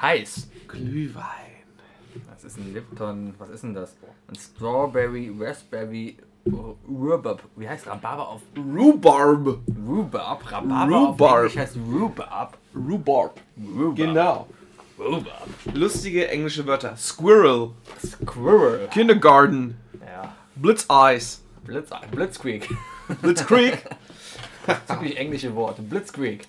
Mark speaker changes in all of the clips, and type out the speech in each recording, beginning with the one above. Speaker 1: heiß.
Speaker 2: Glühwein.
Speaker 1: Was ist ein Lipton? Was ist denn das? Ein Strawberry, Raspberry, Ru- Rhubarb. Wie heißt Rhabarber auf
Speaker 2: Rhubarb.
Speaker 1: Rhubarb? Rhabarber auf
Speaker 2: Rhubarb.
Speaker 1: Englisch heißt Rhubarb.
Speaker 2: Rhubarb.
Speaker 1: Rhubarb.
Speaker 2: Genau.
Speaker 1: Rhubarb.
Speaker 2: Lustige englische Wörter. Squirrel.
Speaker 1: Squirrel.
Speaker 2: Kindergarten.
Speaker 1: Ja.
Speaker 2: Blitz Eyes.
Speaker 1: Blitz, Blitzkrieg.
Speaker 2: Blitzkrieg.
Speaker 1: Typisch englische Worte. Blitzkrieg.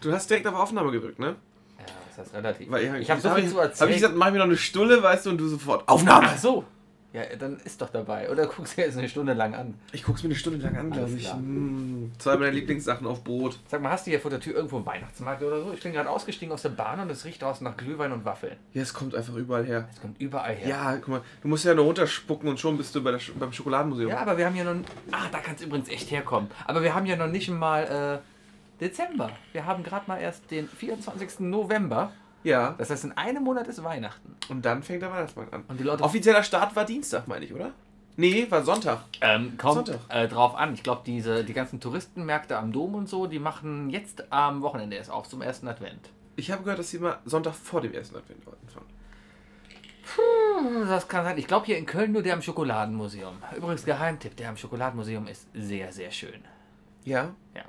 Speaker 2: Du hast direkt auf Aufnahme gedrückt, ne?
Speaker 1: Ja, das heißt relativ.
Speaker 2: Weil
Speaker 1: ich habe so viel zu
Speaker 2: Hab
Speaker 1: erzählen.
Speaker 2: ich gesagt, mach mir noch eine Stulle, weißt du, und du sofort. Aufnahme!
Speaker 1: Ach so. Ja, dann ist doch dabei. Oder guckst dir jetzt eine Stunde lang an.
Speaker 2: Ich guck's mir eine Stunde lang an, glaube
Speaker 1: Alles
Speaker 2: ich.
Speaker 1: klar.
Speaker 2: Mm, zwei meiner Lieblingssachen auf Brot.
Speaker 1: Sag mal, hast du hier vor der Tür irgendwo einen Weihnachtsmarkt oder so? Ich bin gerade ausgestiegen aus der Bahn und es riecht draußen nach Glühwein und Waffeln.
Speaker 2: Ja, es kommt einfach überall her.
Speaker 1: Es kommt überall her.
Speaker 2: Ja, guck mal, du musst ja nur runterspucken und schon bist du bei der, Sch- beim Schokoladenmuseum.
Speaker 1: Ja, aber wir haben ja noch. Ah, da kann es übrigens echt herkommen. Aber wir haben ja noch nicht mal äh, Dezember. Wir haben gerade mal erst den 24. November.
Speaker 2: ja.
Speaker 1: Das heißt, in einem Monat ist Weihnachten.
Speaker 2: Und dann fängt der Weihnachtsmarkt an.
Speaker 1: Und die Leute-
Speaker 2: Offizieller Start war Dienstag, meine ich, oder? Nee, war Sonntag.
Speaker 1: Ähm, kommt
Speaker 2: Sonntag.
Speaker 1: äh, drauf an. Ich glaube, diese die ganzen Touristenmärkte am Dom und so, die machen jetzt am Wochenende erst auf zum ersten Advent.
Speaker 2: Ich habe gehört, dass sie immer Sonntag vor dem ersten Advent anfangen.
Speaker 1: Hm, Das kann sein. Ich glaube hier in Köln nur der am Schokoladenmuseum. Übrigens Geheimtipp, der am Schokoladenmuseum ist sehr, sehr schön.
Speaker 2: Ja?
Speaker 1: Ja.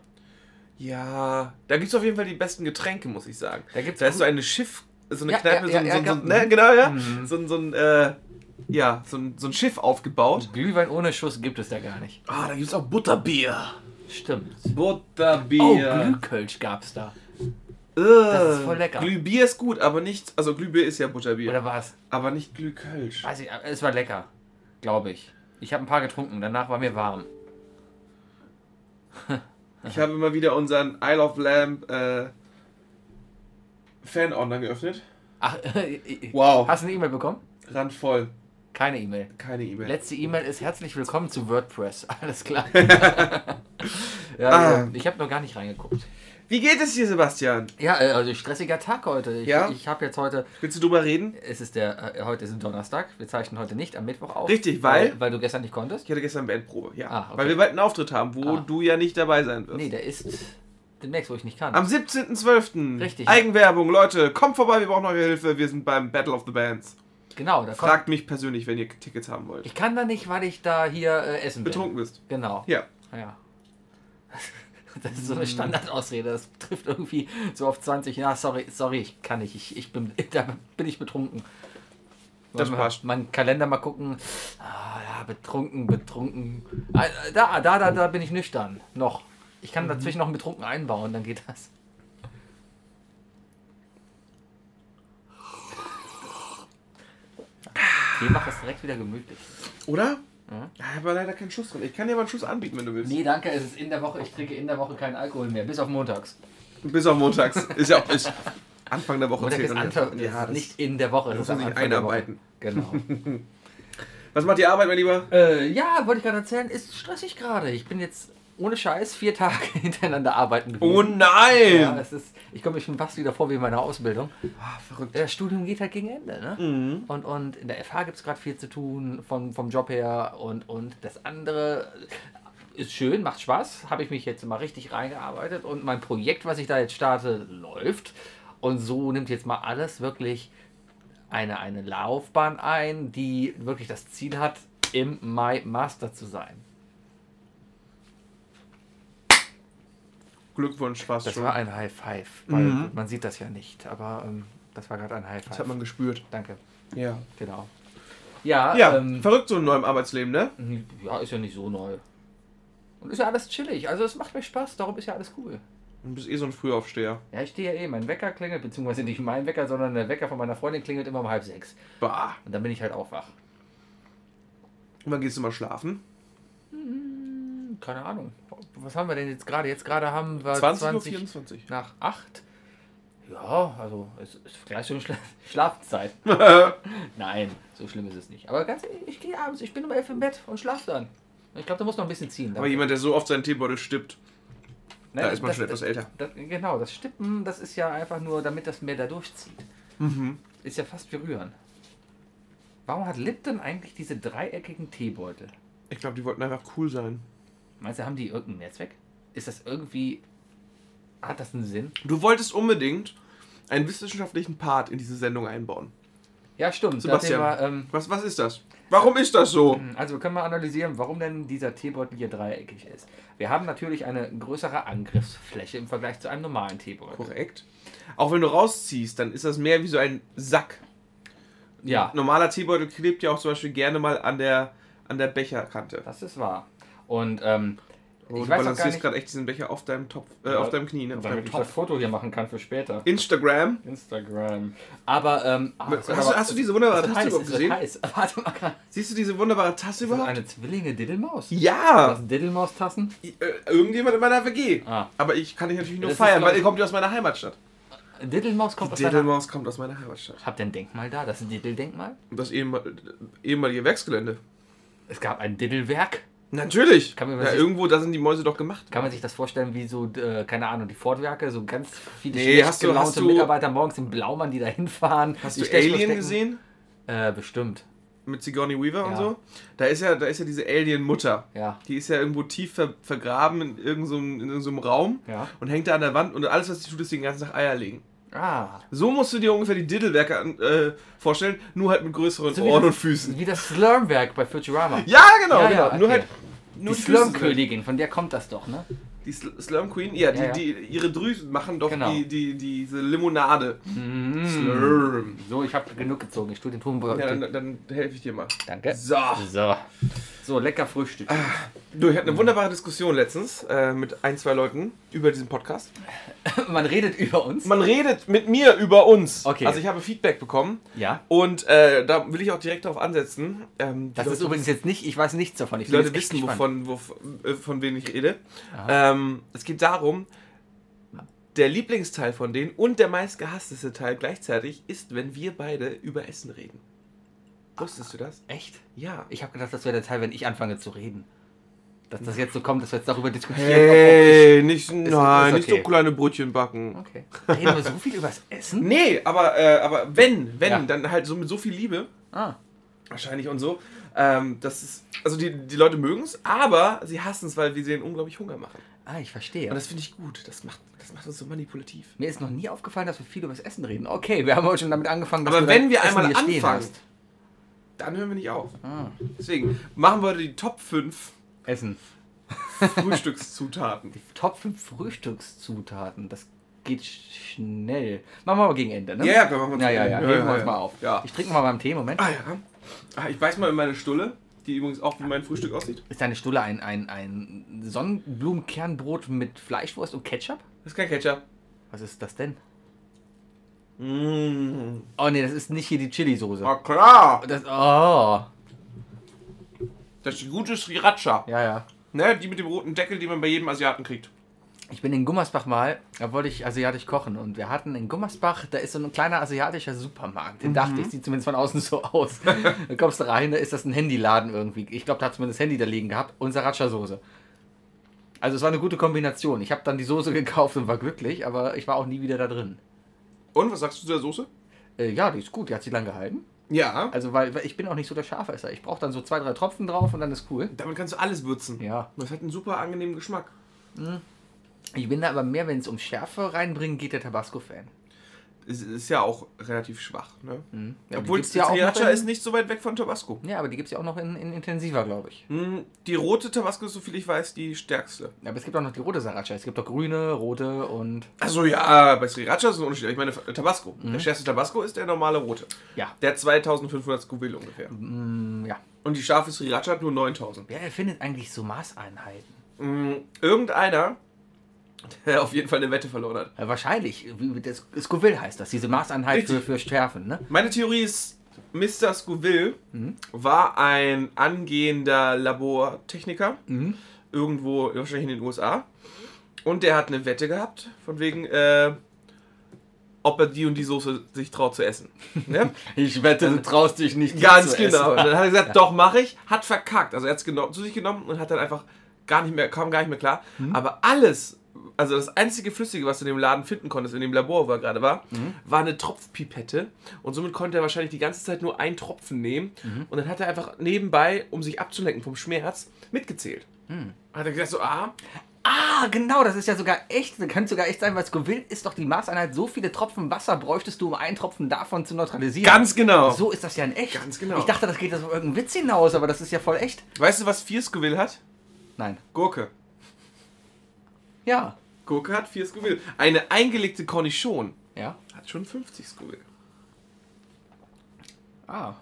Speaker 2: Ja. Da gibt's auf jeden Fall die besten Getränke, muss ich sagen.
Speaker 1: Da gibt's
Speaker 2: da ist
Speaker 1: gut-
Speaker 2: so eine Schiff, so eine
Speaker 1: Ja,
Speaker 2: Kneipe,
Speaker 1: ja,
Speaker 2: so ein,
Speaker 1: ja,
Speaker 2: so ein, so
Speaker 1: ja,
Speaker 2: ein
Speaker 1: ja.
Speaker 2: ne, genau, ja.
Speaker 1: Mhm.
Speaker 2: So ein, so ein, äh, ja, so ein, so ein Schiff aufgebaut.
Speaker 1: Glühwein ohne Schuss gibt es da gar nicht.
Speaker 2: Ah, da gibt's auch Butterbier.
Speaker 1: Stimmt. Oh,
Speaker 2: Butterbier.
Speaker 1: Glühkölsch gab's da.
Speaker 2: Oh,
Speaker 1: das ist voll lecker.
Speaker 2: Glühbier ist gut, aber nicht, also Glühbier ist ja Butterbier,
Speaker 1: Oder war's?
Speaker 2: aber nicht Glühkölsch.
Speaker 1: Weiß ich, aber es war lecker, glaube ich. Ich habe ein paar getrunken, danach war mir warm.
Speaker 2: Ich habe immer wieder unseren Isle of Lamb äh, Fan-Ordner geöffnet.
Speaker 1: Ach, äh,
Speaker 2: Wow.
Speaker 1: hast du eine E-Mail bekommen?
Speaker 2: Randvoll.
Speaker 1: Keine E-Mail.
Speaker 2: Keine E-Mail.
Speaker 1: Letzte E-Mail ist herzlich willkommen zu WordPress. Alles klar.
Speaker 2: Ah.
Speaker 1: ja, also, ich habe noch gar nicht reingeguckt.
Speaker 2: Wie geht es dir, Sebastian?
Speaker 1: Ja, äh, also stressiger Tag heute. Ich,
Speaker 2: Ja?
Speaker 1: ich habe jetzt heute,
Speaker 2: Willst du drüber reden?
Speaker 1: es ist der, äh, heute ist ein Donnerstag. Wir zeichnen heute nicht am Mittwoch auf.
Speaker 2: Richtig, weil-
Speaker 1: Weil, weil du gestern nicht konntest.
Speaker 2: Ich hatte gestern Bandprobe, ja.
Speaker 1: Ah, okay.
Speaker 2: Weil wir bald einen Auftritt haben, wo
Speaker 1: Ah.
Speaker 2: du ja nicht dabei sein wirst.
Speaker 1: Nee, der ist demnächst, wo ich nicht kann.
Speaker 2: Am 17.12.
Speaker 1: Richtig.
Speaker 2: Eigenwerbung, Leute, kommt vorbei, wir brauchen eure Hilfe. Wir sind beim Battle of the Bands.
Speaker 1: genau, da kommt.
Speaker 2: Fragt mich persönlich, wenn ihr Tickets haben wollt.
Speaker 1: Ich kann da nicht, weil ich da hier äh, essen bin.
Speaker 2: Betrunken bist.
Speaker 1: Genau.
Speaker 2: Ja.
Speaker 1: Ja. Das ist so eine Standardausrede. Das trifft irgendwie so auf 20. Ja, sorry, sorry, ich kann nicht. Ich, ich bin, da bin ich betrunken.
Speaker 2: Das
Speaker 1: Wollen wir
Speaker 2: passt.
Speaker 1: Meinen Kalender mal gucken. Ah, ja, betrunken, betrunken. Ah, Da, da, da, da bin ich nüchtern. Noch. Ich kann dazwischen noch einen betrunken einbauen, dann geht das. Die macht das direkt wieder gemütlich.
Speaker 2: Oder? Ja. Ich habe leider keinen Schuss drin. Ich kann dir mal einen Schuss anbieten, wenn du willst.
Speaker 1: Mhm. Nee, danke, es ist in der Woche. Ich trinke in der Woche keinen Alkohol mehr, bis auf montags.
Speaker 2: Bis auf montags. Ist ja auch ist Anfang der Woche.
Speaker 1: Montag
Speaker 2: zählt
Speaker 1: ist
Speaker 2: dann
Speaker 1: Anfang,
Speaker 2: ja,
Speaker 1: ja,
Speaker 2: das-
Speaker 1: nicht in der Woche.
Speaker 2: muss
Speaker 1: am
Speaker 2: man sich
Speaker 1: Anfang der
Speaker 2: einarbeiten.
Speaker 1: Woche. Genau.
Speaker 2: Was macht die Arbeit, mein Lieber?
Speaker 1: äh, ja, wollte ich gerade erzählen, ist stressig gerade. Ich bin jetzt ohne Scheiß vier Tage hintereinander arbeiten gewesen.
Speaker 2: Oh nein!
Speaker 1: ja, es ist, ich komme mir schon fast wieder vor wie in meiner Ausbildung.
Speaker 2: Ah, verrückt. Mhm.
Speaker 1: Das Studium geht halt gegen Ende, ne? Und, und in der FH gibt es gerade viel zu tun, von, vom Job her und, und das andere ist schön, macht Spaß, habe ich mich jetzt mal richtig reingearbeitet und mein Projekt, was ich da jetzt starte, läuft. Und so nimmt jetzt mal alles wirklich eine, eine Laufbahn ein, die wirklich das Ziel hat, im Mai Master zu sein.
Speaker 2: Glückwunsch, fast
Speaker 1: Das
Speaker 2: schon.
Speaker 1: war ein High Five, weil
Speaker 2: Mhm.
Speaker 1: man sieht das ja nicht, aber ähm, das war gerade ein High
Speaker 2: das
Speaker 1: Five.
Speaker 2: hat man gespürt.
Speaker 1: Danke,
Speaker 2: Ja.
Speaker 1: genau. Ja,
Speaker 2: Ja,
Speaker 1: ähm,
Speaker 2: verrückt so ein neues Arbeitsleben, ne?
Speaker 1: Ja, ist ja nicht so neu. Und ist ja alles chillig. Also es macht mir Spaß, darum ist ja alles cool.
Speaker 2: Du bist eh so ein Frühaufsteher.
Speaker 1: Ja, ich stehe ja eh, mein Wecker klingelt, beziehungsweise nicht mein Wecker, sondern der Wecker von meiner Freundin klingelt immer um halb sechs.
Speaker 2: Bah.
Speaker 1: Und dann bin ich halt auch wach.
Speaker 2: Und wann gehst du mal schlafen?
Speaker 1: Hm, Keine Ahnung. Was haben wir denn jetzt gerade? Jetzt gerade haben wir
Speaker 2: 20.24 Uhr.
Speaker 1: 20 nach acht. Ja, also es ist gleich schon Schla Schlafzeit. Nein, so schlimm ist es nicht. Aber ganz ehrlich, ich gehe abends, ich bin um elf im Bett und schlafe dann. Ich glaube, da muss noch ein bisschen ziehen.
Speaker 2: Aber jemand, der so oft seinen Teebeutel stippt,
Speaker 1: Nein,
Speaker 2: Da ist man
Speaker 1: das-
Speaker 2: schon etwas
Speaker 1: das-
Speaker 2: älter.
Speaker 1: Das, genau, das Stippen, das ist ja einfach nur, damit das mehr da durchzieht.
Speaker 2: Mhm.
Speaker 1: Ist ja fast wie rühren. Warum hat Lipton eigentlich diese dreieckigen Teebeutel?
Speaker 2: ich glaube, die wollten einfach cool sein.
Speaker 1: Meinst du, haben die irgendeinen Mehrzweck? Ist das irgendwie. Hat das einen Sinn?
Speaker 2: Du wolltest unbedingt einen wissenschaftlichen Part in diese Sendung einbauen.
Speaker 1: Ja, stimmt.
Speaker 2: Sebastian,
Speaker 1: Da sehen wir, ähm,
Speaker 2: was, was ist das? Warum ist das so?
Speaker 1: also wir können mal analysieren, warum denn dieser Teebeutel hier dreieckig ist. Wir haben natürlich eine größere Angriffsfläche im Vergleich zu einem normalen Teebeutel.
Speaker 2: Korrekt. Auch wenn du rausziehst, dann ist das mehr wie so ein Sack.
Speaker 1: Ja,
Speaker 2: Normaler Teebeutel klebt ja auch zum Beispiel gerne mal an der, an der Becherkante.
Speaker 1: das ist wahr. Und ähm,
Speaker 2: Und
Speaker 1: ich weiß auch
Speaker 2: du
Speaker 1: gar nicht,
Speaker 2: balancierst gerade echt diesen Becher auf deinem Topf, äh,
Speaker 1: Ja,
Speaker 2: auf deinem Knie, ne? Auf deinem
Speaker 1: damit ich das
Speaker 2: Topf.
Speaker 1: Foto hier machen kann für später.
Speaker 2: Instagram.
Speaker 1: Instagram. Aber, ähm, ah,
Speaker 2: Hast
Speaker 1: es wird
Speaker 2: du-
Speaker 1: aber-
Speaker 2: hast du
Speaker 1: es-
Speaker 2: diese wunderbare
Speaker 1: es wird
Speaker 2: Taste
Speaker 1: heiß,
Speaker 2: überhaupt
Speaker 1: es wird
Speaker 2: gesehen?
Speaker 1: Heiß. Warte mal, gerade.
Speaker 2: Siehst du diese wunderbare Tasse
Speaker 1: Ist das
Speaker 2: überhaupt?
Speaker 1: eine Zwillinge Diddelmaus?
Speaker 2: Ja!
Speaker 1: Was Diddelmaus-Tassen?
Speaker 2: I- äh, Irgendjemand in meiner WG.
Speaker 1: Ah.
Speaker 2: Aber ich kann dich natürlich nur
Speaker 1: Das ist,
Speaker 2: feiern,
Speaker 1: glaub
Speaker 2: weil
Speaker 1: ich-
Speaker 2: ihr kommt ja aus meiner Heimatstadt.
Speaker 1: Diddelmaus kommt aus deiner...
Speaker 2: Diddelmaus kommt aus meiner Heimatstadt.
Speaker 1: Habt ihr ein Denkmal da? Das Diddel-Denkmal?
Speaker 2: Das ehemal ehemalige Werksgelände.
Speaker 1: Es gab ein Diddelwerk.
Speaker 2: Natürlich!
Speaker 1: Kann man
Speaker 2: ja,
Speaker 1: sich-
Speaker 2: irgendwo, da sind die Mäuse doch gemacht.
Speaker 1: Kann man sich das vorstellen wie so, äh, keine Ahnung, die Ford-Werke? So ganz viele
Speaker 2: Nee,
Speaker 1: schlecht
Speaker 2: hast du-
Speaker 1: gelaunte
Speaker 2: hast du-
Speaker 1: Mitarbeiter morgens im Blaumann, die da hinfahren.
Speaker 2: Hast
Speaker 1: die
Speaker 2: du
Speaker 1: Stechuhr
Speaker 2: Alien
Speaker 1: stecken.
Speaker 2: gesehen?
Speaker 1: Äh, bestimmt.
Speaker 2: Mit Sigourney Weaver und
Speaker 1: Ja.
Speaker 2: so? Da ist ja, da ist ja diese Alien-Mutter.
Speaker 1: Ja.
Speaker 2: Die ist ja irgendwo tief ver vergraben in irgendeinem so einem- in irgend so einem Raum
Speaker 1: Ja.
Speaker 2: und hängt da an der Wand und alles, was sie tut, ist den ganzen Tag Eier legen.
Speaker 1: Ah.
Speaker 2: So musst du dir ungefähr die Diddelwerke an- äh, vorstellen, nur halt mit größeren
Speaker 1: So wie
Speaker 2: Ohren
Speaker 1: das-
Speaker 2: und Füßen.
Speaker 1: Wie das Slurmwerk bei Futurama.
Speaker 2: Ja, genau,
Speaker 1: Ja,
Speaker 2: genau.
Speaker 1: ja, okay.
Speaker 2: Nur halt. Nur
Speaker 1: die
Speaker 2: Füße sind-
Speaker 1: Slurm-Königin, von der kommt das doch, ne?
Speaker 2: Die Sl Slurm Queen, ja, die,
Speaker 1: Ja, ja.
Speaker 2: die ihre Drüsen machen doch
Speaker 1: Genau.
Speaker 2: die, die, diese Limonade.
Speaker 1: Mm.
Speaker 2: Slurm.
Speaker 1: So, ich habe genug gezogen. Ich tue den Ton.
Speaker 2: Ja, dann, dann helfe ich dir mal.
Speaker 1: Danke.
Speaker 2: So.
Speaker 1: So. So, lecker Frühstück.
Speaker 2: Du, ich hatte
Speaker 1: Mm.
Speaker 2: eine wunderbare Diskussion letztens äh, mit ein, zwei Leuten über diesen Podcast.
Speaker 1: Man redet über uns.
Speaker 2: Man redet mit mir über uns.
Speaker 1: Okay.
Speaker 2: Also ich habe Feedback bekommen
Speaker 1: Ja.
Speaker 2: und äh, da will ich auch direkt darauf ansetzen. Ähm, die
Speaker 1: Das ist
Speaker 2: Leute-
Speaker 1: übrigens jetzt nicht, ich weiß nichts davon. Ich
Speaker 2: Die
Speaker 1: bin
Speaker 2: Leute
Speaker 1: jetzt echt
Speaker 2: wissen,
Speaker 1: gespannt.
Speaker 2: wovon, wov- äh, von wem ich rede.
Speaker 1: Aha.
Speaker 2: Ähm, es geht darum, der Lieblingsteil von denen und der meistgehassteste Teil gleichzeitig ist, wenn wir beide über Essen reden. Wusstest du das?
Speaker 1: Echt?
Speaker 2: Ja.
Speaker 1: Ich habe gedacht, das wäre der Teil, wenn ich anfange zu reden. Dass das jetzt so kommt, dass wir jetzt darüber diskutieren.
Speaker 2: nicht,
Speaker 1: nein, nicht so
Speaker 2: kleine Brötchen backen.
Speaker 1: ob ich- Okay. Reden wir so viel über das Essen?
Speaker 2: Nee, aber, äh, aber wenn, wenn,
Speaker 1: Ja.
Speaker 2: dann halt so mit so viel Liebe,
Speaker 1: Ah.
Speaker 2: wahrscheinlich und so. Ähm, das ist, also die, die Leute mögen es, aber sie hassen es, weil wir sie unglaublich Hunger machen.
Speaker 1: Ah, ich verstehe.
Speaker 2: Und das finde ich gut. Das macht, das macht uns so manipulativ.
Speaker 1: Mir ist noch nie aufgefallen, dass wir viel über das Essen reden. Okay, wir haben heute schon damit angefangen, dass
Speaker 2: Aber
Speaker 1: du dein
Speaker 2: wenn wir
Speaker 1: Essen
Speaker 2: einmal
Speaker 1: hier stehen
Speaker 2: anfangen-
Speaker 1: hast.
Speaker 2: Dann hören wir nicht auf.
Speaker 1: Ah.
Speaker 2: Deswegen machen wir heute die Top 5
Speaker 1: Essen.
Speaker 2: Frühstückszutaten.
Speaker 1: Die Top 5 Frühstückszutaten. Das geht schnell. Machen wir aber gegen Ende, ne?
Speaker 2: Ja, ja, komm, machen wir uns
Speaker 1: Ja, ja,
Speaker 2: gegen
Speaker 1: ja.
Speaker 2: Ende.
Speaker 1: Heben
Speaker 2: Ja,
Speaker 1: wir
Speaker 2: ja,
Speaker 1: uns
Speaker 2: ja.
Speaker 1: mal auf.
Speaker 2: Ja.
Speaker 1: Ich trinke mal beim Tee. Moment.
Speaker 2: Ah ja. Ah, ich beiß mal in meine Stulle, die übrigens auch wie mein Frühstück aussieht.
Speaker 1: Ist deine Stulle ein, ein, ein Sonnenblumenkernbrot mit Fleischwurst und Ketchup?
Speaker 2: Das ist kein Ketchup.
Speaker 1: Was ist das denn?
Speaker 2: Mmh.
Speaker 1: Oh nee, das ist nicht hier die Chili-Soße.
Speaker 2: Na klar.
Speaker 1: Das, oh.
Speaker 2: Das ist die gute Sriracha.
Speaker 1: Ja, ja.
Speaker 2: Ne, die mit dem roten Deckel, die man bei jedem Asiaten kriegt.
Speaker 1: Ich bin in Gummersbach mal, da wollte ich asiatisch kochen und wir hatten in Gummersbach, da ist so ein kleiner asiatischer Supermarkt. Den
Speaker 2: Mhm.
Speaker 1: dachte ich, sieht zumindest von außen so aus. da kommst du rein, da ist das ein Handyladen irgendwie. Ich glaube, da hat zumindest das Handy da liegen gehabt und Sriracha-Soße. Also es war eine gute Kombination. Ich habe dann die Soße gekauft und war glücklich, aber ich war auch nie wieder da drin.
Speaker 2: Und was sagst du zu der Soße?
Speaker 1: Äh, ja, die ist gut, die hat sich lang gehalten.
Speaker 2: Ja.
Speaker 1: Also weil, weil ich bin auch nicht so der Scharfesser. Ich brauche dann so zwei, drei Tropfen drauf und dann ist cool.
Speaker 2: Damit kannst du alles würzen.
Speaker 1: Ja.
Speaker 2: Das hat einen super angenehmen Geschmack.
Speaker 1: Ich bin da aber mehr, wenn es um Schärfe reinbringen geht, der Tabasco-Fan.
Speaker 2: Es ist ja auch relativ schwach, ne?
Speaker 1: Mhm. Ja, die
Speaker 2: Obwohl
Speaker 1: gibt's ja auch noch
Speaker 2: Sriracha
Speaker 1: in-
Speaker 2: ist nicht so weit weg von Tabasco.
Speaker 1: Ja, aber die gibt es ja auch noch in, in intensiver, glaube ich.
Speaker 2: Hm, Die rote Tabasco ist, soviel ich weiß, die stärkste.
Speaker 1: Aber es gibt auch noch die rote Sriracha. Es gibt auch grüne, rote und.
Speaker 2: Also ja, bei Sriracha ist ein Unterschied. Ich meine Tabasco.
Speaker 1: Mhm.
Speaker 2: Der schärfste Tabasco ist der normale rote.
Speaker 1: Ja.
Speaker 2: Der hat 2500 Scoville ungefähr.
Speaker 1: Mm, ja.
Speaker 2: Und die scharfe Sriracha hat nur 9000.
Speaker 1: Wer erfindet eigentlich so Maßeinheiten?
Speaker 2: Mhm. Irgendeiner, der auf jeden Fall eine Wette verloren hat.
Speaker 1: Äh, wahrscheinlich. Wie, wie das, Scoville heißt das. Diese Maßeinheit für,
Speaker 2: Richtig.
Speaker 1: für Schärfen, ne?
Speaker 2: Meine Theorie ist, Mr. Scoville
Speaker 1: Mhm.
Speaker 2: war ein angehender Labortechniker.
Speaker 1: Mhm.
Speaker 2: Irgendwo, wahrscheinlich in den USA. Und der hat eine Wette gehabt, von wegen, äh, ob er die und die Soße sich traut zu essen. Ne?
Speaker 1: Ich wette, du traust dich nicht.
Speaker 2: Ganz genau. Und dann hat er gesagt, doch, mache ich. Hat verkackt. Also er hat es geno- zu sich genommen und hat dann einfach gar nicht mehr, kam gar nicht mehr klar. Aber alles, also das einzige Flüssige, was du in dem Laden finden konntest, in dem Labor, wo er gerade war, war eine Tropfpipette. Und somit konnte er wahrscheinlich die ganze Zeit nur einen Tropfen nehmen. Und dann hat Mhm. er einfach nebenbei, um sich abzulenken vom Schmerz, mitgezählt. Hat er gesagt so, ah,
Speaker 1: Ah, genau, das ist ja sogar echt. Das kann sogar echt sein, weil Scoville ist doch die Maßeinheit, so viele Tropfen Wasser bräuchtest du, um einen Tropfen davon zu neutralisieren.
Speaker 2: Ganz genau.
Speaker 1: So ist das ja in echt.
Speaker 2: Ganz genau.
Speaker 1: Ich dachte, das geht das auf irgendeinen Witz hinaus, aber das ist ja voll echt.
Speaker 2: Weißt du, was 4 Scoville hat?
Speaker 1: Nein.
Speaker 2: Gurke.
Speaker 1: Ja.
Speaker 2: Gurke hat 4 Scoville. Eine eingelegte Cornichon
Speaker 1: Ja.
Speaker 2: hat schon 50 Scoville.
Speaker 1: Ah.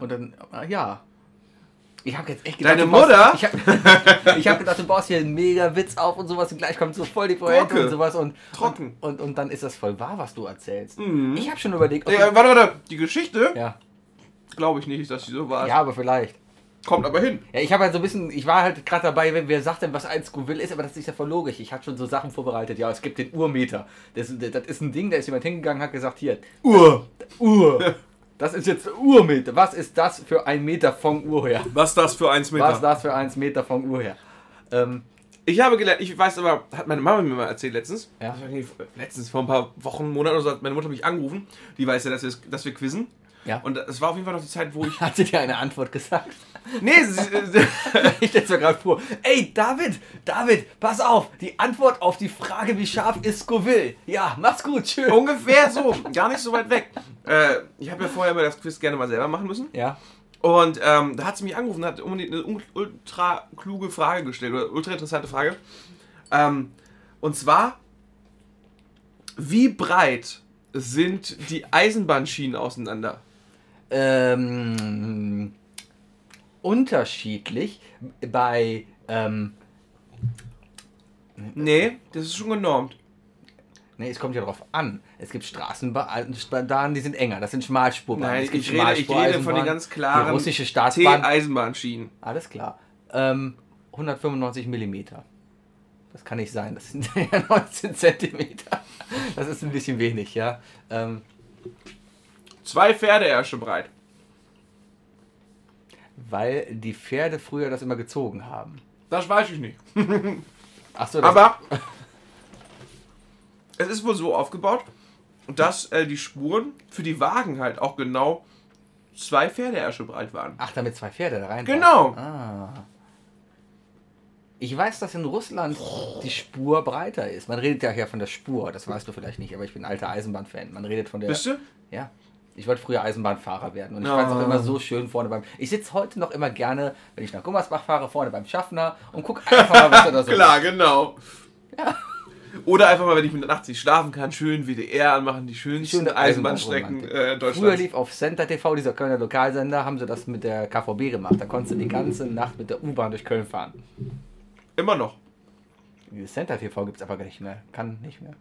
Speaker 1: Und dann, äh, ja. Ich habe jetzt echt
Speaker 2: Deine
Speaker 1: du baust-
Speaker 2: Mutter?
Speaker 1: Ich habe ich hab gedacht, du baust hier einen mega Witz auf und sowas und gleich kommt so voll die Pointe
Speaker 2: Gurke.
Speaker 1: und sowas und.
Speaker 2: Trocken.
Speaker 1: Und, und, und dann ist das voll wahr, was du erzählst. Ich habe schon überlegt, ob
Speaker 2: Äh, warte, warte. Die Geschichte
Speaker 1: du, ja.
Speaker 2: glaube ich nicht, dass sie so war.
Speaker 1: ja, aber vielleicht.
Speaker 2: Kommt aber hin.
Speaker 1: Ja, ich habe halt so ein bisschen, ich war halt gerade dabei, wer- wer sagt denn, was ein Scoville ist, aber das ist ja voll logisch. Ich hatte schon so Sachen vorbereitet. Ja, es gibt den Urmeter. Das, das ist ein Ding, da ist jemand hingegangen, hat gesagt, hier,
Speaker 2: Uhr.
Speaker 1: Uhr. Das ist jetzt der Urmeter. Was ist das für ein Meter vom Uhr her?
Speaker 2: Was das für eins Meter?
Speaker 1: Was ist das für ein Meter vom Uhr her? Ähm,
Speaker 2: Ich habe gelernt, ich weiß aber, hat meine Mama mir mal erzählt letztens.
Speaker 1: Ja.
Speaker 2: Das war irgendwie Letztens, vor ein paar Wochen, Monaten oder so, hat meine Mutter mich angerufen. Die weiß ja, dass wir, dass wir quizzen.
Speaker 1: ja. Und
Speaker 2: Und es war auf jeden Fall noch die Zeit, wo ich.
Speaker 1: hat sie dir eine Antwort gesagt?
Speaker 2: Nee, sie,
Speaker 1: Ich stell's mir gerade vor. Ey, David, David, pass auf. Die Antwort auf die Frage, wie scharf ist Scoville? Ja, mach's gut, schön.
Speaker 2: Oh. ungefähr so, gar nicht so weit weg. Äh, ich habe ja vorher immer das Quiz gerne mal selber machen müssen.
Speaker 1: Ja.
Speaker 2: Und ähm, da hat sie mich angerufen und hat unbedingt eine un- ultra kluge Frage gestellt oder ultra interessante Frage. Ähm, und zwar, wie breit sind die Eisenbahnschienen auseinander?
Speaker 1: ähm, unterschiedlich bei ähm,
Speaker 2: Nee, das ist schon genormt.
Speaker 1: Nee, es kommt ja drauf an. Es gibt Straßenbahnen, die sind enger, das sind Schmalspurbahnen.
Speaker 2: Nein,
Speaker 1: es gibt
Speaker 2: ich rede, ich rede von den
Speaker 1: Schmalspureisenbahnen,
Speaker 2: ganz klaren
Speaker 1: Die russische Staatsbahn.
Speaker 2: T-Eisenbahnschienen.
Speaker 1: Alles klar. Ähm, 195 Millimeter. Das kann nicht sein. Das sind ja 19 Zentimeter. Das ist ein bisschen wenig, ja. Ähm,
Speaker 2: Zwei Pferdeärsche breit.
Speaker 1: weil die Pferde früher das immer gezogen haben.
Speaker 2: Das weiß ich nicht.
Speaker 1: Achso,
Speaker 2: Aber es ist wohl so aufgebaut, dass äh, die Spuren für die Wagen halt auch genau zwei Pferdeärsche breit waren.
Speaker 1: Ach, damit zwei Pferde da rein.
Speaker 2: Genau.
Speaker 1: Ah. Ich weiß, dass in Russland die Spur breiter ist. Man redet ja hier von der Spur, das weißt du vielleicht nicht, aber ich bin alter Eisenbahnfan. Man redet von der.
Speaker 2: Bist du?
Speaker 1: Ja. Ich wollte früher Eisenbahnfahrer werden und ich
Speaker 2: Ah.
Speaker 1: fand es auch immer so schön vorne beim. Ich sitze heute noch immer gerne, wenn ich nach Gummersbach fahre, vorne beim Schaffner und guck einfach mal, was er da so
Speaker 2: Klar, genau. Oder einfach mal, wenn ich mit nachts nicht schlafen kann, schön WDR anmachen, die schönsten
Speaker 1: Schöne
Speaker 2: Eisenbahnstrecken
Speaker 1: Eisenbahnromantik.
Speaker 2: äh,
Speaker 1: Früher
Speaker 2: Deutschlands.
Speaker 1: lief auf Center TV, dieser Kölner Lokalsender, haben sie das mit der KVB gemacht. Da konntest du die ganze Nacht mit der U-Bahn durch Köln fahren.
Speaker 2: Immer noch.
Speaker 1: Dieses Center TV gibt es aber gar nicht mehr. Kann nicht mehr.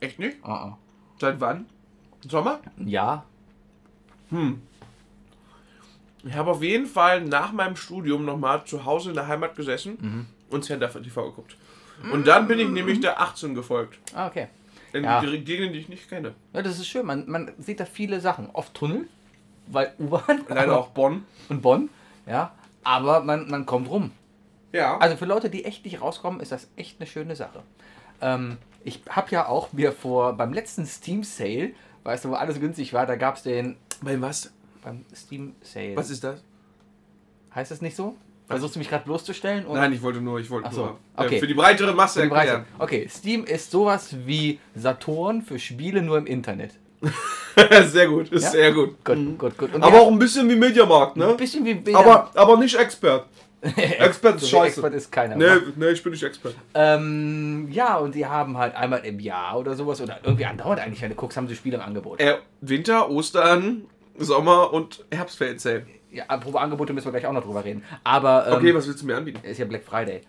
Speaker 2: Echt nicht?
Speaker 1: Ah, ah.
Speaker 2: Seit wann? Sommer?
Speaker 1: Ja,
Speaker 2: Ich habe auf jeden Fall nach meinem Studium nochmal zu Hause in der Heimat gesessen
Speaker 1: Mhm.
Speaker 2: und Center TV geguckt. Und dann bin ich
Speaker 1: Mm.
Speaker 2: nämlich der 18 gefolgt.
Speaker 1: ah, okay.
Speaker 2: In
Speaker 1: Ja.
Speaker 2: Gegenden, die ich nicht kenne.
Speaker 1: Ja, das ist schön. Man, man sieht da viele Sachen. Oft Tunnel, weil U-Bahn
Speaker 2: Leider auch Bonn.
Speaker 1: und Bonn. Ja, aber man, man kommt rum.
Speaker 2: Ja.
Speaker 1: Also für Leute, die echt nicht rauskommen, ist das echt eine schöne Sache. Ähm, ich habe ja auch mir vor beim letzten Steam Sale, weißt du, wo alles günstig war, da gab es den
Speaker 2: Bei was?
Speaker 1: beim Steam Sale.
Speaker 2: Was ist das?
Speaker 1: heißt das nicht so? Versuchst du mich gerade bloßzustellen? oder?
Speaker 2: Nein, ich wollte nur, ich wollte
Speaker 1: Ach so,
Speaker 2: nur
Speaker 1: okay.
Speaker 2: äh, für die breitere Masse
Speaker 1: Für die Preise.
Speaker 2: erklären.
Speaker 1: Okay, Steam ist sowas wie Saturn für Spiele nur im Internet.
Speaker 2: sehr gut, ist
Speaker 1: Ja?
Speaker 2: sehr gut.
Speaker 1: Gut, gut, gut. Und
Speaker 2: Mhm. Aber
Speaker 1: ja,
Speaker 2: auch ein bisschen wie Mediamarkt, ne?
Speaker 1: ein bisschen wie
Speaker 2: Aber, aber nicht Expert. Expert ist
Speaker 1: so wie
Speaker 2: scheiße.
Speaker 1: Expert ist keiner.
Speaker 2: nee, nee, ich bin nicht Expert.
Speaker 1: Ähm, ja, und die haben halt einmal im Jahr oder sowas oder irgendwie andauernd eigentlich, wenn du guckst, haben sie Spiele im Angebot.
Speaker 2: Äh, Winter, Ostern, Sommer und Herbstferien zählen.
Speaker 1: Ja, apropos Angebote müssen wir gleich auch noch drüber reden. Aber ähm,
Speaker 2: Okay, was willst du mir anbieten?
Speaker 1: ist ja Black Friday.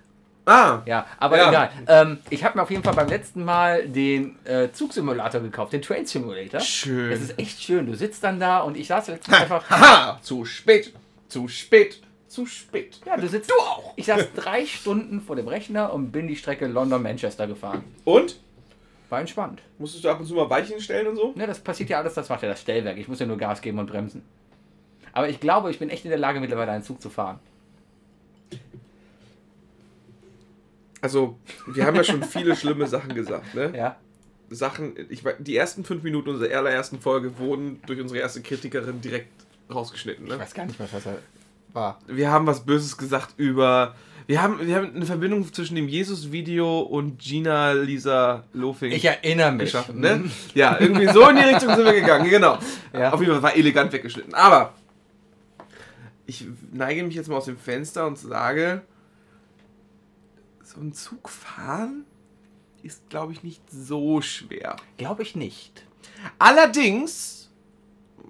Speaker 2: Ah,
Speaker 1: Ja, aber
Speaker 2: Ja.
Speaker 1: egal. Ähm, ich habe mir auf jeden Fall beim letzten Mal den äh, Zugsimulator gekauft, den Train Simulator.
Speaker 2: Schön.
Speaker 1: Das ist echt schön. Du sitzt dann da und ich saß letztens einfach.
Speaker 2: Haha, zu spät, zu spät, zu spät.
Speaker 1: Ja, du sitzt. Du auch! Ich saß drei Stunden vor dem Rechner und bin die Strecke London-Manchester gefahren.
Speaker 2: Und?
Speaker 1: War entspannt.
Speaker 2: Musstest du ab und zu mal Weichen stellen und so?
Speaker 1: Ne, das passiert ja alles, das macht ja das Stellwerk. Ich muss ja nur Gas geben und bremsen. Aber ich glaube, ich bin echt in der Lage, mittlerweile einen Zug zu fahren.
Speaker 2: Also, wir haben ja schon viele schlimme Sachen gesagt, ne?
Speaker 1: Ja.
Speaker 2: Sachen, ich weiß, die ersten fünf Minuten unserer allerersten Folge wurden durch unsere erste Kritikerin direkt rausgeschnitten.
Speaker 1: Ich
Speaker 2: Ne?
Speaker 1: weiß gar nicht mehr, was er, war.
Speaker 2: Wir haben was Böses gesagt über. Wir haben, wir haben eine Verbindung zwischen dem Jesus-Video und Gina Lisa Lofing.
Speaker 1: Ich erinnere mich. Mhm. Hm.
Speaker 2: geschaffen, ne? Ja, irgendwie so in die Richtung sind wir gegangen, genau.
Speaker 1: Ja.
Speaker 2: Auf jeden Fall war elegant weggeschnitten. Aber ich neige mich jetzt mal aus dem Fenster und sage, so ein Zug fahren ist, glaube ich, nicht so schwer.
Speaker 1: Glaube ich nicht.
Speaker 2: Allerdings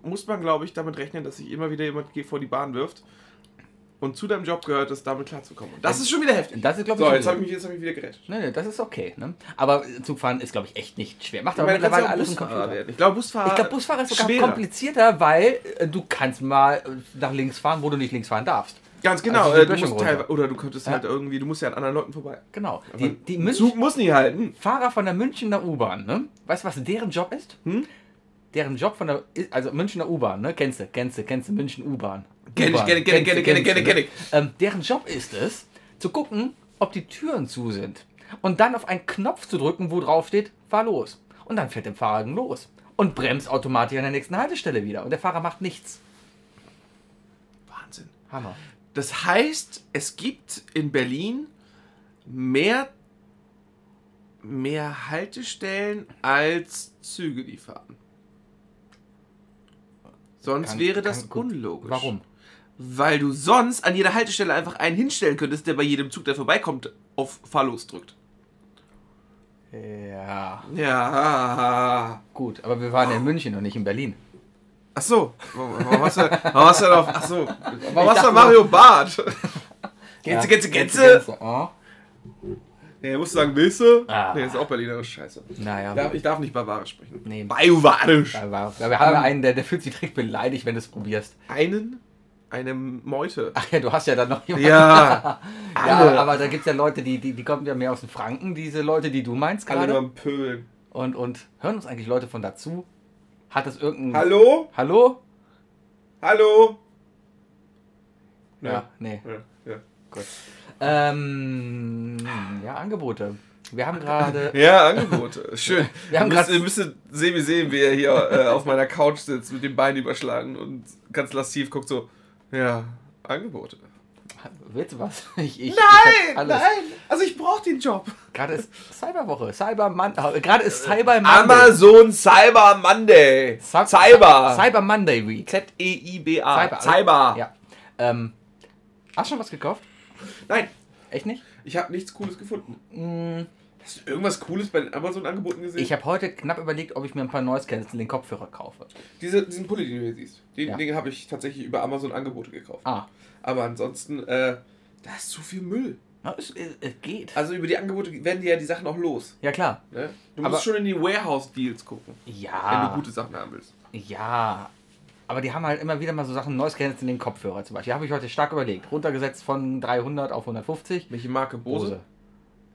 Speaker 2: muss man, glaube ich, damit rechnen, dass sich immer wieder jemand ge- vor die Bahn wirft und zu deinem Job gehört es, damit klarzukommen. Und das ist schon wieder heftig.
Speaker 1: Das ist, glaube ich,
Speaker 2: So, jetzt
Speaker 1: schon
Speaker 2: habe ich, mich- jetzt hab ich wieder gerettet.
Speaker 1: Nee, nee, das ist okay. Ne? Aber Zugfahren ist, glaube ich, echt nicht schwer. Macht
Speaker 2: Ich
Speaker 1: aber
Speaker 2: meine, du kannst
Speaker 1: mittlerweile
Speaker 2: ja auch
Speaker 1: alles ein
Speaker 2: Busfahrer
Speaker 1: Computer.
Speaker 2: werden. Ich glaube, Busfahrer,
Speaker 1: Ich glaube, Busfahrer ist sogar
Speaker 2: schwerer.
Speaker 1: komplizierter, weil äh, du kannst mal äh, nach links fahren, wo du nicht links fahren darfst.
Speaker 2: Ganz genau.
Speaker 1: Also die
Speaker 2: äh, du
Speaker 1: Böschung
Speaker 2: musst
Speaker 1: runter.
Speaker 2: teilweise, oder du könntest halt irgendwie, du musst ja an anderen Leuten vorbei.
Speaker 1: Genau.
Speaker 2: Aber
Speaker 1: Die, die
Speaker 2: ein
Speaker 1: München
Speaker 2: Zug muss nie halten.
Speaker 1: Fahrer von der Münchner U-Bahn, ne? Weißt du, was deren Job ist?
Speaker 2: Hm?
Speaker 1: Deren Job von der, also Münchner U-Bahn, ne? Kennst du, kennst du, kennst du, München U-Bahn.
Speaker 2: Kenn ich,
Speaker 1: U-Bahn.
Speaker 2: kenn ich, kenn ich,
Speaker 1: Kennst du,
Speaker 2: kenn ich,
Speaker 1: kennst
Speaker 2: kenn
Speaker 1: du,
Speaker 2: ich,
Speaker 1: ne? Ähm, deren Job ist es, zu gucken, ob die Türen zu sind und dann auf einen Knopf zu drücken, wo drauf steht, fahr los. Und dann fährt der Fahrer los und bremst automatisch an der nächsten Haltestelle wieder und der Fahrer macht nichts.
Speaker 2: Wahnsinn.
Speaker 1: Hammer.
Speaker 2: Das heißt, es gibt in Berlin mehr, mehr Haltestellen als Züge, die fahren. Sonst
Speaker 1: Kann-
Speaker 2: wäre
Speaker 1: kann
Speaker 2: das
Speaker 1: gut-
Speaker 2: unlogisch.
Speaker 1: Warum?
Speaker 2: Weil du sonst an jeder Haltestelle einfach einen hinstellen könntest, der bei jedem Zug, der vorbeikommt, auf Fahrlos drückt.
Speaker 1: Ja,
Speaker 2: Ja.
Speaker 1: gut, aber wir waren ja in München und nicht in Berlin.
Speaker 2: Ach so. Warum hast du, warum hast du denn auf, ach so. Warum hast du
Speaker 1: dachte-
Speaker 2: denn Mario Bart? Gänse,
Speaker 1: Ja.
Speaker 2: Gänse, Gänse.
Speaker 1: Oh.
Speaker 2: Nee, musst du sagen, willst du?
Speaker 1: Ah.
Speaker 2: Nee, ist auch Berlinerisch, scheiße.
Speaker 1: Naja,
Speaker 2: Ich darf, ich darf nicht barbarisch sprechen.
Speaker 1: nee.
Speaker 2: Bajuwarisch.
Speaker 1: Da war, da wir haben
Speaker 2: Ähm.
Speaker 1: ja einen, der, der fühlt sich direkt beleidigt, wenn du es probierst.
Speaker 2: Einen, eine Meute.
Speaker 1: Ach ja, du hast ja dann noch jemanden.
Speaker 2: Ja.
Speaker 1: Ja, aber da gibt es ja Leute, die, die, die kommen ja mehr aus den Franken, diese Leute, die du meinst
Speaker 2: Alle nur
Speaker 1: gerade.
Speaker 2: am Pöbeln.
Speaker 1: Und, und hören uns eigentlich Leute von dazu? Hat das irgendein.
Speaker 2: Hallo?
Speaker 1: Hallo?
Speaker 2: Hallo? Nee.
Speaker 1: Ja, nee.
Speaker 2: Ja, ja.
Speaker 1: Ähm, ja, Angebote. Wir haben gerade.
Speaker 2: Ja, Angebote. Schön.
Speaker 1: Wir haben
Speaker 2: ihr, müsst,
Speaker 1: grad-
Speaker 2: ihr müsstet Sebi sehen, wie er hier äh, auf meiner Couch sitzt, mit den Beinen überschlagen und ganz lassiv guckt so, ja, Angebote.
Speaker 1: Willst du was? Ich, ich, ich hab
Speaker 2: Nein,
Speaker 1: alles.
Speaker 2: nein. Also ich brauche den Job.
Speaker 1: Gerade ist Cyberwoche. Cyberman. äh, Gerade ist Cyber Monday.
Speaker 2: Amazon Cyber Monday.
Speaker 1: Cy-
Speaker 2: Cyber. E Ah.
Speaker 1: Cyber Monday Week.
Speaker 2: Z-E-I-B-A.
Speaker 1: Cyber.
Speaker 2: Cyber.
Speaker 1: Ja. Ähm, hast du schon was gekauft?
Speaker 2: Nein,
Speaker 1: Echt nicht?
Speaker 2: ich habe nichts Cooles gefunden.
Speaker 1: Mm,
Speaker 2: Hast du irgendwas Cooles bei den Amazon-Angeboten gesehen?
Speaker 1: Ich habe heute knapp überlegt, ob ich mir ein paar Noise Cancelling Kopfhörer kaufe.
Speaker 2: Diese, diesen Pulli, den du hier siehst, den,
Speaker 1: Ja.
Speaker 2: den habe ich tatsächlich über Amazon Angebote gekauft.
Speaker 1: Ah,
Speaker 2: Aber ansonsten, äh, da ist zu viel Müll.
Speaker 1: na, es, es, es geht.
Speaker 2: Also über die Angebote werden dir ja die Sachen auch los.
Speaker 1: Ja klar.
Speaker 2: Ne? Du
Speaker 1: Aber- Ah.
Speaker 2: musst schon in die Warehouse-Deals gucken, wenn du
Speaker 1: Ja.
Speaker 2: gute Sachen haben willst.
Speaker 1: Ja. Aber die haben halt immer wieder mal so Sachen Noise Cancelling Kopfhörer zum Beispiel. Habe ich heute stark überlegt. Runtergesetzt von 300 auf 150.
Speaker 2: Welche Marke? Bose?
Speaker 1: Bose.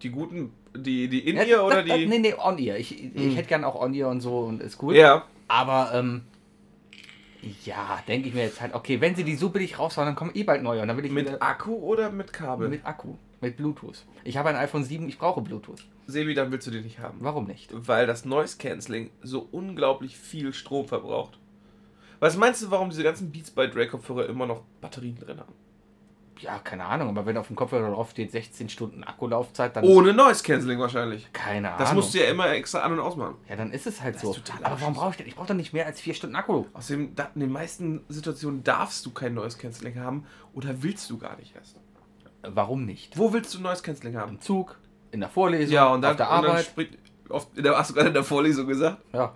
Speaker 2: Die guten, die, die in
Speaker 1: Ja,
Speaker 2: ihr oder
Speaker 1: das- das-
Speaker 2: die...
Speaker 1: Nee, nee, on ear. Ich, ich hätte gern auch on ear und so und ist cool.
Speaker 2: Ja.
Speaker 1: Aber ähm, ja, denke ich mir jetzt halt, okay, wenn sie die so billig raushauen, dann kommen eh bald neue und dann will ich
Speaker 2: Mit
Speaker 1: wieder-
Speaker 2: Akku oder mit Kabel?
Speaker 1: mit Akku, mit Bluetooth. Ich habe ein iPhone 7, ich brauche Bluetooth.
Speaker 2: Sebi, dann willst du den nicht haben. ne?
Speaker 1: Warum nicht?
Speaker 2: Weil das Noise Cancelling so unglaublich viel Strom verbraucht. Was meinst du, warum diese ganzen Beats bei Dre Kopfhörer immer noch Batterien drin haben?
Speaker 1: Ja, keine Ahnung, aber wenn auf dem Kopfhörer drauf steht 16 Stunden Akkulaufzeit, dann
Speaker 2: Ohne Noise Cancelling wahrscheinlich.
Speaker 1: keine Ahnung.
Speaker 2: Oh, Das musst du ja immer extra an- und ausmachen.
Speaker 1: ja, dann ist es halt
Speaker 2: Das
Speaker 1: so.
Speaker 2: ist totaler
Speaker 1: Aber warum
Speaker 2: Abschluss.
Speaker 1: brauche ich denn? Ich brauche doch nicht mehr als 4 Stunden Akku.
Speaker 2: Außerdem, da- in den meisten Situationen darfst du kein Noise Cancelling haben oder willst du gar nicht erst.
Speaker 1: Äh, Warum nicht?
Speaker 2: Wo willst du Noise Cancelling haben?
Speaker 1: Im Zug, in der Vorlesung,
Speaker 2: Ja, und dann,
Speaker 1: auf der
Speaker 2: und dann
Speaker 1: Arbeit.
Speaker 2: spricht. Oft, da hast du gerade in der Vorlesung gesagt.
Speaker 1: Ja,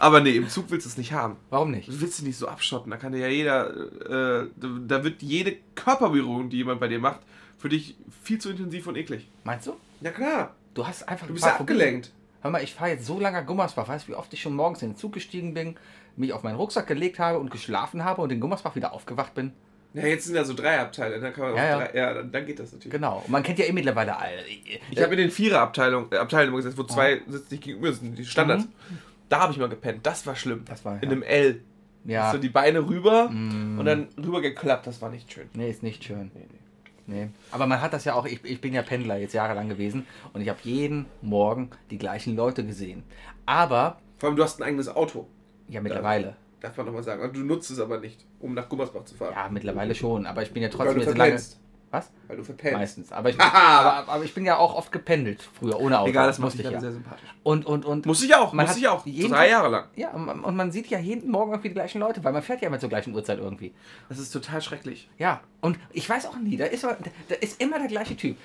Speaker 2: Aber nee, im Zug willst du es nicht haben.
Speaker 1: warum nicht?
Speaker 2: Du willst dich nicht so abschotten, da kann dir ja jeder, äh, da- da wird jede Körperberührung, die jemand bei dir macht, für dich viel zu intensiv und eklig.
Speaker 1: Meinst du?
Speaker 2: Na klar,
Speaker 1: Du hast einfach
Speaker 2: du
Speaker 1: ein
Speaker 2: bist
Speaker 1: paar
Speaker 2: ja
Speaker 1: Probleme.
Speaker 2: abgelenkt.
Speaker 1: Hör mal, ich fahre jetzt so lange nach Gummersbach. Weißt du, wie oft ich schon morgens in den Zug gestiegen bin, mich auf meinen Rucksack gelegt habe und geschlafen habe und in Gummersbach wieder aufgewacht bin?
Speaker 2: Ja, jetzt sind ja so drei Abteile, dann kann man
Speaker 1: Ja,
Speaker 2: auf
Speaker 1: ja.
Speaker 2: Drei, ja dann, dann geht das natürlich.
Speaker 1: Genau. Und man kennt ja eh mittlerweile alle. Ich
Speaker 2: Ich habe in den Vierer-Abteilungen äh, Abteilen immer gesessen, wo zwei sitzen nicht gegenüber, sind die Standards. Da habe ich mal gepennt, das war schlimm.
Speaker 1: Mhm. Das war,
Speaker 2: in
Speaker 1: ja.
Speaker 2: einem L.
Speaker 1: ja. Mhm.
Speaker 2: So die Beine rüber und dann rüber geklappt, das war nicht schön.
Speaker 1: Nee, ist nicht schön. Nee. Aber man hat das ja auch, ich, ich bin ja Pendler jetzt jahrelang gewesen und ich habe jeden Morgen die gleichen Leute gesehen. Aber,
Speaker 2: Vor allem, du hast ein eigenes Auto.
Speaker 1: ja mittlerweile.
Speaker 2: Darf man nochmal sagen. Und du nutzt es aber nicht, um nach Gummersbach zu fahren.
Speaker 1: Ja, mittlerweile schon, aber ich bin ja
Speaker 2: weil
Speaker 1: trotzdem
Speaker 2: du
Speaker 1: jetzt lange.
Speaker 2: verpennst.
Speaker 1: Was?
Speaker 2: Weil du verpennst.
Speaker 1: Meistens. Aber ich, aber, aber ich bin ja auch oft gependelt früher, ohne Auto.
Speaker 2: Egal, das
Speaker 1: musste ich
Speaker 2: macht dich ja.
Speaker 1: ja.
Speaker 2: sehr sympathisch.
Speaker 1: Und, und, und.
Speaker 2: Muss ich auch,
Speaker 1: Man
Speaker 2: muss
Speaker 1: hat
Speaker 2: ich auch.
Speaker 1: jeden
Speaker 2: Drei
Speaker 1: Tag-
Speaker 2: Jahre lang.
Speaker 1: Ja, und man- und man sieht ja jeden Morgen irgendwie die gleichen Leute, weil man fährt ja immer zur gleichen Uhrzeit irgendwie.
Speaker 2: Das ist total schrecklich.
Speaker 1: Ja, und ich weiß auch nie, da ist, aber- da ist immer der gleiche Typ.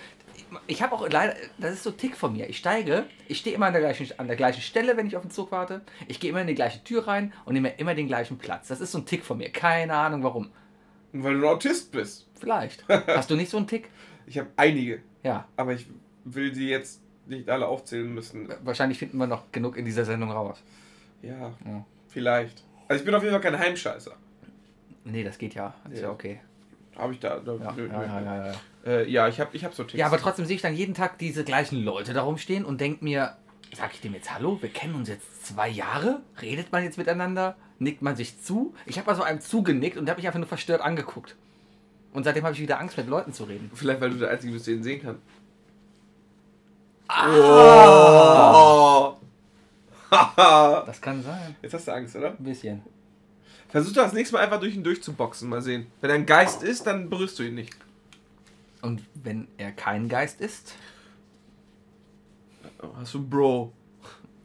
Speaker 1: Ich habe auch leider, das ist so ein Tick von mir. Ich steige, ich stehe immer an der, gleichen, an der gleichen Stelle, wenn ich auf den Zug warte. Ich gehe immer in die gleiche Tür rein und nehme immer den gleichen Platz. Das ist so ein Tick von mir. Keine Ahnung warum.
Speaker 2: Und weil du ein Autist bist.
Speaker 1: Vielleicht. Hast du nicht so einen Tick?
Speaker 2: Ich habe einige,
Speaker 1: Ja,
Speaker 2: aber ich will die jetzt nicht alle aufzählen müssen.
Speaker 1: wahrscheinlich finden wir noch genug in dieser Sendung raus.
Speaker 2: Ja,
Speaker 1: Ja.
Speaker 2: vielleicht. Also ich bin auf jeden Fall kein Heimscheißer.
Speaker 1: Nee, das geht ja. Ist
Speaker 2: Nee.
Speaker 1: ja okay.
Speaker 2: Habe ich da. da
Speaker 1: Ja,
Speaker 2: nö,
Speaker 1: ja,
Speaker 2: nö.
Speaker 1: ja, ja, ja.
Speaker 2: Äh, ja, ich habe ich hab so Ticks.
Speaker 1: ja, aber trotzdem sehe ich dann jeden Tag diese gleichen Leute da rumstehen und denke mir, sag ich dem jetzt Hallo? Wir kennen uns jetzt zwei Jahre? Redet man jetzt miteinander? Nickt man sich zu? Ich habe also einem zugenickt und habe mich einfach nur verstört angeguckt. Und seitdem habe ich wieder Angst, mit Leuten zu reden.
Speaker 2: Vielleicht, weil du der Einzige bist, den sehen kann.
Speaker 1: Ah!
Speaker 2: Oh.
Speaker 1: Das kann sein.
Speaker 2: Jetzt hast du Angst, oder?
Speaker 1: Ein bisschen.
Speaker 2: Versuch doch das nächste Mal einfach durch ihn durchzuboxen. Mal sehen. Wenn er ein Geist ist, dann berührst du ihn nicht.
Speaker 1: Und wenn er kein Geist ist,
Speaker 2: Oh, Hast du einen Bro.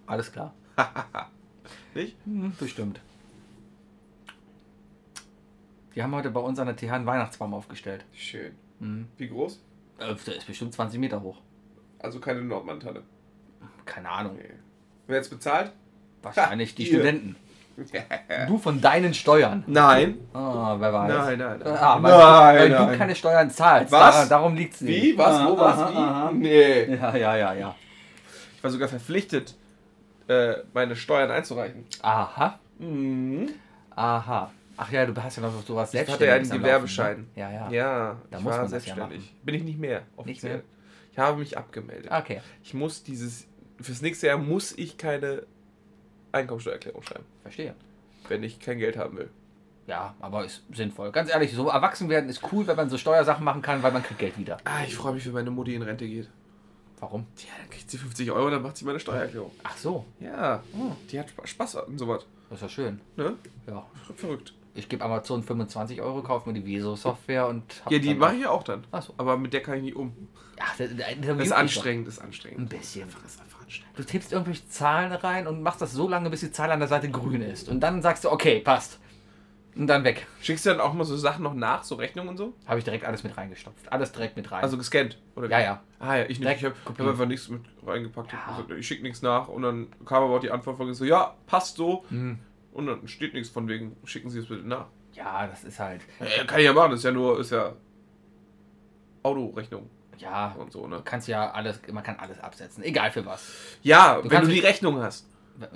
Speaker 1: alles klar.
Speaker 2: Nicht?
Speaker 1: Hm, bestimmt. Wir haben heute bei uns an der TH einen Weihnachtsbaum aufgestellt.
Speaker 2: Schön.
Speaker 1: Mhm.
Speaker 2: Wie groß?
Speaker 1: Äh, Der ist bestimmt 20 Meter hoch.
Speaker 2: Also keine Nordmantanne.
Speaker 1: Keine Ahnung.
Speaker 2: Nee. Wer jetzt bezahlt?
Speaker 1: Wahrscheinlich die
Speaker 2: Ihr.
Speaker 1: Studenten. Du von deinen Steuern.
Speaker 2: Nein.
Speaker 1: Ah, wer weiß.
Speaker 2: Nein, nein, nein.
Speaker 1: Ah, weil,
Speaker 2: Nein,
Speaker 1: weil du
Speaker 2: nein.
Speaker 1: keine Steuern zahlst.
Speaker 2: Was?
Speaker 1: Da, darum liegt es
Speaker 2: Wie? Was? Wo? Was? Wie? Nee.
Speaker 1: ah, Ja, ja, ja, ja.
Speaker 2: Ich war sogar verpflichtet, äh, meine Steuern einzureichen.
Speaker 1: Aha,
Speaker 2: Mhm.
Speaker 1: aha. Ach ja, du hast ja noch sowas
Speaker 2: Ich
Speaker 1: selbstständig.
Speaker 2: hatte ja einen Gewerbeschein.
Speaker 1: ne? Ja, ja,
Speaker 2: Ja,
Speaker 1: Da
Speaker 2: ich
Speaker 1: muss
Speaker 2: war
Speaker 1: man das ja
Speaker 2: selbstständig. Bin ich nicht mehr Ah. offiziell.
Speaker 1: mehr?
Speaker 2: Ich habe mich abgemeldet.
Speaker 1: Okay.
Speaker 2: Ich muss dieses fürs nächste Jahr muss ich keine Einkommensteuererklärung schreiben,
Speaker 1: Verstehe.
Speaker 2: wenn ich kein Geld haben will.
Speaker 1: Ja, aber ist sinnvoll. Ganz ehrlich, so erwachsen werden ist cool, wenn man so Steuersachen machen kann, weil man kriegt Geld wieder.
Speaker 2: Ah, ich freue mich, wenn meine Mutti in Rente geht.
Speaker 1: Warum?
Speaker 2: Ja, dann kriegt sie 50 Euro, dann macht sie meine Steuererklärung.
Speaker 1: Ach so,
Speaker 2: Ja,
Speaker 1: Hm.
Speaker 2: die hat Spa- Spaß an sowas.
Speaker 1: das ist ja schön.
Speaker 2: Ne?
Speaker 1: Ja.
Speaker 2: Verrückt.
Speaker 1: Ich gebe Amazon 25 Euro, kaufe mir die Viso-Software und hab
Speaker 2: Ja, die
Speaker 1: dann-
Speaker 2: mache ich ja auch dann.
Speaker 1: Ach so.
Speaker 2: Aber mit der kann ich nicht um.
Speaker 1: Ach, das, das,
Speaker 2: Das ist anstrengend, das ist
Speaker 1: Ein
Speaker 2: anstrengend.
Speaker 1: bisschen.
Speaker 2: Das ist einfach anstrengend.
Speaker 1: Du tippst irgendwelche Zahlen rein und machst das so lange, bis die Zahl an der Seite grün ist. Und dann sagst du, okay, passt. Und dann weg.
Speaker 2: Schickst du dann auch mal so Sachen noch nach, so Rechnungen und so?
Speaker 1: Habe ich direkt alles mit reingestopft. Alles direkt mit rein.
Speaker 2: Also gescannt, oder? wie?
Speaker 1: ja, ja.
Speaker 2: Ah ja, ich nicht.
Speaker 1: Direkt
Speaker 2: Ich habe hab
Speaker 1: kopieren.
Speaker 2: einfach nichts mit reingepackt.
Speaker 1: Ja.
Speaker 2: Ich, hab gesagt, ich schicke nichts nach. Und dann kam aber auch die Antwort von so, ja, passt so.
Speaker 1: Hm.
Speaker 2: Und dann steht nichts von wegen, schicken Sie es bitte nach.
Speaker 1: Ja, das ist halt.
Speaker 2: Äh, kann ich ja machen, ist ja nur, ist ja Autorechnung
Speaker 1: Ja,
Speaker 2: und so,
Speaker 1: du
Speaker 2: ne?
Speaker 1: kannst ja alles, man kann alles absetzen. Egal für was.
Speaker 2: Ja, wenn
Speaker 1: kannst
Speaker 2: du die
Speaker 1: nicht-
Speaker 2: Rechnung hast.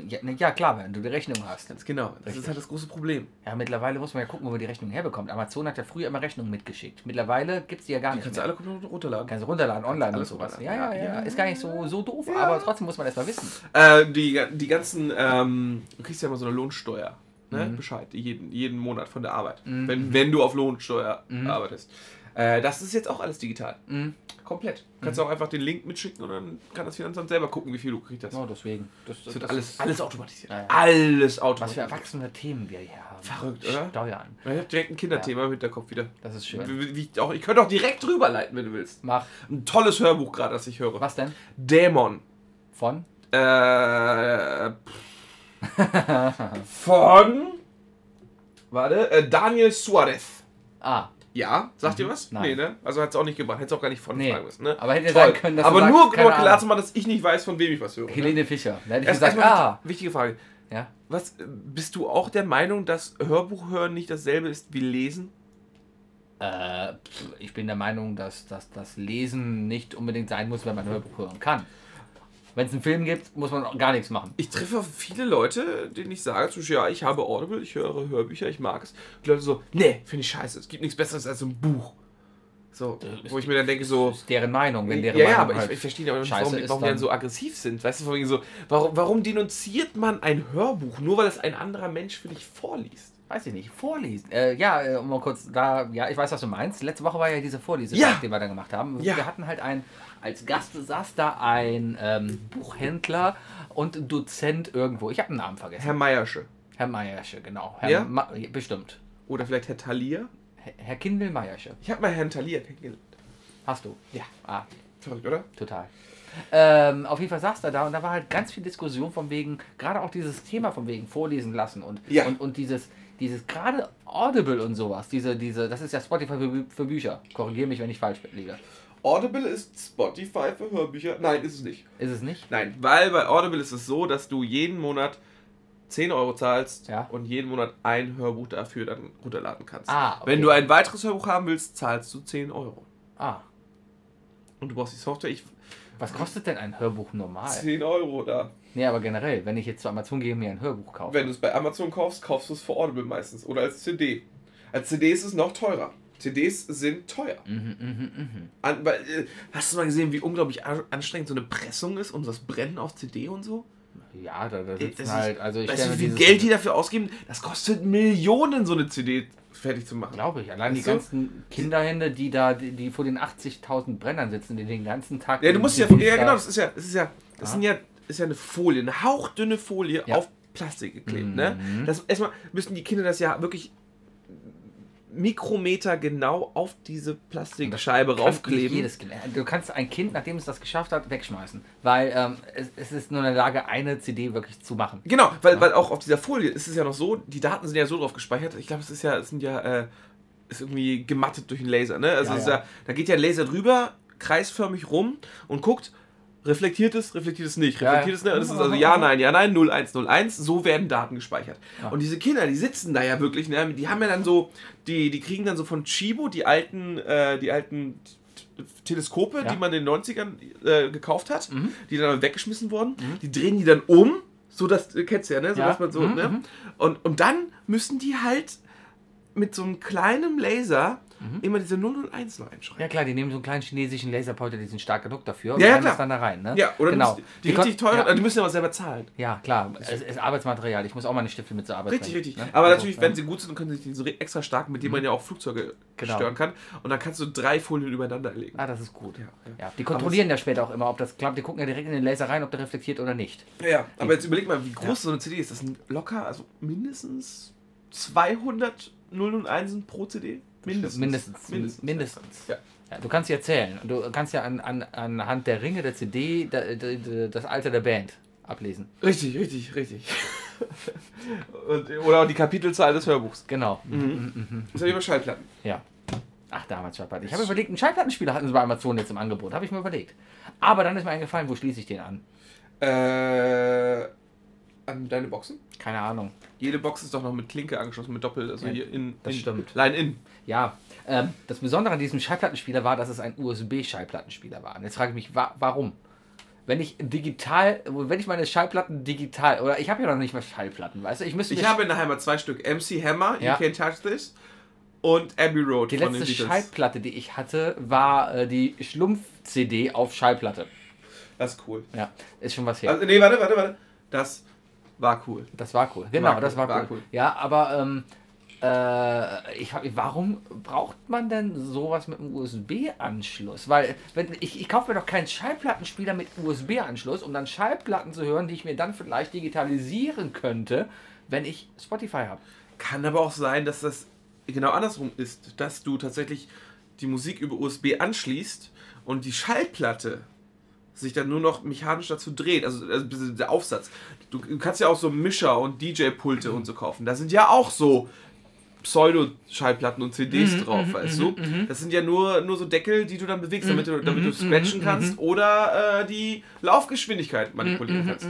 Speaker 1: Ja, ne, ja klar, wenn du die Rechnung hast.
Speaker 2: Ganz genau. Das
Speaker 1: Richtig.
Speaker 2: ist halt das große Problem.
Speaker 1: Ja, mittlerweile muss man ja gucken, wo man die Rechnung herbekommt. Amazon hat ja früher immer Rechnungen mitgeschickt. Mittlerweile gibt es die ja gar
Speaker 2: Die
Speaker 1: nicht.
Speaker 2: kannst du
Speaker 1: mehr.
Speaker 2: alle komplett runterladen.
Speaker 1: kannst du runterladen, online und
Speaker 2: alles
Speaker 1: sowas. Ja,
Speaker 2: runterladen.
Speaker 1: ja, ja,
Speaker 2: Ja, ja,
Speaker 1: Ist gar nicht so, so doof,
Speaker 2: Ja.
Speaker 1: aber trotzdem muss man erst mal wissen.
Speaker 2: Äh, die, die ganzen, ähm, du kriegst ja immer so eine Lohnsteuer. Ne?
Speaker 1: Mhm.
Speaker 2: Bescheid, jeden, jeden Monat von der Arbeit.
Speaker 1: Mhm.
Speaker 2: Wenn, wenn du auf Lohnsteuer
Speaker 1: Mhm.
Speaker 2: arbeitest. Äh, das ist jetzt auch alles digital.
Speaker 1: Mhm.
Speaker 2: Komplett. Kannst du auch einfach den Link mitschicken und dann kann das Finanzamt selber gucken, wie viel du kriegst. Das,
Speaker 1: Ja, deswegen. Das,
Speaker 2: das wird
Speaker 1: das-
Speaker 2: alles, alles automatisiert.
Speaker 1: Ja, ja.
Speaker 2: Alles
Speaker 1: Was für
Speaker 2: automatisiert.
Speaker 1: erwachsene Themen wir hier haben.
Speaker 2: Verrückt, oder?
Speaker 1: Steuern.
Speaker 2: Ich habe direkt ein Kinderthema im Hinterkopf wieder.
Speaker 1: Das ist schön.
Speaker 2: Wie, wie, ich auch, ich könnte auch direkt drüber leiten, wenn du willst.
Speaker 1: Mach.
Speaker 2: Ein tolles Hörbuch gerade, das ich höre.
Speaker 1: Was denn?
Speaker 2: Dämon.
Speaker 1: Von?
Speaker 2: Äh, von. Warte, äh, Daniel Suarez.
Speaker 1: Ah,
Speaker 2: Ja, sagt ihr was?
Speaker 1: Nein.
Speaker 2: Nee, ne? Also hat es auch nicht gemacht. Hätte es auch gar nicht von
Speaker 1: Nee.
Speaker 2: fragen müssen, ne?
Speaker 1: Aber hätte ja
Speaker 2: Toll.
Speaker 1: sein können, dass du
Speaker 2: Aber
Speaker 1: sagst,
Speaker 2: nur, nur
Speaker 1: keine
Speaker 2: klar
Speaker 1: Ahnung.
Speaker 2: zu machen, dass ich nicht weiß, von wem ich was höre. ne?
Speaker 1: Helene Fischer. Da hätte ich
Speaker 2: Erst
Speaker 1: gesagt,
Speaker 2: erstmal
Speaker 1: ah.
Speaker 2: wichtige Frage.
Speaker 1: Ja.
Speaker 2: Was, äh, bist du auch der Meinung, dass Hörbuch hören nicht dasselbe ist wie lesen?
Speaker 1: Äh, pff, ich bin der Meinung, dass, dass das Lesen nicht unbedingt sein muss, wenn man ein Hörbuch hören kann. Wenn es einen Film gibt, muss man auch gar nichts machen.
Speaker 2: Ich treffe auf viele Leute, denen ich sage, zum Beispiel, ja, ich habe Audible, ich höre Hörbücher, ich mag es. Und die Leute so, nee, finde ich scheiße, es gibt nichts Besseres als ein Buch. So,
Speaker 1: ist
Speaker 2: wo ich
Speaker 1: die-
Speaker 2: mir dann denke, so,
Speaker 1: Das ist deren Meinung, wenn
Speaker 2: ja,
Speaker 1: deren
Speaker 2: ja,
Speaker 1: Meinung
Speaker 2: aber ich,
Speaker 1: halt
Speaker 2: ich verstehe auch nicht,
Speaker 1: scheiße
Speaker 2: warum,
Speaker 1: ist,
Speaker 2: warum die dann
Speaker 1: dann-
Speaker 2: so aggressiv sind. Weißt du, von wegen so, warum, warum denunziert man ein Hörbuch, nur weil es ein anderer Mensch für dich vorliest?
Speaker 1: weiß ich nicht, vorlesen. Äh, ja, äh, um mal kurz da, ja, ich weiß, was du meinst. Letzte Woche war ja diese Vorlesung,
Speaker 2: Ja.
Speaker 1: die wir da gemacht haben.
Speaker 2: Ja.
Speaker 1: Wir hatten halt ein, als Gast saß da ein ähm, Buchhändler und Dozent irgendwo. Ich habe einen Namen vergessen.
Speaker 2: Herr Meiersche.
Speaker 1: Herr Meiersche, genau. Herr
Speaker 2: Ja?
Speaker 1: Ma bestimmt.
Speaker 2: Oder vielleicht Herr Thalia?
Speaker 1: Herr Herr Kindel Meiersche.
Speaker 2: Ich habe mal Herrn Thalia kennengelernt.
Speaker 1: Hast du? Ja. Ah,
Speaker 2: Verrückt, oder?
Speaker 1: total. Ähm, auf jeden Fall saß er da und da war halt ganz viel Diskussion von wegen, gerade auch dieses Thema von wegen vorlesen lassen und,
Speaker 2: Ja.
Speaker 1: und, und dieses, dieses gerade Audible und sowas, diese, diese, das ist ja Spotify für, Bü- für Bücher. Korrigiere mich, wenn ich falsch liege.
Speaker 2: Audible ist Spotify für Hörbücher. Nein, ist es nicht.
Speaker 1: Ist es nicht?
Speaker 2: Nein, weil bei Audible ist es so, dass du jeden Monat 10 Euro zahlst
Speaker 1: Ja.
Speaker 2: und jeden Monat ein Hörbuch dafür dann runterladen kannst.
Speaker 1: Ah, okay.
Speaker 2: Wenn du ein weiteres Hörbuch haben willst, zahlst du 10 Euro.
Speaker 1: Ah,
Speaker 2: Und du brauchst die Software. Ich,
Speaker 1: was kostet denn ein Hörbuch normal?
Speaker 2: 10 Euro da.
Speaker 1: Nee, aber generell, wenn ich jetzt zu Amazon gehe und mir ein Hörbuch kaufe.
Speaker 2: Wenn du es bei Amazon kaufst, kaufst du es für Audible meistens. Oder als CD. Als CD ist es noch teurer. CDs sind teuer.
Speaker 1: Mhm, mhm, mhm.
Speaker 2: An, weil, äh, hast du mal gesehen, wie unglaublich an- anstrengend so eine Pressung ist und das Brennen auf CD und so?
Speaker 1: Ja, da, da sitzen
Speaker 2: Das Äh, ist-
Speaker 1: halt, also ich
Speaker 2: weißt
Speaker 1: stelle
Speaker 2: du,
Speaker 1: mir
Speaker 2: wie viel
Speaker 1: dieses,
Speaker 2: Geld die dafür ausgeben? Das kostet Millionen, so eine CD fertig zu machen.
Speaker 1: Glaube ich, allein die
Speaker 2: Weißt du?
Speaker 1: ganzen Kinderhände, die da, die, die vor den 80.000 Brennern sitzen, die den ganzen Tag.
Speaker 2: Ja, du musst ja,
Speaker 1: diesen
Speaker 2: ja
Speaker 1: da-
Speaker 2: genau, das ist ja, das ist ja, das
Speaker 1: Ja.
Speaker 2: sind ja, ist ja eine Folie, eine hauchdünne Folie
Speaker 1: Ja. Mhm.
Speaker 2: auf Plastik geklebt, ne? Das, erstmal müssen die Kinder das ja wirklich Mikrometer genau auf diese Plastikscheibe
Speaker 1: Kann nicht
Speaker 2: raufkleben.
Speaker 1: Jedes, Kind- du kannst ein Kind, nachdem es das geschafft hat, wegschmeißen. Weil ähm, es, es ist nur in der Lage, eine CD wirklich zu machen.
Speaker 2: Genau, weil, weil auch auf dieser Folie ist es ja noch so, die Daten sind ja so drauf gespeichert. Ich glaube, es ist ja, es sind ja, äh, ist irgendwie gemattet durch den Laser, ne? Also
Speaker 1: Ja,
Speaker 2: es ist
Speaker 1: ja.
Speaker 2: ja, da geht ja ein Laser drüber, kreisförmig rum und guckt, reflektiert es, reflektiert es nicht,
Speaker 1: Ja, ja.
Speaker 2: reflektiert es, ne? Und es ist also ja, nein, ja, nein, 0101, so werden Daten gespeichert.
Speaker 1: Ah.
Speaker 2: Und diese Kinder, die sitzen da ja wirklich, ne? Die haben ja dann so, die, die kriegen dann so von Chibo die alten, äh, die alten T- Teleskope,
Speaker 1: Ja. Mhm.
Speaker 2: die man in den 90ern äh, gekauft hat, die dann weggeschmissen wurden, die drehen die dann um, so dass, äh, kennst du ja, ne? So
Speaker 1: Ja.
Speaker 2: dass man so,
Speaker 1: Mhm,
Speaker 2: ne? Und, und dann müssen die halt mit so einem kleinen Laser
Speaker 1: Mhm.
Speaker 2: immer diese 001 noch einschreiben.
Speaker 1: Ja klar, die nehmen so einen kleinen chinesischen Laserpointer, die sind stark genug dafür. und
Speaker 2: Ja, ja,
Speaker 1: rennen das
Speaker 2: klar.
Speaker 1: dann da rein, ne?
Speaker 2: Ja, oder
Speaker 1: genau.
Speaker 2: du musst, die, richtig
Speaker 1: kon-
Speaker 2: teuren,
Speaker 1: Ja,
Speaker 2: also die müssen ja aber selber zahlen.
Speaker 1: ja klar, es ist Arbeitsmaterial. Ich muss auch meine Stifte mit zur Arbeit
Speaker 2: Richtig,
Speaker 1: bringen,
Speaker 2: richtig.
Speaker 1: ne?
Speaker 2: Aber
Speaker 1: Also,
Speaker 2: natürlich,
Speaker 1: ja.
Speaker 2: wenn sie gut sind, können sie die so re- extra stark, mit denen man ja auch Flugzeuge
Speaker 1: Genau.
Speaker 2: stören kann. Und dann kannst du drei Folien übereinander legen.
Speaker 1: Ah, das ist gut. Ja,
Speaker 2: ja.
Speaker 1: Die kontrollieren ja später auch immer, ob das klappt. Die gucken ja direkt in den Laser rein, ob der reflektiert oder nicht.
Speaker 2: Ja, ja. aber jetzt überleg mal, wie groß so eine CD ist. Das sind locker, also mindestens 200 001 pro CD. Mindestens.
Speaker 1: Mindestens. Mindestens.
Speaker 2: Mindestens. Ja.
Speaker 1: Ja, du kannst ja zählen. Du kannst ja an, an, anhand der Ringe der CD da, da, da, das Alter der Band ablesen.
Speaker 2: Richtig, richtig, richtig. Und, oder auch die Kapitelzahl des Hörbuchs.
Speaker 1: Genau.
Speaker 2: Das ist ja wie bei Schallplatten.
Speaker 1: Ja. Ach, damals Schallplatten. Ich habe überlegt, einen Schallplattenspieler hatten sie bei Amazon jetzt im Angebot. Habe ich mir überlegt. Aber dann ist mir eingefallen, wo schließe ich den an?
Speaker 2: Äh, an deine Boxen?
Speaker 1: Keine Ahnung.
Speaker 2: Jede Box ist doch noch mit Klinke angeschlossen, mit Doppel, also
Speaker 1: Ja,
Speaker 2: hier in,
Speaker 1: das
Speaker 2: in
Speaker 1: stimmt.
Speaker 2: Line in.
Speaker 1: Ja, ähm, das Besondere an diesem Schallplattenspieler war, dass es ein USB-Schallplattenspieler war. Und jetzt frage ich mich, wa warum? Wenn ich digital, wenn ich meine Schallplatten digital, oder ich habe ja noch nicht mal Schallplatten, weißt du? Ich müsste
Speaker 2: Ich
Speaker 1: mir
Speaker 2: habe in der Heimat zwei Stück. MC Hammer,
Speaker 1: Ja.
Speaker 2: You Can't Touch This und Abbey Road
Speaker 1: Die
Speaker 2: von
Speaker 1: letzte
Speaker 2: den Beatles.
Speaker 1: Schallplatte, die ich hatte, war äh, die Schlumpf-CD auf Schallplatte.
Speaker 2: Das ist cool.
Speaker 1: Ja, ist schon was her.
Speaker 2: Also, nee, warte, warte, warte. Das war cool.
Speaker 1: das war cool. Genau,
Speaker 2: war cool,
Speaker 1: das war,
Speaker 2: war
Speaker 1: cool.
Speaker 2: cool.
Speaker 1: Ja, aber ähm, äh, ich, hab- warum braucht man denn sowas mit einem USB-Anschluss? Weil wenn, ich, ich kaufe mir doch keinen Schallplattenspieler mit USB-Anschluss, um dann Schallplatten zu hören, die ich mir dann vielleicht digitalisieren könnte, wenn ich Spotify habe.
Speaker 2: Kann aber auch sein, dass das genau andersrum ist, dass du tatsächlich die Musik über USB anschließt und die Schallplatte sich dann nur noch mechanisch dazu dreht, also, also bis- der Aufsatz. Du, du kannst ja auch so Mischer und DJ-Pulte und so kaufen. Da sind ja auch so Pseudo-Schallplatten und CDs drauf, weißt du? Das sind ja nur, nur so Deckel, die du dann bewegst, damit du, damit du scratchen kannst oder äh, die Laufgeschwindigkeit manipulieren kannst.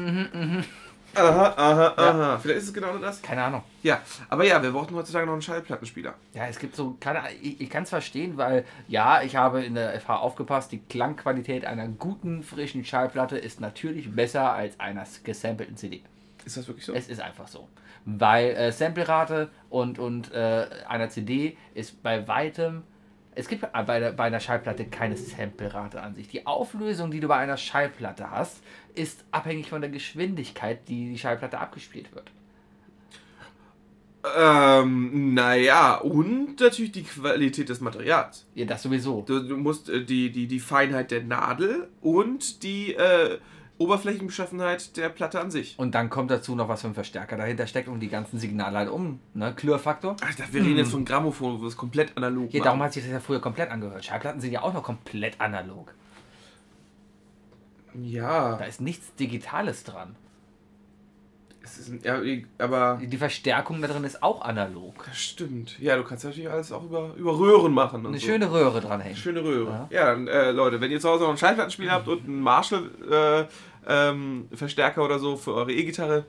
Speaker 2: Aha, aha, aha. Vielleicht ist es genau nur das.
Speaker 1: Keine Ahnung.
Speaker 2: Ja, aber ja, wir brauchten heutzutage noch einen Schallplattenspieler.
Speaker 1: Ja, es gibt so, keine Ahnung, ich, ich kann es verstehen, weil ja, ich habe in der FH aufgepasst, die Klangqualität einer guten, frischen Schallplatte ist natürlich besser als einer gesampelten CD.
Speaker 2: Ist das wirklich so?
Speaker 1: Es ist einfach so. Weil äh, Samplerate und, und äh, einer CD ist bei weitem. Es gibt bei, der, bei einer Schallplatte keine Samplerate an sich. Die Auflösung, die du bei einer Schallplatte hast, ist abhängig von der Geschwindigkeit, die die Schallplatte abgespielt wird.
Speaker 2: Ähm, naja, und natürlich die Qualität des Materials.
Speaker 1: Ja, das sowieso.
Speaker 2: Du, du musst äh, die, die, die Feinheit der Nadel und die, äh, Oberflächenbeschaffenheit der Platte an sich.
Speaker 1: Und dann kommt dazu noch, was für ein Verstärker dahinter steckt, um die ganzen Signale halt um. Ne? Klirrfaktor.
Speaker 2: Ach, da- wir
Speaker 1: Hm.
Speaker 2: reden jetzt von Grammophon, wo wir es komplett analog
Speaker 1: Ja, darum hat sich das ja früher komplett angehört. Schallplatten sind ja auch noch komplett analog. Da
Speaker 2: Ja,
Speaker 1: ist nichts Digitales dran.
Speaker 2: es ist, ein- ja, aber
Speaker 1: Die Verstärkung da drin ist auch analog.
Speaker 2: das stimmt. Ja, du kannst natürlich alles auch über, über Röhren machen. Und
Speaker 1: Eine
Speaker 2: so.
Speaker 1: schöne Röhre dranhängen.
Speaker 2: Schöne Röhre. Ja, dann, äh, Leute, wenn ihr zu Hause noch ein
Speaker 1: Mhm.
Speaker 2: Schallplattenspiel habt und einen Marshall-Verstärker oder so für eure E-Gitarre,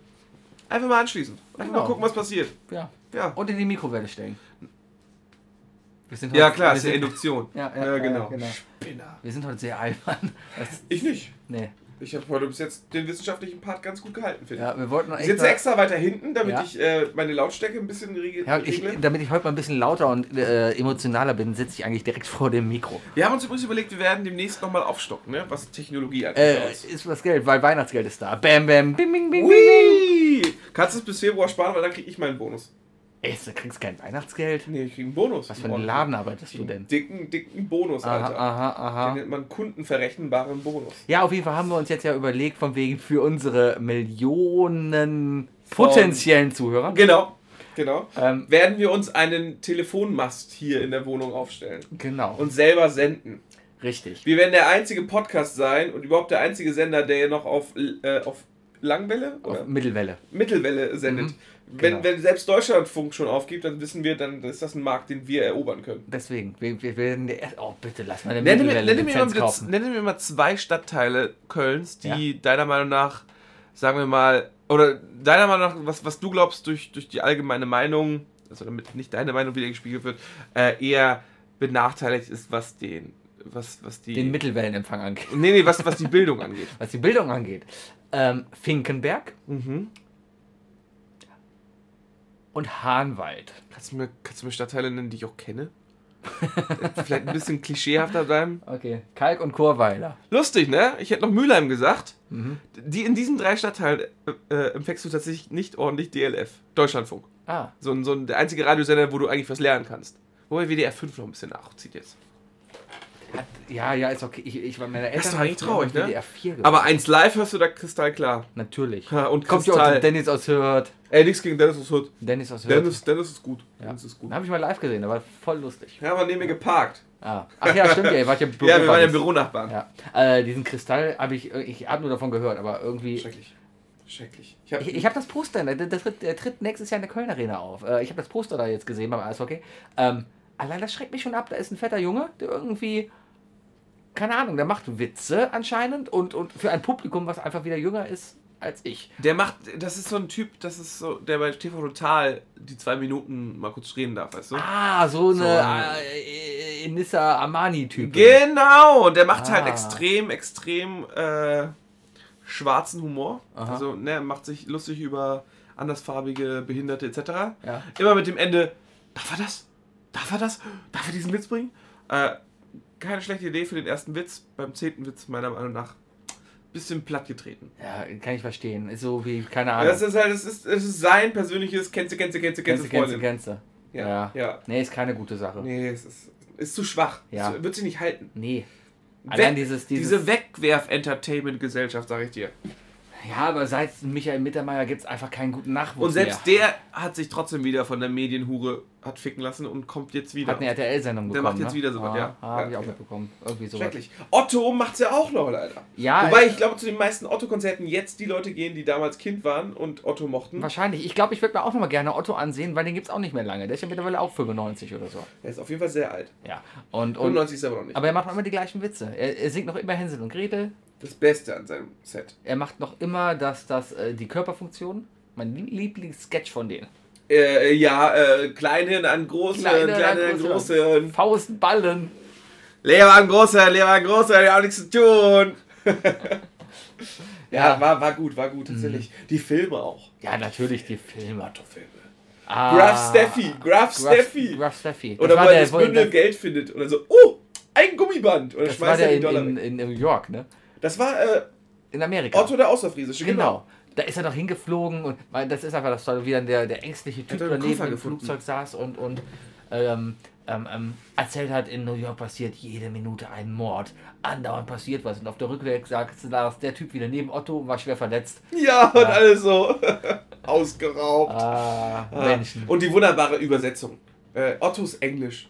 Speaker 2: einfach mal anschließen. Einfach mal
Speaker 1: Genau.
Speaker 2: gucken, was passiert.
Speaker 1: Ja.
Speaker 2: Ja,
Speaker 1: Und in die Mikrowelle stellen. Wir sind
Speaker 2: ja
Speaker 1: heute-
Speaker 2: klar,
Speaker 1: wir
Speaker 2: ist ja
Speaker 1: sind-
Speaker 2: Induktion.
Speaker 1: Ja, ja, ja, genau.
Speaker 2: Spinner.
Speaker 1: Wir sind heute sehr albern. Das,
Speaker 2: Ich nicht.
Speaker 1: nee.
Speaker 2: Ich habe heute bis jetzt den wissenschaftlichen Part ganz gut gehalten, finde ich.
Speaker 1: Ja, wir wollten noch
Speaker 2: Ich
Speaker 1: echt.
Speaker 2: sitze
Speaker 1: mal-
Speaker 2: extra weiter hinten, damit
Speaker 1: Ja.
Speaker 2: ich äh, meine Lautstärke ein bisschen rege-
Speaker 1: Ja, ich,
Speaker 2: regle.
Speaker 1: damit ich heute mal ein bisschen lauter und äh, emotionaler bin, sitze ich eigentlich direkt vor dem Mikro.
Speaker 2: Wir haben uns übrigens überlegt, wir werden demnächst nochmal aufstocken, ne? was Technologie angeht.
Speaker 1: Äh, ist was Geld, weil Weihnachtsgeld ist da. Bam, bam, bing, bing, bing, bing.
Speaker 2: Ui! Kannst du es bis Februar sparen, weil dann kriege ich meinen Bonus.
Speaker 1: Echt, du kriegst kein Weihnachtsgeld?
Speaker 2: Nee, ich kriege einen Bonus.
Speaker 1: Was für ein Laden arbeitest du denn?
Speaker 2: Einen dicken, dicken Bonus,
Speaker 1: Aha,
Speaker 2: ne. Alter. Den
Speaker 1: aha, aha.
Speaker 2: nennt man kundenverrechenbaren Bonus.
Speaker 1: Ja, auf jeden Fall haben wir uns jetzt ja überlegt, von wegen für unsere Millionen potenziellen Zuhörer.
Speaker 2: Genau, genau.
Speaker 1: Ähm,
Speaker 2: Werden wir uns einen Telefonmast hier in der Wohnung aufstellen
Speaker 1: genau,
Speaker 2: und selber senden.
Speaker 1: richtig.
Speaker 2: Wir werden der einzige Podcast sein und überhaupt der einzige Sender, der noch auf, äh, auf Langwelle oder
Speaker 1: Auf Mittelwelle.
Speaker 2: Mittelwelle sendet.
Speaker 1: genau.
Speaker 2: Wenn, wenn selbst Deutschlandfunk schon aufgibt, dann wissen wir, dann ist das ein Markt, den wir erobern können.
Speaker 1: Deswegen, wir, wir werden der erste. Oh, bitte lass mal eine
Speaker 2: Nenne mir,
Speaker 1: Mittelwelle
Speaker 2: nenne, mir mal
Speaker 1: Lizenz
Speaker 2: bitte,
Speaker 1: kaufen.
Speaker 2: nenne mir mal zwei Stadtteile Kölns, die deiner Meinung nach, sagen wir mal, oder deiner Meinung nach, was, was du glaubst, durch, durch die allgemeine Meinung, also damit nicht deine Meinung wieder gespiegelt wird, äh, eher benachteiligt ist, was den, was, was die.
Speaker 1: Den Mittelwellenempfang angeht.
Speaker 2: nee, nee, was, was die Bildung angeht.
Speaker 1: Was die Bildung angeht. Ähm, Finkenberg
Speaker 2: Mhm.
Speaker 1: und Hahnwald.
Speaker 2: Kannst, du mir, kannst du mir Stadtteile nennen, die ich auch kenne? Vielleicht ein bisschen klischeehafter bleiben.
Speaker 1: Okay. Kalk und Chorweiler.
Speaker 2: Lustig, ne? Ich hätte noch Mülheim gesagt.
Speaker 1: Mhm.
Speaker 2: Die, in diesen drei Stadtteilen äh, äh, empfängst du tatsächlich nicht ordentlich DLF. Deutschlandfunk.
Speaker 1: Ah,
Speaker 2: So ein, so ein der einzige Radiosender, wo du eigentlich was lernen kannst. Wobei WDR 5 noch ein bisschen nachzieht jetzt.
Speaker 1: hat, ja, ja, ist okay. Ich, ich war meine Eltern. halt
Speaker 2: Das ist doch eigentlich traurig, ne?
Speaker 1: DDR4
Speaker 2: Aber eins live hörst du da kristallklar.
Speaker 1: natürlich.
Speaker 2: Ha, Und
Speaker 1: Kommt ja auch
Speaker 2: kristall.
Speaker 1: Dennis aus Hürth.
Speaker 2: Ey, nichts gegen Dennis aus Hürth.
Speaker 1: Dennis aus Hürth.
Speaker 2: Dennis, Dennis ist gut.
Speaker 1: Ja.
Speaker 2: Dennis ist gut.
Speaker 1: Den habe ich mal live gesehen, der war voll lustig.
Speaker 2: Ja, aber neben mir geparkt.
Speaker 1: Ah. Ach ja, stimmt, ja, ihr wart ja im Büro.
Speaker 2: ja, wir waren ja
Speaker 1: Buddies.
Speaker 2: Büronachbarn.
Speaker 1: Ja. Äh, diesen Kristall habe ich, äh, ich habe nur davon gehört, aber irgendwie.
Speaker 2: Schrecklich. Schrecklich. Ich hab,
Speaker 1: Ich, ich habe das Poster, der, der, tritt, der tritt nächstes Jahr in der Köln Arena auf. Äh, Ich habe das Poster da jetzt gesehen beim Eishockey. Ähm, allein das schreckt mich schon ab. Da ist ein fetter Junge, der irgendwie, keine Ahnung, der macht Witze anscheinend und, und für ein Publikum, was einfach wieder jünger ist als ich.
Speaker 2: der macht, das ist so ein Typ, das ist so, der bei TV Total die zwei Minuten mal kurz reden darf, weißt du?
Speaker 1: Ah, so
Speaker 2: So
Speaker 1: eine
Speaker 2: ein-
Speaker 1: äh, Inissa Armani-Typ.
Speaker 2: Genau, und der macht
Speaker 1: Ah.
Speaker 2: halt extrem, extrem äh, schwarzen Humor.
Speaker 1: Aha.
Speaker 2: Also, ne, er macht sich lustig über andersfarbige, Behinderte etc.
Speaker 1: Ja.
Speaker 2: Immer mit dem Ende, darf er das? Darf er das? Darf er diesen Witz bringen? Äh, keine schlechte Idee für den ersten Witz, beim zehnten Witz meiner Meinung nach bisschen platt getreten.
Speaker 1: ja, kann ich verstehen. Ist so wie, keine Ahnung.
Speaker 2: Das ist halt, das ist, das ist sein persönliches Kennst du, kennst du, kennst du, kennst du,
Speaker 1: Gänse,
Speaker 2: Freundin.
Speaker 1: Gänse.
Speaker 2: Ja, ja.
Speaker 1: Nee, ist keine gute Sache. Nee.
Speaker 2: Nee, es ist, ist zu schwach.
Speaker 1: Ja.
Speaker 2: Es wird sich nicht halten.
Speaker 1: Allein
Speaker 2: Weg-
Speaker 1: dieses, dieses,
Speaker 2: diese Wegwerf-Entertainment-Gesellschaft, sag ich dir.
Speaker 1: Ja, aber seit Michael Mittermeier gibt es einfach keinen guten Nachwuchs.
Speaker 2: Und selbst
Speaker 1: mehr.
Speaker 2: der hat sich trotzdem wieder von der Medienhure hat ficken lassen und kommt jetzt wieder.
Speaker 1: Hat eine RTL-Sendung
Speaker 2: Der
Speaker 1: bekommen.
Speaker 2: macht jetzt
Speaker 1: ne?
Speaker 2: wieder sowas,
Speaker 1: ah,
Speaker 2: ja.
Speaker 1: Ah,
Speaker 2: Ja,
Speaker 1: hab ich auch
Speaker 2: ja.
Speaker 1: mitbekommen. Irgendwie sowas.
Speaker 2: Schrecklich. Otto macht's ja auch noch leider.
Speaker 1: Ja,
Speaker 2: Wobei
Speaker 1: ich-
Speaker 2: ich glaube, zu den meisten Otto-Konzerten jetzt die Leute gehen, die damals Kind waren und Otto mochten.
Speaker 1: Wahrscheinlich. Ich glaube, ich würde mir auch nochmal gerne Otto ansehen, weil den gibt es auch nicht mehr lange. Der ist ja mittlerweile auch 95 oder so.
Speaker 2: Er ist auf jeden Fall sehr alt.
Speaker 1: Ja. Und, und,
Speaker 2: 95 ist er aber noch nicht.
Speaker 1: aber er macht noch immer die gleichen Witze. Er, er singt noch immer Hänsel und Gretel.
Speaker 2: das Beste an seinem Set.
Speaker 1: Er macht noch immer das, das, äh, die Körperfunktion. Mein Lie- Lieblingssketch von denen.
Speaker 2: Äh, ja, äh, Kleinhirn an Große,
Speaker 1: Kleinhirn
Speaker 2: Kleinhirn,
Speaker 1: an
Speaker 2: an
Speaker 1: Großhirn.
Speaker 2: Große. äh,
Speaker 1: Faust, Ballen.
Speaker 2: Leber an Große, Leber an Große, hat ja auch nichts zu tun. ja, Mhm.
Speaker 1: Ja.
Speaker 2: War, war gut, war gut, tatsächlich. Die Filme auch.
Speaker 1: Ja, natürlich die Filme.
Speaker 2: Otto-Filme.
Speaker 1: Ah,
Speaker 2: Graf Steffi, Graf
Speaker 1: Graf
Speaker 2: Steffi.
Speaker 1: Graf Steffi. Das
Speaker 2: Oder
Speaker 1: war
Speaker 2: wo er
Speaker 1: der-
Speaker 2: das
Speaker 1: wo er-
Speaker 2: Bündel Geld findet. Und dann so, oh, ein Gummiband. Und dann
Speaker 1: Das war
Speaker 2: schmeißt
Speaker 1: der
Speaker 2: er den
Speaker 1: in,
Speaker 2: Dollar
Speaker 1: in,
Speaker 2: weg.
Speaker 1: in New York, ne?
Speaker 2: Das war äh,
Speaker 1: In Amerika.
Speaker 2: Otto der Außerfriesische, genau.
Speaker 1: Genau. Da ist er doch hingeflogen und weil das ist einfach das Tolle, wie dann der, der ängstliche Typ
Speaker 2: hat einen
Speaker 1: daneben
Speaker 2: Koffer
Speaker 1: im
Speaker 2: gefunden.
Speaker 1: Flugzeug saß und, und ähm, ähm, ähm, erzählt hat, in New York passiert jede Minute ein Mord. Andauernd passiert was. Und auf der Rückweg sagt Lars, der Typ wieder neben Otto und war schwer verletzt.
Speaker 2: Genau. Ja, und alles so ausgeraubt.
Speaker 1: Ah,
Speaker 2: Ah.
Speaker 1: Menschen.
Speaker 2: Und die wunderbare Übersetzung. Äh, Ottos Englisch.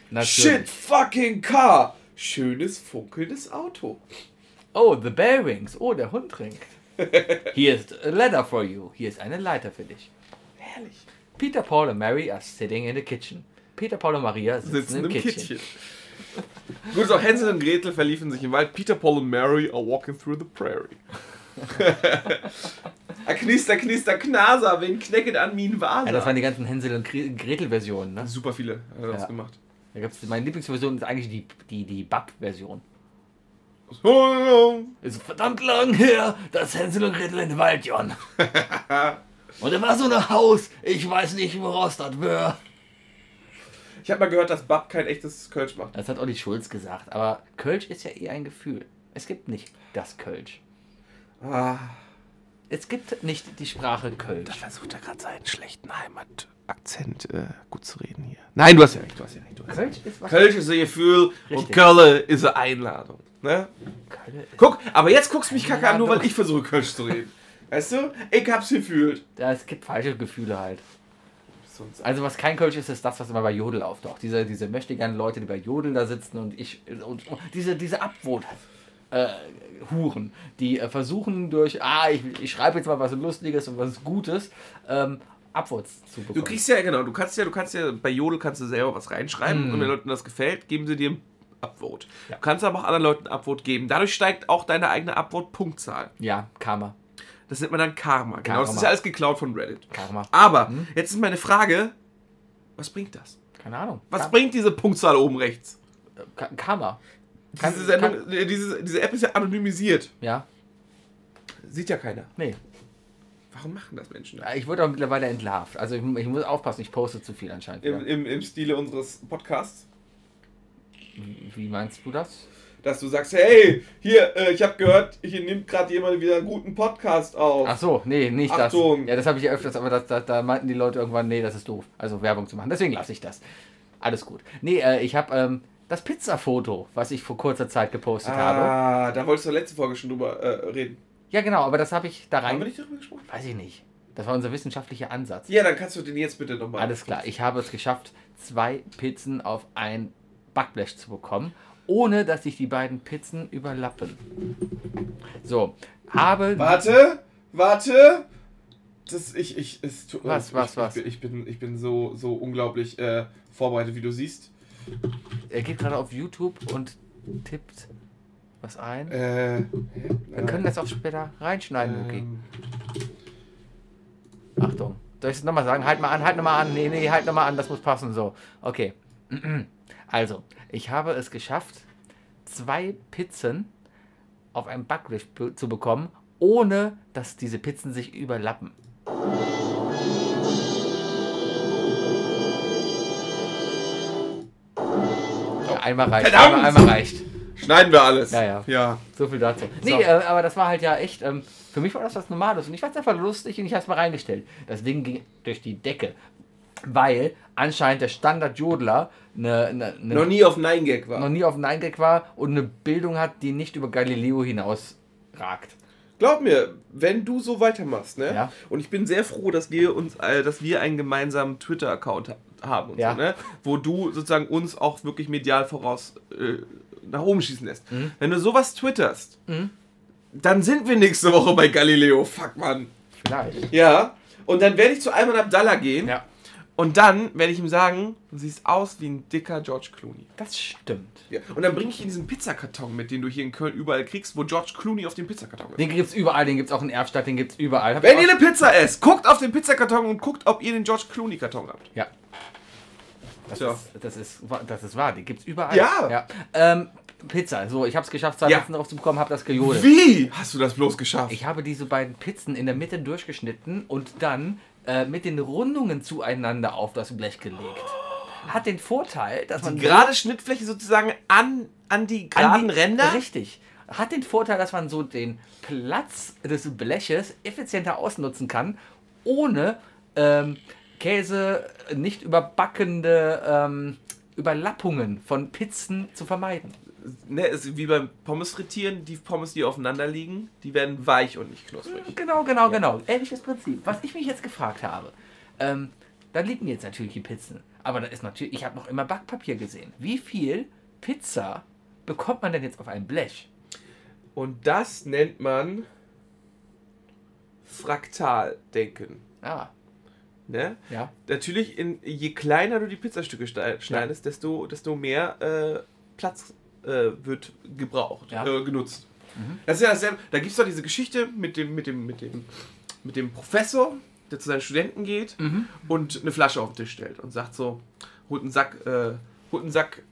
Speaker 2: Shit
Speaker 1: Natürlich.
Speaker 2: fucking car. Schönes funkelndes Auto.
Speaker 1: Oh, the bell rings. Oh, der Hund ringt. Hier ist a ladder for you. Hier ist eine Leiter für dich.
Speaker 2: Herrlich.
Speaker 1: Peter, Paul and Mary are sitting in the kitchen. Peter, Paul und Maria sitzen,
Speaker 2: Sitzen
Speaker 1: im,
Speaker 2: im
Speaker 1: Kitchen.
Speaker 2: Ne, Kittchen. Gut, auch Hänsel und Gretel verliefen sich im Wald. Peter, Paul und Mary are walking through the prairie. A knister, knister, knaser, wen knecket an min
Speaker 1: Ja, das
Speaker 2: Waser.
Speaker 1: waren die ganzen Hänsel- und Gre- Gretel-Versionen. Ne?
Speaker 2: Super viele hat er das
Speaker 1: Ja.
Speaker 2: gemacht.
Speaker 1: Da gibt's, meine Lieblingsversion ist eigentlich die, die, die Bab-Version.
Speaker 2: Oh, So,
Speaker 1: Ist verdammt lang her, dass Hänsel und Gretel in den Wald john. und da war so ein Haus, ich weiß nicht, woraus das wäre.
Speaker 2: Ich habe mal gehört, dass Bab kein echtes Kölsch macht.
Speaker 1: Das hat Olli Schulz gesagt, aber Kölsch ist ja eher ein Gefühl. Es gibt nicht das Kölsch.
Speaker 2: Ah.
Speaker 1: Es gibt nicht die Sprache Kölsch.
Speaker 2: versucht er gerade seinen schlechten Heimatakzent äh, gut zu reden hier. Nein, du hast ja recht, du hast ja recht. Du hast
Speaker 1: Kölsch ist was.
Speaker 2: Kölsch ist ein Gefühl und
Speaker 1: Richtig.
Speaker 2: Kölle ist eine Einladung. Ne?
Speaker 1: Köln.
Speaker 2: Guck, aber jetzt guckst du mich kacke an, nur weil
Speaker 1: Einladung.
Speaker 2: ich versuche Kölsch zu reden. Weißt du? Ich hab's gefühlt.
Speaker 1: Ja, es gibt falsche Gefühle halt. Also was kein Kölsch ist, ist das, was immer bei Jodel auftaucht. Diese, diese mächtigen Leute, die bei Jodel da sitzen und ich und, und diese, diese Abwohn. Äh, Huren, die äh, versuchen durch, ah, ich, ich schreibe jetzt mal was Lustiges und was Gutes, ähm, Abwurz zu bekommen.
Speaker 2: Du kriegst ja, genau, du kannst ja, du kannst ja, bei Jodel kannst du selber was reinschreiben und wenn Leuten das gefällt, geben sie dir ein Upvote. Du kannst aber auch anderen Leuten ein Upvote geben. Dadurch steigt auch deine eigene Upvote-Punktzahl.
Speaker 1: ja, Karma.
Speaker 2: Das nennt man dann Karma. Genau, das
Speaker 1: Karma.
Speaker 2: ist ja alles geklaut von Reddit.
Speaker 1: Karma.
Speaker 2: Aber jetzt ist meine Frage, was bringt das?
Speaker 1: Keine Ahnung.
Speaker 2: Was
Speaker 1: Ka-
Speaker 2: bringt diese Punktzahl oben rechts?
Speaker 1: Ka Karma. Kann-
Speaker 2: Diese, Sendung, äh, diese, diese App ist ja anonymisiert.
Speaker 1: Ja,
Speaker 2: Sieht ja keiner.
Speaker 1: nee.
Speaker 2: Warum machen das Menschen das?
Speaker 1: Äh, Ich wurde auch mittlerweile entlarvt. Also ich, ich muss aufpassen, ich poste zu viel anscheinend.
Speaker 2: Im,
Speaker 1: Wieder.
Speaker 2: im, Im Stile unseres Podcasts.
Speaker 1: Wie meinst du das?
Speaker 2: Dass du sagst, hey, hier, äh, ich habe gehört, hier nimmt gerade jemand wieder einen guten Podcast auf.
Speaker 1: Ach so, nee, nicht
Speaker 2: Achtung.
Speaker 1: das. Ja, das habe ich ja öfters, aber das, das, da meinten die Leute irgendwann, nee, das ist doof. Also Werbung zu machen. Deswegen lasse ich das. Alles gut. Nee, äh, ich habe ähm, das Pizzafoto, was ich vor kurzer Zeit gepostet habe.
Speaker 2: ah, da wolltest du letzte Folge schon drüber äh, reden.
Speaker 1: Ja, genau, aber das habe ich da
Speaker 2: Haben wir
Speaker 1: rein.
Speaker 2: nicht darüber gesprochen?
Speaker 1: Weiß ich nicht. Das war unser wissenschaftlicher Ansatz.
Speaker 2: Ja, dann kannst du den jetzt bitte nochmal.
Speaker 1: Alles klar, ich habe es geschafft, zwei Pizzen auf ein Backblech zu bekommen, ohne dass sich die beiden Pizzen überlappen. So, habe.
Speaker 2: Warte, warte. Das, ich, ich, es, tu-
Speaker 1: Was,
Speaker 2: ich,
Speaker 1: was,
Speaker 2: ich,
Speaker 1: was?
Speaker 2: Ich bin, ich bin, ich bin so, so unglaublich äh, vorbereitet, wie du siehst.
Speaker 1: Er geht gerade auf YouTube und tippt was ein.
Speaker 2: Äh,
Speaker 1: Wir können das auch später reinschneiden, Muki.
Speaker 2: Ähm.
Speaker 1: Achtung. Soll ich es nochmal sagen? Halt mal an, halt nochmal an. Nee, nee, halt nochmal an, das muss passen. So. Okay. Also, ich habe es geschafft, zwei Pizzen auf einem Backblech be- zu bekommen, ohne dass diese Pizzen sich überlappen. Ja, einmal reicht.
Speaker 2: Verdammt!
Speaker 1: Einmal, einmal reicht.
Speaker 2: Schneiden wir alles.
Speaker 1: Ja, ja.
Speaker 2: ja.
Speaker 1: So viel dazu. Nee,
Speaker 2: So.
Speaker 1: äh, aber das war halt ja echt, ähm, für mich war das was Normales und ich fand es einfach lustig und ich habe es mal reingestellt. Das Ding ging durch die Decke, weil anscheinend der Standard-Jodler ne, ne, ne,
Speaker 2: Noch nie auf Nein Gag war.
Speaker 1: noch nie auf den Eingang war und eine Bildung hat, die nicht über Galileo hinausragt.
Speaker 2: Glaub mir, wenn du so weitermachst, ne?
Speaker 1: Ja.
Speaker 2: Und ich bin sehr froh, dass wir uns, äh, dass wir einen gemeinsamen Twitter-Account ha haben und
Speaker 1: Ja.
Speaker 2: so, ne? Wo du sozusagen uns auch wirklich medial voraus äh, nach oben schießen lässt.
Speaker 1: Mhm.
Speaker 2: Wenn du sowas twitterst, dann sind wir nächste Woche bei Galileo. Fuck, Mann.
Speaker 1: Vielleicht.
Speaker 2: Ja. Und dann werde ich zu Ayman Abdallah gehen.
Speaker 1: Ja,
Speaker 2: Und dann werde ich ihm sagen, du siehst aus wie ein dicker George Clooney.
Speaker 1: das stimmt.
Speaker 2: Ja. Und dann bringe ich ihm diesen Pizzakarton mit, den du hier in Köln überall kriegst, wo George Clooney auf dem Pizzakarton ist.
Speaker 1: Den gibt's überall, den gibt's auch in Erfstadt, den gibt's überall. Hab ich
Speaker 2: Wenn ihr
Speaker 1: auch-
Speaker 2: eine Pizza esst, guckt auf den Pizzakarton und guckt, ob ihr den George Clooney-Karton habt.
Speaker 1: ja. Das,
Speaker 2: Tja.
Speaker 1: ist, das, ist, wa- das ist wahr, die gibt's überall.
Speaker 2: Ja.
Speaker 1: Ähm, Pizza, so, ich habe es geschafft, zwei
Speaker 2: Ja.
Speaker 1: Pizzen drauf zu bekommen, habe das gejodelt.
Speaker 2: Wie hast du das bloß geschafft?
Speaker 1: Ich habe diese beiden Pizzen in der Mitte durchgeschnitten und dann äh, mit den Rundungen zueinander auf das Blech gelegt. Hat den Vorteil, dass man
Speaker 2: die gerade Schnittfläche sozusagen an, an die
Speaker 1: an
Speaker 2: geraden Ränder?
Speaker 1: Richtig. Hat den Vorteil, dass man so den Platz des Bleches effizienter ausnutzen kann, ohne ähm, Käse nicht überbackende ähm, Überlappungen von Pizzen zu vermeiden.
Speaker 2: Ne, ist wie beim Pommes frittieren, die Pommes, die aufeinander liegen, die werden weich und nicht knusprig.
Speaker 1: Genau, genau, genau. Ähnliches Prinzip. Was ich mich jetzt gefragt habe, ähm, da liegen jetzt natürlich die Pizzen. Aber da ist natürlich, ich habe noch immer Backpapier gesehen. Wie viel Pizza bekommt man denn jetzt auf ein Blech?
Speaker 2: Und das nennt man Fraktaldenken.
Speaker 1: Ah,
Speaker 2: Ne?
Speaker 1: ja.
Speaker 2: Natürlich, in, je kleiner du die Pizzastücke stei- schneidest, desto, desto mehr äh, Platz äh, wird gebraucht,
Speaker 1: Ja.
Speaker 2: äh, genutzt. Das ist ja dasselbe. Da gibt es doch diese Geschichte mit dem, mit, dem, mit, dem, mit dem Professor, der zu seinen Studenten geht und eine Flasche auf den Tisch stellt und sagt so, holt einen Sack, äh, holt einen Sack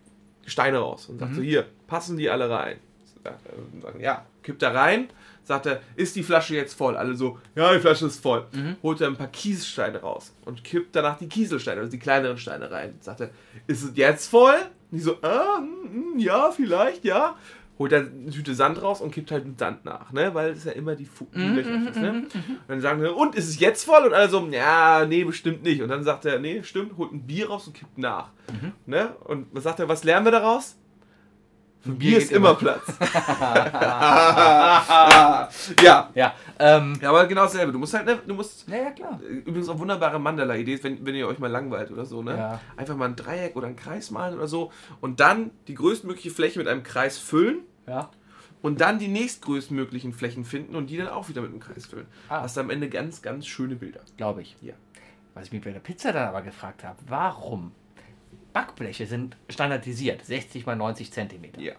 Speaker 2: Steine raus und sagt so, hier, passen die alle rein. Sagt er, und Sagen, ja, kippt da rein, sagt er, ist die Flasche jetzt voll? Alle so, ja, die Flasche ist voll. Holt er ein paar Kieselsteine raus und kippt danach die Kieselsteine, also die kleineren Steine rein. Sagt er, ist es jetzt voll? Und die so, ah, mm, mm, ja, vielleicht, ja. Holt er eine Tüte Sand raus und kippt halt den Sand nach, ne? Weil es ja immer die, Fu die Löcher ist, ne? Und dann sagen sie, und ist es jetzt voll? Und alle so, ja, nee, bestimmt nicht. Und dann sagt er, nee, stimmt, holt ein Bier raus und kippt nach. Ne? Und was sagt er, was lernen wir daraus? Für Bier,
Speaker 1: Bier
Speaker 2: ist
Speaker 1: geht
Speaker 2: immer
Speaker 1: immer.
Speaker 2: Platz. ja.
Speaker 1: Ja, ähm,
Speaker 2: ja, aber genau dasselbe. Du musst halt, ne, du musst.
Speaker 1: na ja, klar.
Speaker 2: Übrigens auch wunderbare Mandala-Ideen, wenn, wenn ihr euch mal langweilt oder so, ne?
Speaker 1: Ja.
Speaker 2: Einfach mal ein Dreieck oder einen Kreis malen oder so und dann die größtmögliche Fläche mit einem Kreis füllen
Speaker 1: Ja.
Speaker 2: und dann die nächstgrößtmöglichen Flächen finden und die dann auch wieder mit einem Kreis füllen.
Speaker 1: Ah.
Speaker 2: Hast am Ende ganz, ganz schöne Bilder.
Speaker 1: Glaube ich.
Speaker 2: Ja.
Speaker 1: Was ich mich bei der Pizza dann aber gefragt habe, warum? Backbleche sind standardisiert, 60 mal 90 Zentimeter.
Speaker 2: Ja.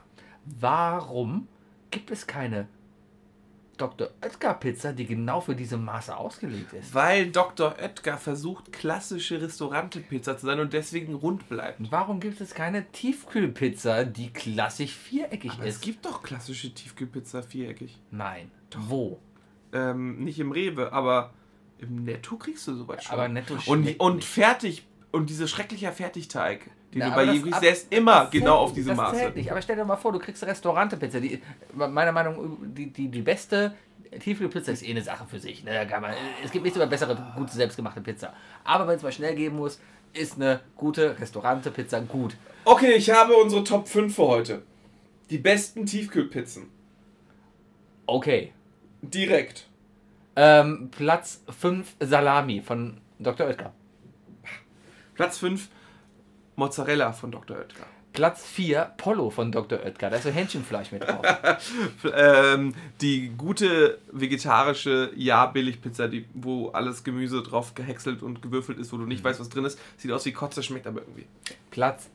Speaker 1: Warum gibt es keine Dr. Oetker Pizza, die genau für diese Maße ausgelegt ist?
Speaker 2: Weil Dr. Oetker versucht, klassische Restaurante-Pizza zu sein und deswegen rund bleibt.
Speaker 1: Und Warum gibt es keine Tiefkühlpizza, die klassisch viereckig
Speaker 2: Aber
Speaker 1: ist?
Speaker 2: es gibt doch klassische Tiefkühlpizza viereckig.
Speaker 1: Nein. Wo?
Speaker 2: Ähm, nicht im Rewe, aber im Netto kriegst du sowas schon.
Speaker 1: Aber Netto
Speaker 2: und,
Speaker 1: schmeckt
Speaker 2: und
Speaker 1: nicht.
Speaker 2: fertig. Und dieser schreckliche Fertigteig, den
Speaker 1: Na,
Speaker 2: du
Speaker 1: aber
Speaker 2: bei
Speaker 1: das
Speaker 2: jedem kriegst,
Speaker 1: ab-
Speaker 2: der ist immer
Speaker 1: das
Speaker 2: genau
Speaker 1: zählt-
Speaker 2: auf diese
Speaker 1: das
Speaker 2: Maße.
Speaker 1: Zählt nicht. Aber stell dir mal vor, du kriegst eine Restaurante-Pizza. Die, meiner Meinung nach, die, die, die beste Tiefkühlpizza ist eh eine Sache für sich. Ne? Da kann man, es gibt nichts über bessere, gute, selbstgemachte Pizza. Aber wenn es mal schnell gehen muss, ist eine gute Restaurante-Pizza gut.
Speaker 2: Okay, ich habe unsere Top 5 für heute. Die besten Tiefkühlpizzen.
Speaker 1: Okay.
Speaker 2: Direkt.
Speaker 1: Ähm, Platz 5 Salami von Dr. Oetker.
Speaker 2: Platz 5, Mozzarella von Dr. Oetker.
Speaker 1: Platz 4 Polo von Dr. Oetker. Da ist so Hähnchenfleisch mit drauf.
Speaker 2: ähm, die gute vegetarische Ja-Billig-Pizza, die- wo alles Gemüse drauf gehäckselt und gewürfelt ist, wo du nicht
Speaker 1: Mhm.
Speaker 2: weißt, was drin ist. Sieht aus wie Kotze, schmeckt aber irgendwie.
Speaker 1: Platz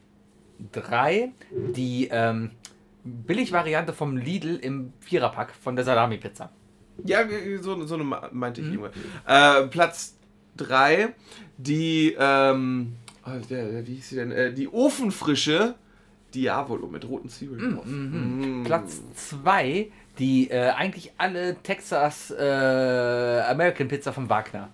Speaker 1: 3 die ähm, Billigvariante vom Lidl im Viererpack von der Salami-Pizza.
Speaker 2: Ja, so, so eine me- meinte ich
Speaker 1: Mhm.
Speaker 2: immer. Äh, Platz 3, die, ähm, oh, der, der, wie hieß sie denn? Äh, die ofenfrische Diavolo mit roten
Speaker 1: Mhm,
Speaker 2: Zwiebeln drauf. Mm.
Speaker 1: Platz 2 die äh, eigentlich alle Texas äh, American Pizza von Wagner.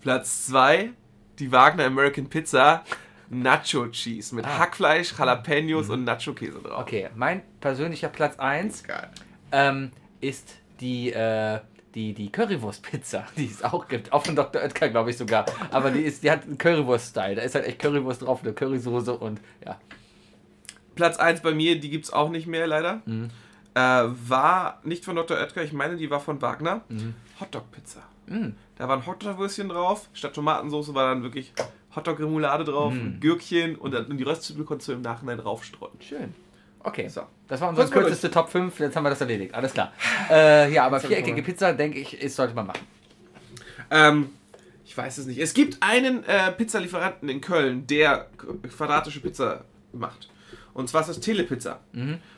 Speaker 2: Platz 2, die Wagner American Pizza Nacho Cheese mit
Speaker 1: Ah. Mhm.
Speaker 2: Hackfleisch, Jalapenos und Nacho-Käse drauf.
Speaker 1: Okay, mein persönlicher Platz 1
Speaker 2: Geil.
Speaker 1: ähm, ist die, äh, die, die Currywurst-Pizza, die es auch gibt. Auch von Dr. Oetker, glaube ich sogar. Aber die, ist, die hat einen Currywurst-Style. Da ist halt echt Currywurst drauf, eine Currysoße und ja.
Speaker 2: Platz 1 bei mir, die gibt es auch nicht mehr leider. Äh, war nicht von Dr. Oetker, ich meine, die war von Wagner. Hotdog-Pizza. Da waren Hotdog-Würstchen drauf, statt Tomatensauce war dann wirklich Hotdog-Remoulade drauf, Gürkchen und dann und die Röstzwiebel konntest du im Nachhinein draufstreuen.
Speaker 1: Schön. Okay.
Speaker 2: So.
Speaker 1: Das war unsere
Speaker 2: Kurz mal durch.
Speaker 1: kürzeste Top 5. Jetzt haben wir das erledigt. Alles klar. Äh, ja, aber
Speaker 2: Jetzt hab ich
Speaker 1: viereckige
Speaker 2: Hunger.
Speaker 1: Pizza, denke ich, ist, sollte man machen.
Speaker 2: Ähm, ich weiß es nicht. Es gibt einen äh, Pizzalieferanten in Köln, der qu- quadratische Pizza macht. Und zwar ist das Telepizza.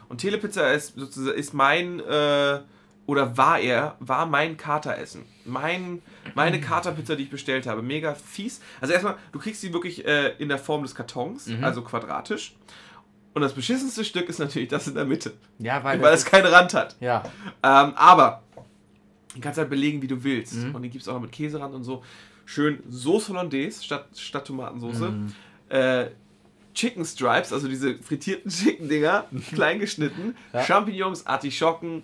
Speaker 2: Und Telepizza ist sozusagen ist mein äh, oder war er, war mein Kateressen. Mein, meine Katerpizza, die ich bestellt habe. Mega fies. Also erstmal, du kriegst die wirklich äh, in der Form des Kartons, also quadratisch. Und das beschissenste Stück ist natürlich das in der Mitte,
Speaker 1: Ja, weil.
Speaker 2: weil
Speaker 1: das
Speaker 2: es keinen Rand hat.
Speaker 1: ist- ja.
Speaker 2: Ähm, aber den kannst du halt belegen, wie du willst.
Speaker 1: Mhm.
Speaker 2: Und den gibt's auch noch mit Käserand und so. Schön Soße Hollandaise statt, statt Tomatensoße.
Speaker 1: Mhm.
Speaker 2: Äh, Chicken Stripes, also diese frittierten Chicken-Dinger, klein geschnitten.
Speaker 1: Mhm. Ja.
Speaker 2: Champignons, Artischocken,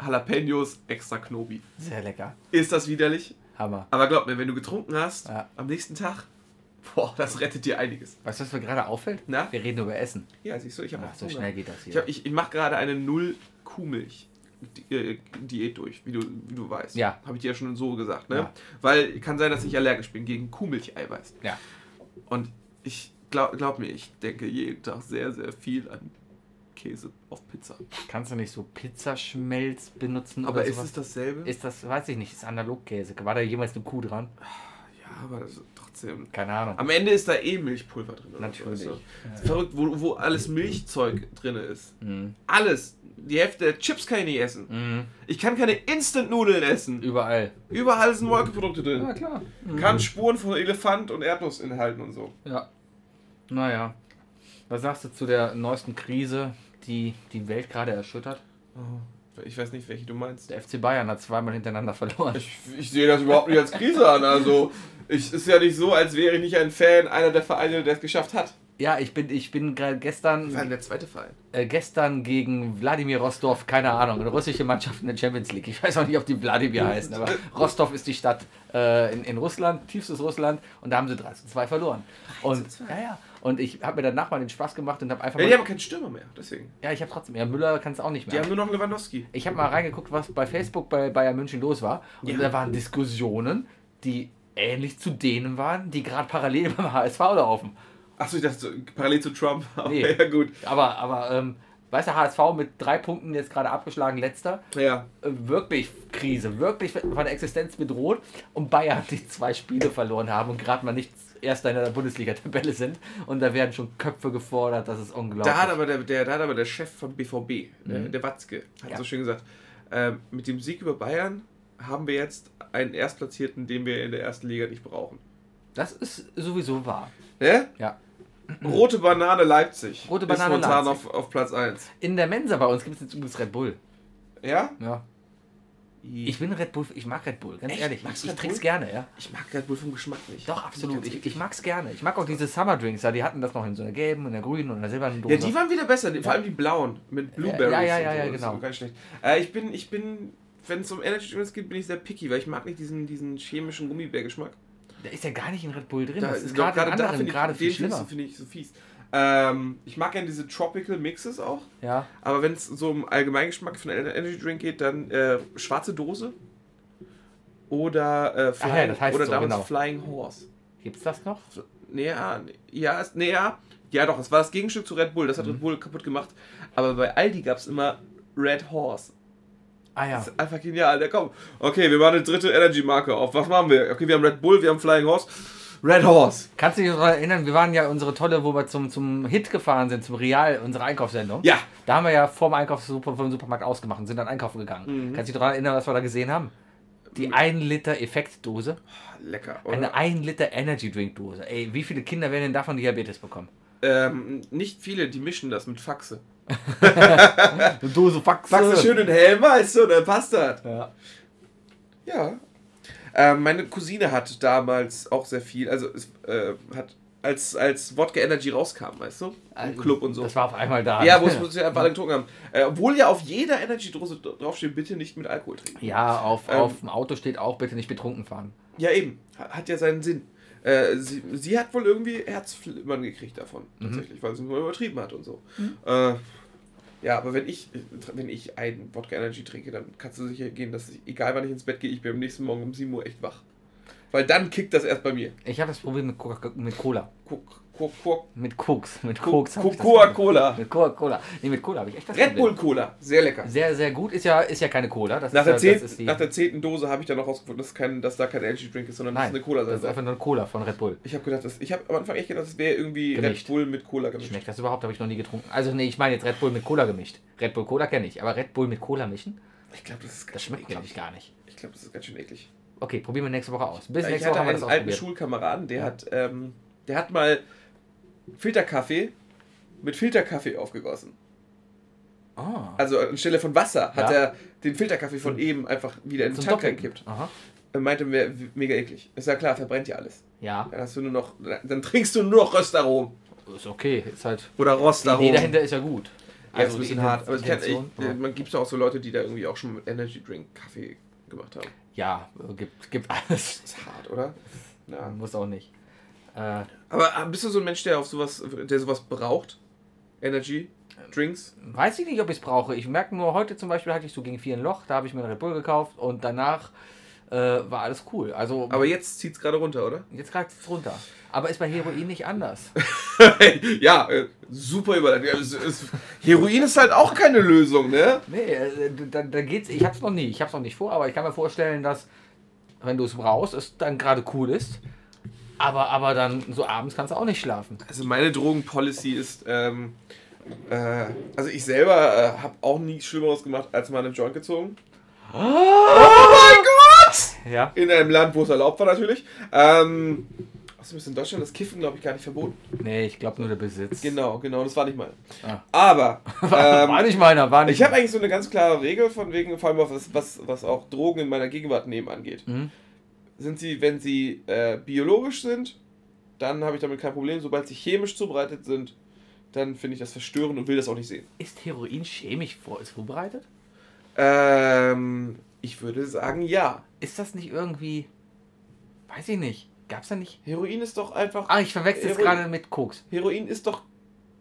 Speaker 2: Jalapenos, extra Knobi.
Speaker 1: Sehr lecker.
Speaker 2: Ist das widerlich?
Speaker 1: Aber
Speaker 2: Aber glaub mir, wenn du getrunken hast,
Speaker 1: Ja.
Speaker 2: am nächsten Tag, boah, das rettet dir einiges.
Speaker 1: weißt du, was mir gerade auffällt?
Speaker 2: Na?
Speaker 1: Wir reden über Essen.
Speaker 2: Ja, siehst du, ich habe
Speaker 1: Ach, so schnell geht das
Speaker 2: Ich, hab-
Speaker 1: hier.
Speaker 2: ich, ich mache gerade eine null Kuhmilch. Di- äh, Diät durch, wie du, wie du weißt.
Speaker 1: Ja.
Speaker 2: Habe ich dir ja schon so gesagt, ne?
Speaker 1: Ja.
Speaker 2: Weil kann sein, dass ich allergisch bin gegen Kuhmilcheiweiß.
Speaker 1: Ja.
Speaker 2: Und ich glaub, glaub mir, ich denke jeden Tag sehr, sehr viel an Käse auf Pizza.
Speaker 1: Kannst du nicht so Pizzaschmelz benutzen
Speaker 2: Aber
Speaker 1: oder
Speaker 2: ist
Speaker 1: sowas?
Speaker 2: es dasselbe?
Speaker 1: Ist das, weiß ich nicht, ist Analogkäse. War da jemals eine Kuh dran?
Speaker 2: ja, aber das ist trotzdem.
Speaker 1: Keine Ahnung.
Speaker 2: Am Ende ist da eh Milchpulver drin. oder so,
Speaker 1: Natürlich.
Speaker 2: weißt du? Ist Verrückt, wo, wo alles Milchzeug drin ist.
Speaker 1: Mhm.
Speaker 2: Alles. Die Hälfte der Chips kann ich nicht essen.
Speaker 1: Mhm.
Speaker 2: Ich kann keine Instant-Nudeln essen.
Speaker 1: Überall.
Speaker 2: Überall sind Molkeprodukte drin.
Speaker 1: Ja, klar.
Speaker 2: Kann Spuren von Elefant und Erdnuss enthalten und so.
Speaker 1: Ja. Naja. Was sagst du zu der neuesten Krise, die die Welt gerade erschüttert?
Speaker 2: Oh. Ich weiß nicht, welche du meinst.
Speaker 1: Der FC Bayern hat zweimal hintereinander verloren.
Speaker 2: Ich, ich sehe das überhaupt nicht als Krise an. Also, es ist ja nicht so, als wäre ich nicht ein Fan einer der Vereine, der es geschafft hat.
Speaker 1: Ja, ich bin, ich bin gerade gestern,
Speaker 2: der zweite Verein.
Speaker 1: äh, gestern gegen Wladimir Rostov, keine Ahnung, eine russische Mannschaft in der Champions League. Ich weiß auch nicht, ob die Wladimir heißen, aber Rostov ist die Stadt äh, in, in Russland, tiefstes Russland, und da haben sie 3 zu 2 verloren. Und,
Speaker 2: 3:2.
Speaker 1: ja, ja. und ich habe mir danach mal den Spaß gemacht und habe einfach
Speaker 2: Ja,
Speaker 1: mal.
Speaker 2: die haben keinen Stürmer mehr, deswegen.
Speaker 1: Ja, ich habe trotzdem. Ja, Müller kann es auch nicht
Speaker 2: Die
Speaker 1: mehr.
Speaker 2: haben nur noch Lewandowski.
Speaker 1: Ich habe mal reingeguckt, was bei Facebook bei Bayern München los war. Und
Speaker 2: Ja.
Speaker 1: da waren Diskussionen, die ähnlich zu denen waren, die gerade parallel beim HSV laufen.
Speaker 2: Achso, ich dachte, so, parallel zu Trump. Aber
Speaker 1: Nee.
Speaker 2: ja, gut.
Speaker 1: Aber, aber ähm, weißt du, HSV mit drei Punkten jetzt gerade abgeschlagen, letzter.
Speaker 2: Ja.
Speaker 1: Äh, Wirklich Krise, wirklich von der Existenz bedroht. Und Bayern, die zwei Spiele verloren haben und gerade mal nicht erster in der Bundesliga-Tabelle sind. Und da werden schon Köpfe gefordert, das ist unglaublich.
Speaker 2: Da hat aber der, der, da hat aber der Chef vom BVB, der, ne, der Watzke, hat
Speaker 1: Ja.
Speaker 2: so schön gesagt, ähm, mit dem Sieg über Bayern haben wir jetzt einen Erstplatzierten, den wir in der ersten Liga nicht brauchen.
Speaker 1: das ist sowieso wahr.
Speaker 2: Ne?
Speaker 1: Ja.
Speaker 2: Rote Banane Leipzig.
Speaker 1: Rote Banane
Speaker 2: ist momentan
Speaker 1: Leipzig.
Speaker 2: Auf, auf Platz 1.
Speaker 1: In der Mensa bei uns gibt es jetzt übrigens Red Bull.
Speaker 2: Ja?
Speaker 1: Ja. Ich bin Red Bull, ich mag Red Bull, ganz
Speaker 2: Echt?
Speaker 1: ehrlich.
Speaker 2: Magst
Speaker 1: Ich,
Speaker 2: du
Speaker 1: ich
Speaker 2: Red
Speaker 1: trink's
Speaker 2: Bull?
Speaker 1: gerne, ja.
Speaker 2: ich mag Red Bull vom Geschmack nicht.
Speaker 1: Doch, absolut.
Speaker 2: Ganz
Speaker 1: Ich, ich
Speaker 2: eklig.
Speaker 1: mag's gerne. Ich mag auch diese Summer Drinks, ja, die hatten das noch in so einer gelben, in der grünen und einer silbernen Dose.
Speaker 2: Ja, die waren wieder besser, die- vor allem die blauen mit Blueberries.
Speaker 1: Ja, ja, ja, ja,
Speaker 2: und so. Das ist
Speaker 1: genau.
Speaker 2: Gar nicht schlecht. Äh, ich bin, ich bin, wenn es um Energy Drinks geht, bin ich sehr picky, weil ich mag nicht diesen, diesen chemischen Gummibärgeschmack.
Speaker 1: da ist ja gar nicht in Red Bull drin. das ist
Speaker 2: doch,
Speaker 1: gerade in anderen
Speaker 2: finde ich-
Speaker 1: gerade
Speaker 2: den
Speaker 1: viel
Speaker 2: finde ich so-
Speaker 1: schlimmer.
Speaker 2: finde ich so fies. Ähm, ich mag gerne diese Tropical Mixes auch,
Speaker 1: Ja.
Speaker 2: aber wenn es so um Allgemeingeschmack von Ener- Energy Drink geht, dann äh, schwarze Dose oder äh, Flying,
Speaker 1: Ah, das heißt
Speaker 2: oder
Speaker 1: so,
Speaker 2: damals
Speaker 1: genau.
Speaker 2: Flying Horse.
Speaker 1: Gibt's das noch?
Speaker 2: Nee, ja, nee, ja, es- nee, ja, ja doch, es war das Gegenstück zu Red Bull, das hat
Speaker 1: Mhm.
Speaker 2: Red Bull kaputt gemacht, aber bei Aldi gab es immer Red Horse.
Speaker 1: Ah ja.
Speaker 2: Das ist einfach genial, der kommt. Okay, wir machen eine dritte Energy-Marke auf. Was machen wir? Okay, wir haben Red Bull, wir haben Flying Horse. Red Horse.
Speaker 1: Kannst du dich noch daran erinnern, wir waren ja unsere tolle, wo wir zum, zum Hit gefahren sind, zum Real, unsere Einkaufssendung.
Speaker 2: Ja,
Speaker 1: Da haben wir ja vorm Einkauf vom Supermarkt ausgemacht und sind dann einkaufen gegangen.
Speaker 2: Mhm.
Speaker 1: Kannst du dich daran erinnern, was wir da gesehen haben? Die 1 Liter Effektdose,
Speaker 2: Lecker,
Speaker 1: eine
Speaker 2: Mhm. oder?
Speaker 1: 1 Liter Energy Drink Dose. Ey, wie viele Kinder werden denn davon Diabetes bekommen?
Speaker 2: Ähm, nicht viele, die mischen das mit Faxe.
Speaker 1: Eine Dose Faxe.
Speaker 2: Faxe schön in Helm, weißt du, und dann passt das.
Speaker 1: Ja.
Speaker 2: Ja. Ähm, meine Cousine hat damals auch sehr viel, also es, äh, hat, als, als Wodka Energy rauskam, weißt du? Im Club und so.
Speaker 1: Also, Das war auf einmal da.
Speaker 2: Ja, wo es wo es einfach alle getrunken haben. Äh, obwohl ja auf jeder Energy-Dose d- draufsteht, bitte nicht mit Alkohol trinken.
Speaker 1: Ja, auf,
Speaker 2: Ähm,
Speaker 1: auf dem Auto steht auch, bitte nicht betrunken fahren.
Speaker 2: Ja, eben. Ha- Hat ja seinen Sinn. Äh, sie, sie hat wohl irgendwie Herzflimmern gekriegt davon,
Speaker 1: Mhm.
Speaker 2: tatsächlich, weil sie es nur übertrieben hat und so. Äh, ja, aber wenn ich, wenn ich einen Wodka Energy trinke, dann kannst du sicher gehen, dass ich, egal wann ich ins Bett gehe, ich bin am nächsten Morgen um 7 Uhr echt wach. Weil dann kickt das erst bei mir.
Speaker 1: Ich habe das Problem mit, Coca mit Cola.
Speaker 2: Co- Co- Co-
Speaker 1: Mit Koks. Mit
Speaker 2: Co-
Speaker 1: Koks. hab ich das Problem.
Speaker 2: Coca-Cola.
Speaker 1: Mit Coca-Cola. Nee, mit Cola habe ich echt das
Speaker 2: Red
Speaker 1: Problem.
Speaker 2: Bull Cola. Sehr lecker.
Speaker 1: Sehr, sehr gut. Ist ja, ist ja keine Cola. Das
Speaker 2: Nach
Speaker 1: ist
Speaker 2: der,
Speaker 1: ja, das ist
Speaker 2: zehnten,
Speaker 1: die,
Speaker 2: nach der zehnten Dose habe ich dann noch rausgefunden, dass, kein, dass da kein Energy Drink ist, sondern dass
Speaker 1: Nein,
Speaker 2: es eine Cola also.
Speaker 1: das ist
Speaker 2: sein
Speaker 1: einfach
Speaker 2: soll.
Speaker 1: nur eine Cola von Red Bull.
Speaker 2: Ich habe gedacht, das, ich habe am Anfang echt gedacht, das wäre irgendwie
Speaker 1: Gemischt.
Speaker 2: Red Bull mit Cola gemischt.
Speaker 1: Schmeckt das überhaupt? Habe ich noch nie getrunken. Also, nee, ich meine jetzt Red Bull mit Cola gemischt. Red Bull Cola kenne ich, aber Red Bull mit Cola mischen?
Speaker 2: Ich glaube, das ist ganz
Speaker 1: Das schmeckt,
Speaker 2: schön
Speaker 1: glaube ich,
Speaker 2: eklig.
Speaker 1: gar nicht.
Speaker 2: Ich glaube, das ist ganz schön eklig.
Speaker 1: Okay, probieren wir nächste Woche aus. Bis
Speaker 2: ich
Speaker 1: nächste Woche
Speaker 2: hatte
Speaker 1: haben wir
Speaker 2: einen
Speaker 1: das
Speaker 2: alten
Speaker 1: ausprobiert.
Speaker 2: Schulkameraden, der hat, ähm, der hat mal Filterkaffee mit Filterkaffee aufgegossen.
Speaker 1: Ah,
Speaker 2: Also anstelle von Wasser hat
Speaker 1: Ja. Hm.
Speaker 2: er den Filterkaffee von eben einfach wieder in den
Speaker 1: zum
Speaker 2: Tank
Speaker 1: Doppeln.
Speaker 2: reingekippt.
Speaker 1: Aha.
Speaker 2: Er meinte, wäre mega eklig. Ist ja klar, verbrennt ja alles.
Speaker 1: Ja,
Speaker 2: Dann hast du nur noch, dann trinkst du nur noch Röstarom.
Speaker 1: ist okay. Ist halt.
Speaker 2: Oder
Speaker 1: Die
Speaker 2: Rostarom.
Speaker 1: Idee dahinter ist ja gut.
Speaker 2: Ja, ist ein bisschen
Speaker 1: also die
Speaker 2: hart. Aber ich kann,
Speaker 1: Intention,
Speaker 2: ich, man gibt ja auch so Leute, die da irgendwie auch schon mit Energy Drink Kaffee gemacht haben.
Speaker 1: Ja, äh, gibt, gibt alles.
Speaker 2: Das ist hart, oder? Ja.
Speaker 1: Muss auch nicht. Äh,
Speaker 2: Aber ah, bist du so ein Mensch, der auf sowas, der sowas braucht? Energy? Drinks?
Speaker 1: weiß ich nicht, ob ich es brauche. Ich merke nur, heute zum Beispiel hatte ich so gegen vier ein Loch, da habe ich mir einen Red Bull gekauft und danach äh, war alles cool. Also
Speaker 2: Aber jetzt zieht's gerade runter, oder?
Speaker 1: jetzt gerade runter. Aber ist bei Heroin nicht anders.
Speaker 2: ja, äh, super überleitung. Ja, es- es- Heroin ist halt auch keine Lösung, ne?
Speaker 1: Nee, äh, da, da geht's. Ich hab's noch nie. Ich hab's noch nicht vor, aber ich kann mir vorstellen, dass, wenn du es brauchst, es dann gerade cool ist. Aber, aber dann so abends kannst du auch nicht schlafen.
Speaker 2: Also meine Drogenpolicy ist, ähm, äh, also ich selber äh, habe auch nie Schlimmeres gemacht, als mal einen Joint gezogen. Oh mein Gott!
Speaker 1: Ja.
Speaker 2: In einem Land, wo es erlaubt war natürlich. Ähm, außerdem ist in Deutschland das Kiffen, glaube ich, gar nicht verboten.
Speaker 1: Nee, ich glaube nur der Besitz.
Speaker 2: Genau, genau, das war nicht meine.
Speaker 1: Ah.
Speaker 2: Aber
Speaker 1: war
Speaker 2: ähm,
Speaker 1: nicht meiner, war nicht.
Speaker 2: ich habe eigentlich so eine ganz klare Regel von wegen, vor allem auch was, was, was auch Drogen in meiner Gegenwart nehmen angeht.
Speaker 1: Mhm.
Speaker 2: Sind sie, wenn sie äh, biologisch sind, dann habe ich damit kein Problem. Sobald sie chemisch zubereitet sind, dann finde ich das verstörend und will das auch nicht sehen.
Speaker 1: Ist Heroin chemisch vor, ist vorbereitet?
Speaker 2: Ähm, ich würde sagen, ja.
Speaker 1: Ist das nicht irgendwie. Weiß ich nicht. Gab's da nicht.
Speaker 2: Heroin ist doch einfach.
Speaker 1: Ah, ich verwechsel es
Speaker 2: Heroin.
Speaker 1: gerade mit Koks.
Speaker 2: Heroin ist doch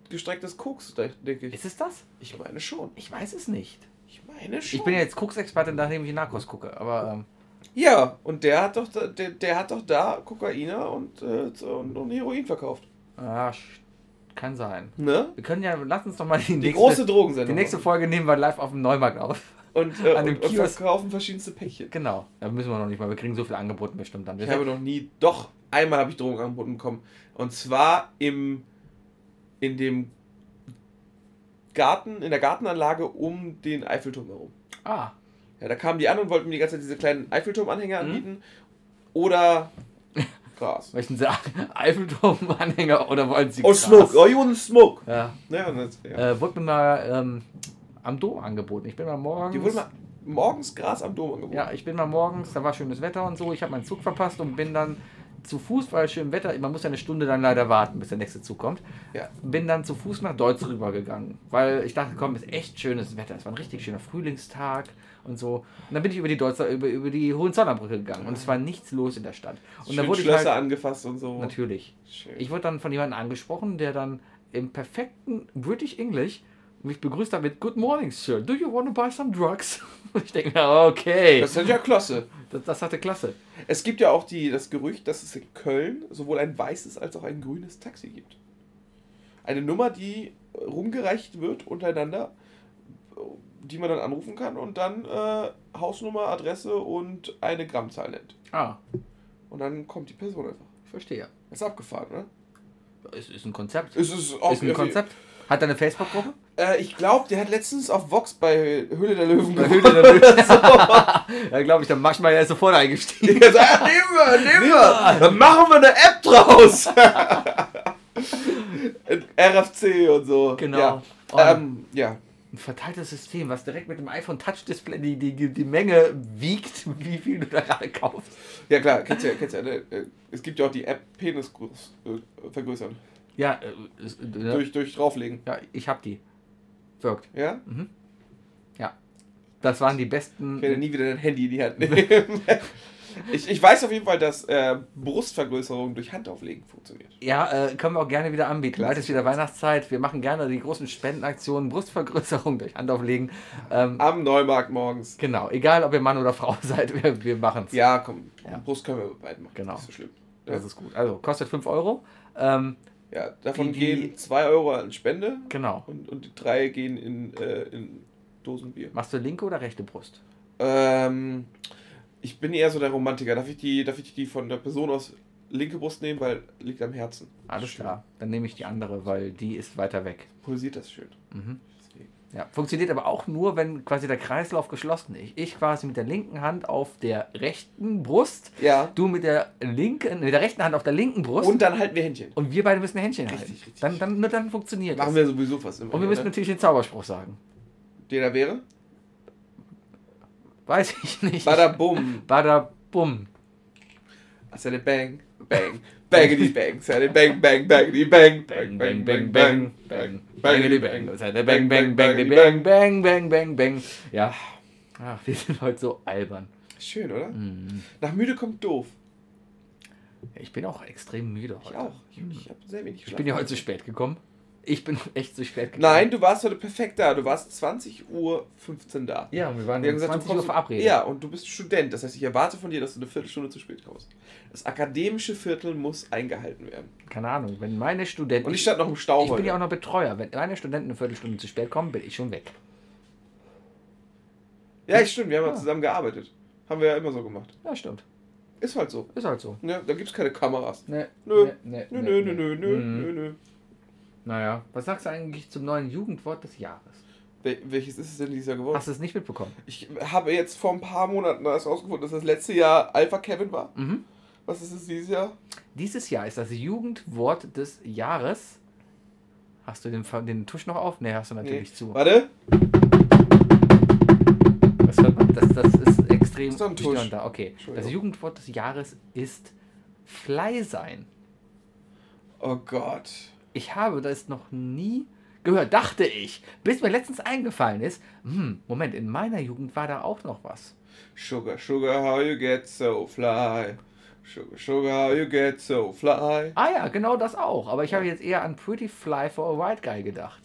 Speaker 2: gestrecktes Koks, de- denke ich.
Speaker 1: Ist es das?
Speaker 2: Ich meine schon.
Speaker 1: Ich weiß es nicht.
Speaker 2: Ich meine schon.
Speaker 1: Ich bin ja jetzt Koks-Experte, nachdem ich Narcos gucke. Aber ähm,
Speaker 2: Ja, und der hat doch da, der, der hat doch da Kokainer und, äh, so- und, und Heroin verkauft.
Speaker 1: ah, sch- kann sein.
Speaker 2: Ne?
Speaker 1: Wir können ja, lass uns doch mal die,
Speaker 2: Die
Speaker 1: nächste,
Speaker 2: große Drogensendung.
Speaker 1: die nächste Folge nehmen wir live auf dem Neumarkt auf.
Speaker 2: und, äh,
Speaker 1: an dem
Speaker 2: und, und
Speaker 1: Kiosk.
Speaker 2: verkaufen verschiedenste Päckchen.
Speaker 1: Genau. Da müssen wir noch nicht mal. Wir kriegen so viel angeboten bestimmt dann.
Speaker 2: Ich habe noch nie, doch, einmal habe ich Drogen angeboten bekommen. Und zwar im, in dem Garten, in der Gartenanlage um den Eiffelturm herum.
Speaker 1: ah,
Speaker 2: Ja, da kamen die an und wollten mir die ganze Zeit diese kleinen Eiffelturm-Anhänger
Speaker 1: Mhm.
Speaker 2: anbieten. Oder Gras.
Speaker 1: möchten Sie Eiffelturm-Anhänger oder wollen Sie
Speaker 2: Oh,
Speaker 1: Gras?
Speaker 2: Smoke. Oh, you want Smoke.
Speaker 1: Ja.
Speaker 2: Ja, Ne, und das, ja.
Speaker 1: Äh, wurde mir mal ähm, am Dom angeboten. Ich bin mal morgens.
Speaker 2: Die wurden mal morgens Gras am Dom angeboten.
Speaker 1: Ja, ich bin mal morgens, da war schönes Wetter und so. Ich habe meinen Zug verpasst und bin dann zu Fuß, weil schön Wetter, man muss ja eine Stunde dann leider warten, bis der nächste Zug kommt.
Speaker 2: Ja.
Speaker 1: Bin dann zu Fuß nach Deutsch rübergegangen, weil ich dachte, komm, ist echt schönes Wetter. Es war ein richtig schöner Frühlingstag und so. Und dann bin ich über die Deutzer, über, über die Hohenzollernbrücke gegangen und es war nichts los in der Stadt. Und
Speaker 2: Schön
Speaker 1: da wurde ich
Speaker 2: Schlösser
Speaker 1: halt,
Speaker 2: angefasst und so.
Speaker 1: natürlich.
Speaker 2: Schön.
Speaker 1: Ich wurde dann von jemandem angesprochen, der dann im perfekten British English mich begrüßt hat mit Good morning, sir. Do you want to buy some drugs? Und ich denke mir, okay.
Speaker 2: Das ist ja klasse.
Speaker 1: Das, das hatte Klasse.
Speaker 2: Es gibt ja auch die, das Gerücht, dass es in Köln sowohl ein weißes als auch ein grünes Taxi gibt. Eine Nummer, die rumgereicht wird untereinander, die man dann anrufen kann und dann äh, Hausnummer, Adresse und eine Grammzahl nennt.
Speaker 1: Ah,
Speaker 2: Und dann kommt die Person einfach.
Speaker 1: ich verstehe.
Speaker 2: Ist abgefahren, ne?
Speaker 1: Es ist ein Konzept.
Speaker 2: Es ist,
Speaker 1: ist ein Konzept. Hat er eine Facebook-Gruppe?
Speaker 2: Äh, ich glaube, der hat letztens auf Vox bei Höhle der Löwen
Speaker 1: Bei
Speaker 2: geguckt.
Speaker 1: Hülde der Löwe. Ja, glaube ich, dann mach ich mal, er ist sofort eingestiegen.
Speaker 2: Der sagt, ja, nehmen wir, nehmen wir. Dann machen wir eine App draus. Äh, RFC und so.
Speaker 1: Genau.
Speaker 2: Ja.
Speaker 1: Oh.
Speaker 2: Ähm, ja.
Speaker 1: Ein verteiltes System, was direkt mit dem iPhone Touch-Display die, die, die, die Menge wiegt, wie viel du da gerade kaufst.
Speaker 2: ja, klar, kennst du ja, kennst du ja. ne? Äh, Es gibt ja auch die App Penis groß, äh, vergrößern.
Speaker 1: Ja, äh, es- äh, ne?
Speaker 2: Durch, durch drauflegen.
Speaker 1: ja ich hab die. Wirkt.
Speaker 2: Ja?
Speaker 1: Das waren die
Speaker 2: Ich werde
Speaker 1: besten.
Speaker 2: nie wieder dein Handy in die Hand nehmen. ich, ich weiß auf jeden Fall, dass äh, Brustvergrößerung durch Handauflegen funktioniert.
Speaker 1: Ja, äh, können wir auch gerne wieder anbieten. Bald ist wieder Weihnachtszeit. Wir machen gerne die großen Spendenaktionen, Brustvergrößerung durch Hand auflegen. Ähm,
Speaker 2: Am Neumarkt morgens.
Speaker 1: Genau, egal ob ihr Mann oder Frau seid, wir, wir machen es.
Speaker 2: Ja, komm.
Speaker 1: Ja.
Speaker 2: Brust können wir bei beiden machen.
Speaker 1: Genau.
Speaker 2: Nicht so schlimm.
Speaker 1: Das ist gut. Also kostet 5 Euro. Ähm,
Speaker 2: Ja, davon
Speaker 1: Die- die-
Speaker 2: gehen 2 Euro an Spende.
Speaker 1: genau.
Speaker 2: Und, und die drei gehen in, äh, in Dosenbier.
Speaker 1: Machst du linke oder rechte Brust?
Speaker 2: Ähm, ich bin eher so der Romantiker. Darf ich die, darf ich die von der Person aus linke Brust nehmen, weil liegt am Herzen.
Speaker 1: Alles klar. Dann nehme ich die andere, weil die ist weiter weg.
Speaker 2: Pulsiert das schön.
Speaker 1: Mhm.
Speaker 2: Deswegen.
Speaker 1: Ja, funktioniert aber auch nur, wenn quasi der Kreislauf geschlossen ist. Ich quasi mit der linken Hand auf der rechten Brust,
Speaker 2: Ja.
Speaker 1: du mit der linken, mit der rechten Hand auf der linken Brust
Speaker 2: Und dann halten wir Händchen.
Speaker 1: und wir beide müssen Händchen
Speaker 2: Richtig,
Speaker 1: halten.
Speaker 2: richtig.
Speaker 1: Dann, dann, nur dann funktioniert
Speaker 2: Machen
Speaker 1: das.
Speaker 2: wir sowieso fast immer.
Speaker 1: Und wir müssen
Speaker 2: ne?
Speaker 1: natürlich den Zauberspruch sagen.
Speaker 2: Der da wäre?
Speaker 1: Weiß ich nicht.
Speaker 2: Bada bum.
Speaker 1: Bada bum.
Speaker 2: I said it bang, bang, bangity bang, said it bang, bang, bangity bang,
Speaker 1: Bang, bang, bang, bang, bang, bangity bang. Das heißt, Bang, bang, bang, bang, bang, bang, bang, bang. Ja. Ach, wir sind heute so albern.
Speaker 2: Schön, oder? Nach müde kommt doof.
Speaker 1: Ich bin auch extrem müde
Speaker 2: Ich
Speaker 1: heute. Hm.
Speaker 2: auch. Mhm. Ich habe sehr wenig
Speaker 1: Ich bin ja heute zu spät gekommen. Ich bin echt zu spät gekommen.
Speaker 2: Nein, du warst heute perfekt da. Du warst 20.15 Uhr da.
Speaker 1: Ja, und wir waren
Speaker 2: Wir
Speaker 1: um
Speaker 2: haben gesagt,
Speaker 1: 20
Speaker 2: du
Speaker 1: Uhr
Speaker 2: kommst,
Speaker 1: verabredet.
Speaker 2: Ja, und du bist Student. Das heißt, ich erwarte von dir, dass du eine Viertelstunde zu spät kommst. Das akademische Viertel muss eingehalten werden.
Speaker 1: Keine Ahnung, wenn meine Studenten.
Speaker 2: Und ich stand noch im Stau
Speaker 1: Ich
Speaker 2: heute.
Speaker 1: bin ja auch noch Betreuer. Wenn meine Studenten eine Viertelstunde zu spät kommen, bin ich schon weg.
Speaker 2: ja, stimmt. Wir haben ja
Speaker 1: Ja.
Speaker 2: zusammen gearbeitet. Haben wir ja immer so gemacht.
Speaker 1: Ja, stimmt.
Speaker 2: Ist halt so.
Speaker 1: Ist halt so.
Speaker 2: Ne, da gibt's keine Kameras.
Speaker 1: Ne,
Speaker 2: Nö.
Speaker 1: ne,
Speaker 2: Nö, nö, nö, nö, nö,
Speaker 1: Mhm.
Speaker 2: nö, nö.
Speaker 1: Naja, was sagst du eigentlich zum neuen Jugendwort des Jahres?
Speaker 2: Wel welches ist es denn dieses Jahr geworden?
Speaker 1: Hast du es nicht mitbekommen?
Speaker 2: Ich habe jetzt vor ein paar Monaten erst rausgefunden, dass das letzte Jahr Alpha Kevin war.
Speaker 1: Mhm.
Speaker 2: Was ist es dieses Jahr?
Speaker 1: Dieses Jahr ist das Jugendwort des Jahres. Hast du den, Ver- den Tusch noch auf? Ne, hast du natürlich
Speaker 2: Nee.
Speaker 1: zu.
Speaker 2: Warte.
Speaker 1: Das, hört man. das, das ist extrem
Speaker 2: Ist doch ein Tusch.
Speaker 1: störend da. Okay. Das
Speaker 2: Entschuldigung.
Speaker 1: Jugendwort des Jahres ist Fly sein.
Speaker 2: Oh Gott.
Speaker 1: Ich habe das noch nie gehört, dachte ich, bis mir letztens eingefallen ist, hm, Moment, in meiner Jugend war da auch noch was.
Speaker 2: Sugar, sugar, how you get so fly. Sugar, sugar, how you get so fly.
Speaker 1: Ah ja, genau das auch, aber ich habe jetzt eher an Pretty Fly for a White Guy gedacht.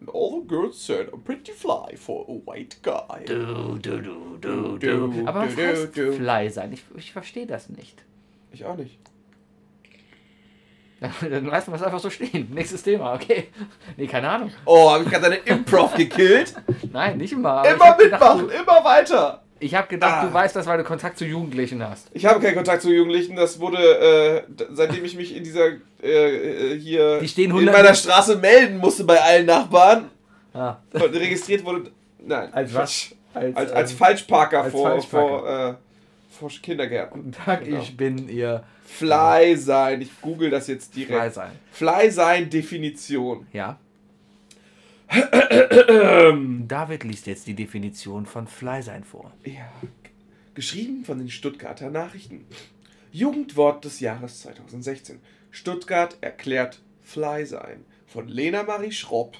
Speaker 2: And all the girls said, I'm pretty fly for a white guy.
Speaker 1: Du, du, du, du,
Speaker 2: Du,
Speaker 1: du. Aber was
Speaker 2: du,
Speaker 1: heißt
Speaker 2: du, du.
Speaker 1: Fly sein? Ich, ich verstehe das nicht.
Speaker 2: Ich auch nicht.
Speaker 1: Dann lassen wir es einfach so stehen. Nächstes Thema, okay. Nee, keine Ahnung.
Speaker 2: Oh, habe ich gerade deine Improv gekillt?
Speaker 1: Nein, nicht immer. aber ich
Speaker 2: immer
Speaker 1: hab gedacht,
Speaker 2: mitmachen,
Speaker 1: du-
Speaker 2: immer weiter.
Speaker 1: Ich habe gedacht,
Speaker 2: Ah.
Speaker 1: du weißt das, weil du Kontakt zu Jugendlichen hast.
Speaker 2: Ich habe keinen Kontakt zu Jugendlichen. Das wurde, äh, d- seitdem ich mich in dieser, äh, äh, hier
Speaker 1: Die stehen
Speaker 2: in
Speaker 1: 100
Speaker 2: meiner Straße melden musste bei allen Nachbarn
Speaker 1: Ah.
Speaker 2: und registriert wurde. Nein.
Speaker 1: Als was?
Speaker 2: Als, als, Falschparker
Speaker 1: als
Speaker 2: vor,
Speaker 1: Falschparker.
Speaker 2: vor, äh, vor Kindergärten.
Speaker 1: Guten ähm, Tag,
Speaker 2: Genau.
Speaker 1: ich bin ihr
Speaker 2: Fly sein. Ich google das jetzt
Speaker 1: Fly
Speaker 2: direkt.
Speaker 1: sein.
Speaker 2: Fly sein Definition.
Speaker 1: Ja. David liest jetzt die Definition von Fly sein vor.
Speaker 2: Ja. Geschrieben von den Stuttgarter Nachrichten. Jugendwort des Jahres 2016. Stuttgart erklärt Fly sein. Von Lena Marie Schropp.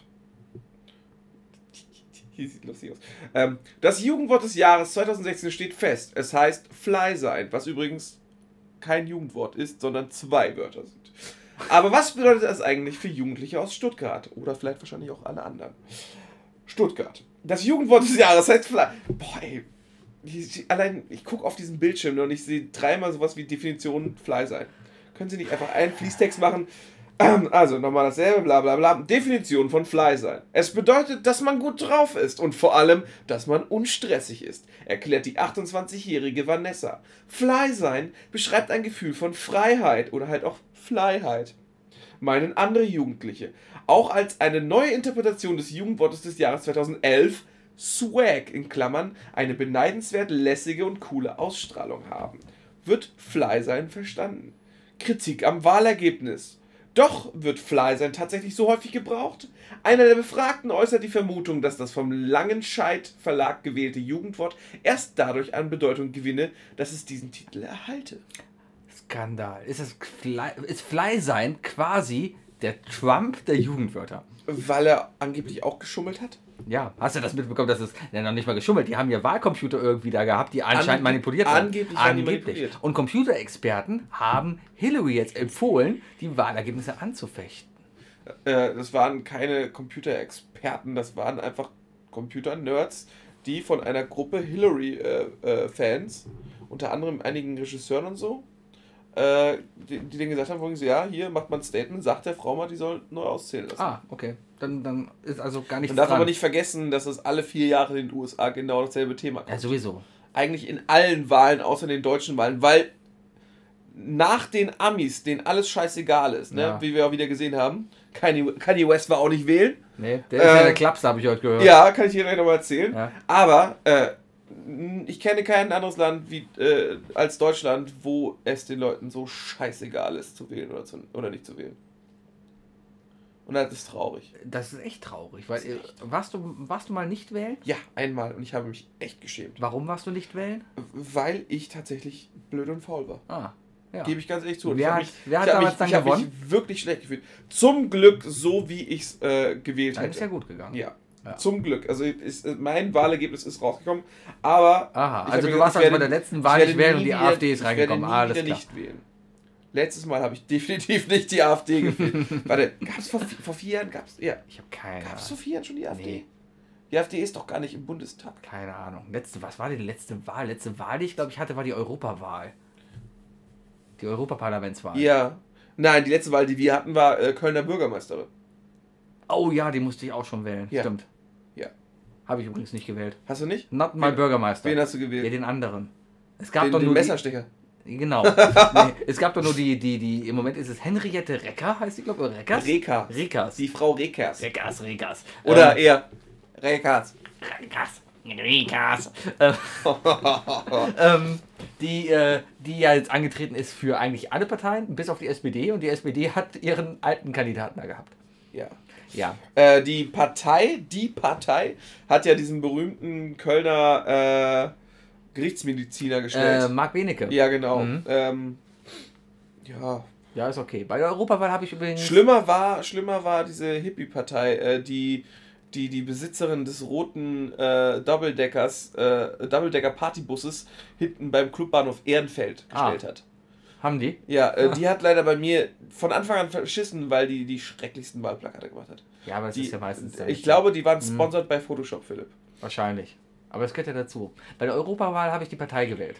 Speaker 2: Hier sieht lustig aus. Ähm, das Jugendwort des Jahres 2016 steht fest. Es heißt Fly sein, was übrigens kein Jugendwort ist, sondern zwei Wörter sind. Aber was bedeutet das eigentlich für Jugendliche aus Stuttgart? Oder vielleicht wahrscheinlich auch alle anderen. Stuttgart. Das Jugendwort des Jahres heißt Fly. Boah, ey. Ich- Allein, ich gucke auf diesen Bildschirm und ich sehe dreimal sowas wie Definition Fly sein. Können Sie nicht einfach einen Fließtext machen? Ähm, Also, nochmal dasselbe, bla bla bla. Definition von Fly sein. Es bedeutet, dass man gut drauf ist und vor allem, dass man unstressig ist, erklärt die 28-jährige Vanessa. Fly sein beschreibt ein Gefühl von Freiheit oder halt auch Flyheit meinen andere Jugendliche. Auch als eine neue Interpretation des Jugendwortes des Jahres 2011 Swag in Klammern eine beneidenswert lässige und coole Ausstrahlung haben. Wird Fly sein verstanden? Kritik am Wahlergebnis. Doch wird Fly sein tatsächlich so häufig gebraucht? Einer der Befragten äußert die Vermutung, dass das vom Langenscheidt Verlag gewählte Jugendwort erst dadurch an Bedeutung gewinne, dass es diesen Titel erhalte.
Speaker 1: Skandal. Ist, es Fly, ist Fly sein quasi der Trump der Jugendwörter?
Speaker 2: Weil er angeblich auch geschummelt hat?
Speaker 1: Ja, hast du das mitbekommen, dass es ja, noch nicht mal geschummelt? Die haben ja Wahlcomputer irgendwie da gehabt, die anscheinend
Speaker 2: Ange-
Speaker 1: manipuliert waren.
Speaker 2: angeblich waren die manipuliert.
Speaker 1: Und Computerexperten haben Hillary jetzt empfohlen, die Wahlergebnisse anzufechten.
Speaker 2: Äh, das waren keine Computerexperten, das waren einfach Computer-Nerds, die von einer Gruppe Hillary-Fans, unter anderem einigen Regisseuren und so, äh, die, die denen gesagt haben, von wegen so, ja, hier macht man ein Statement, sagt der Frau mal, die soll neu auszählen lassen.
Speaker 1: Ah, okay. Dann, dann ist also gar nichts
Speaker 2: Man darf
Speaker 1: dran.
Speaker 2: aber nicht vergessen, dass es alle vier Jahre in den USA genau dasselbe Thema
Speaker 1: ja,
Speaker 2: kommt.
Speaker 1: sowieso.
Speaker 2: Eigentlich in allen Wahlen, außer den deutschen Wahlen, weil nach den Amis, denen alles scheißegal ist, ne?
Speaker 1: Ja.
Speaker 2: wie wir auch wieder gesehen haben, Kanye, Kanye West war auch nicht wählen,
Speaker 1: Nee, Ne? der ist ja
Speaker 2: Ähm,
Speaker 1: der Klaps, habe ich heute gehört.
Speaker 2: Ja, kann ich dir gleich nochmal erzählen.
Speaker 1: Ja.
Speaker 2: Aber äh, n- ich kenne kein anderes Land wie, äh, als Deutschland, wo es den Leuten so scheißegal ist, zu wählen oder, zu, oder nicht zu wählen. Und das ist traurig.
Speaker 1: Das ist echt traurig, weil äh, warst du, warst du mal nicht wählen?
Speaker 2: Ja, einmal. Und ich habe mich echt geschämt.
Speaker 1: Warum warst du nicht wählen?
Speaker 2: Weil ich tatsächlich blöd und faul war.
Speaker 1: Ah, ja.
Speaker 2: Gebe ich ganz ehrlich zu. Und
Speaker 1: Wer
Speaker 2: ich
Speaker 1: hat-
Speaker 2: habe mich,
Speaker 1: wer hat
Speaker 2: ich habe
Speaker 1: damals
Speaker 2: mich,
Speaker 1: dann
Speaker 2: ich habe
Speaker 1: gewonnen?
Speaker 2: mich wirklich schlecht gefühlt. Zum Glück so, wie ich es äh, gewählt
Speaker 1: Dann ist ja
Speaker 2: hätte.
Speaker 1: gut gegangen.
Speaker 2: Ja.
Speaker 1: Ja.
Speaker 2: Zum Glück. Also ist, mein Wahlergebnis ist rausgekommen. Aber.
Speaker 1: Aha,
Speaker 2: ich
Speaker 1: also
Speaker 2: hab
Speaker 1: du
Speaker 2: mir
Speaker 1: warst also
Speaker 2: gesagt, ich
Speaker 1: bei
Speaker 2: werde-
Speaker 1: der letzten Wahl
Speaker 2: ich werde
Speaker 1: nicht wählen und
Speaker 2: nie
Speaker 1: die
Speaker 2: wieder-
Speaker 1: AfD ist
Speaker 2: ich werde
Speaker 1: reingekommen. Ah,
Speaker 2: nie
Speaker 1: Alles
Speaker 2: wieder
Speaker 1: klar.
Speaker 2: nicht wählen. Letztes Mal habe ich definitiv nicht die AfD gewählt. Warte, gab es vor, vi- vor vier Jahren? Gab's, ja,
Speaker 1: Ich habe keine
Speaker 2: gab es
Speaker 1: Ahnung.
Speaker 2: vor vier Jahren schon die AfD?
Speaker 1: Nee.
Speaker 2: Die AfD ist doch gar nicht im Bundestag.
Speaker 1: Keine Ahnung. Letzte, was war denn die letzte Wahl? Letzte Wahl, die ich glaube ich hatte, war die Europawahl. Die Europaparlamentswahl.
Speaker 2: Ja. Nein, die letzte Wahl, die wir hatten, war äh, Kölner Bürgermeisterin.
Speaker 1: Oh ja, die musste ich auch schon wählen.
Speaker 2: Ja.
Speaker 1: Stimmt.
Speaker 2: Ja.
Speaker 1: Habe ich übrigens nicht gewählt.
Speaker 2: Hast du nicht?
Speaker 1: Not my
Speaker 2: Wen-
Speaker 1: Bürgermeister.
Speaker 2: Wen hast du
Speaker 1: ja,
Speaker 2: gewählt?
Speaker 1: den anderen. Es gab
Speaker 2: den
Speaker 1: doch
Speaker 2: den
Speaker 1: nur die-
Speaker 2: Messerstecher.
Speaker 1: Genau. nee, es gab doch nur die, die, die, im Moment ist es Henriette Recker, heißt die, glaube ich, oder Reckers?
Speaker 2: Reka.
Speaker 1: Reckers.
Speaker 2: Die Frau Rekers.
Speaker 1: Reckers, Reckers.
Speaker 2: Oder
Speaker 1: Ähm,
Speaker 2: eher Rekers.
Speaker 1: Reckers. Reckers. Ähm, ähm, die, äh, die ja jetzt angetreten ist für eigentlich alle Parteien, bis auf die SPD. Und die SPD hat ihren alten Kandidaten da gehabt.
Speaker 2: ja.
Speaker 1: Ja.
Speaker 2: Äh, die Partei, die Partei, hat ja diesen berühmten Kölner äh, Gerichtsmediziner
Speaker 1: Äh,
Speaker 2: gestellt.
Speaker 1: Marc Benecke.
Speaker 2: ja, genau.
Speaker 1: Mhm.
Speaker 2: Ähm, ja.
Speaker 1: Ja, ist okay. Bei der Europawahl habe ich übrigens.
Speaker 2: Schlimmer war, schlimmer war diese Hippie-Partei, äh, die, die die Besitzerin des roten äh, Doubledeckers, äh, Doubledecker-Partybusses hinten beim Clubbahnhof Ehrenfeld
Speaker 1: Ah.
Speaker 2: gestellt hat.
Speaker 1: Haben die?
Speaker 2: Ja, äh, die hat leider bei mir von Anfang an verschissen, weil die die schrecklichsten Wahlplakate gemacht hat.
Speaker 1: Ja, aber das
Speaker 2: Die,
Speaker 1: ist ja meistens. dann- Mhm.
Speaker 2: ich glaube, die waren sponsored bei Photoshop, Philipp.
Speaker 1: Wahrscheinlich. Aber es gehört ja dazu. Bei der Europawahl habe ich die Partei gewählt.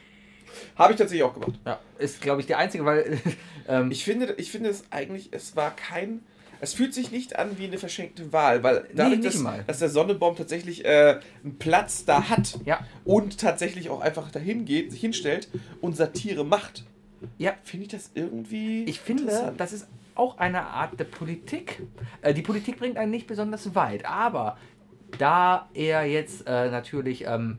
Speaker 2: Habe ich tatsächlich auch gemacht.
Speaker 1: Ja. Ist, glaube ich, die einzige, weil. ähm,
Speaker 2: Ich finde, ich finde es eigentlich, es war kein. Es fühlt sich nicht an wie eine verschenkte Wahl, weil dadurch,
Speaker 1: nicht
Speaker 2: dass,
Speaker 1: mal.
Speaker 2: dass der Sonnebaum tatsächlich äh, einen Platz da hat
Speaker 1: ja.
Speaker 2: und tatsächlich auch einfach dahin geht, sich hinstellt und Satire macht,
Speaker 1: Ja.
Speaker 2: finde ich das irgendwie.
Speaker 1: Ich finde,
Speaker 2: interessant.
Speaker 1: das ist auch eine Art der Politik. Äh, die Politik bringt einen nicht besonders weit, aber da er jetzt äh, natürlich, ähm,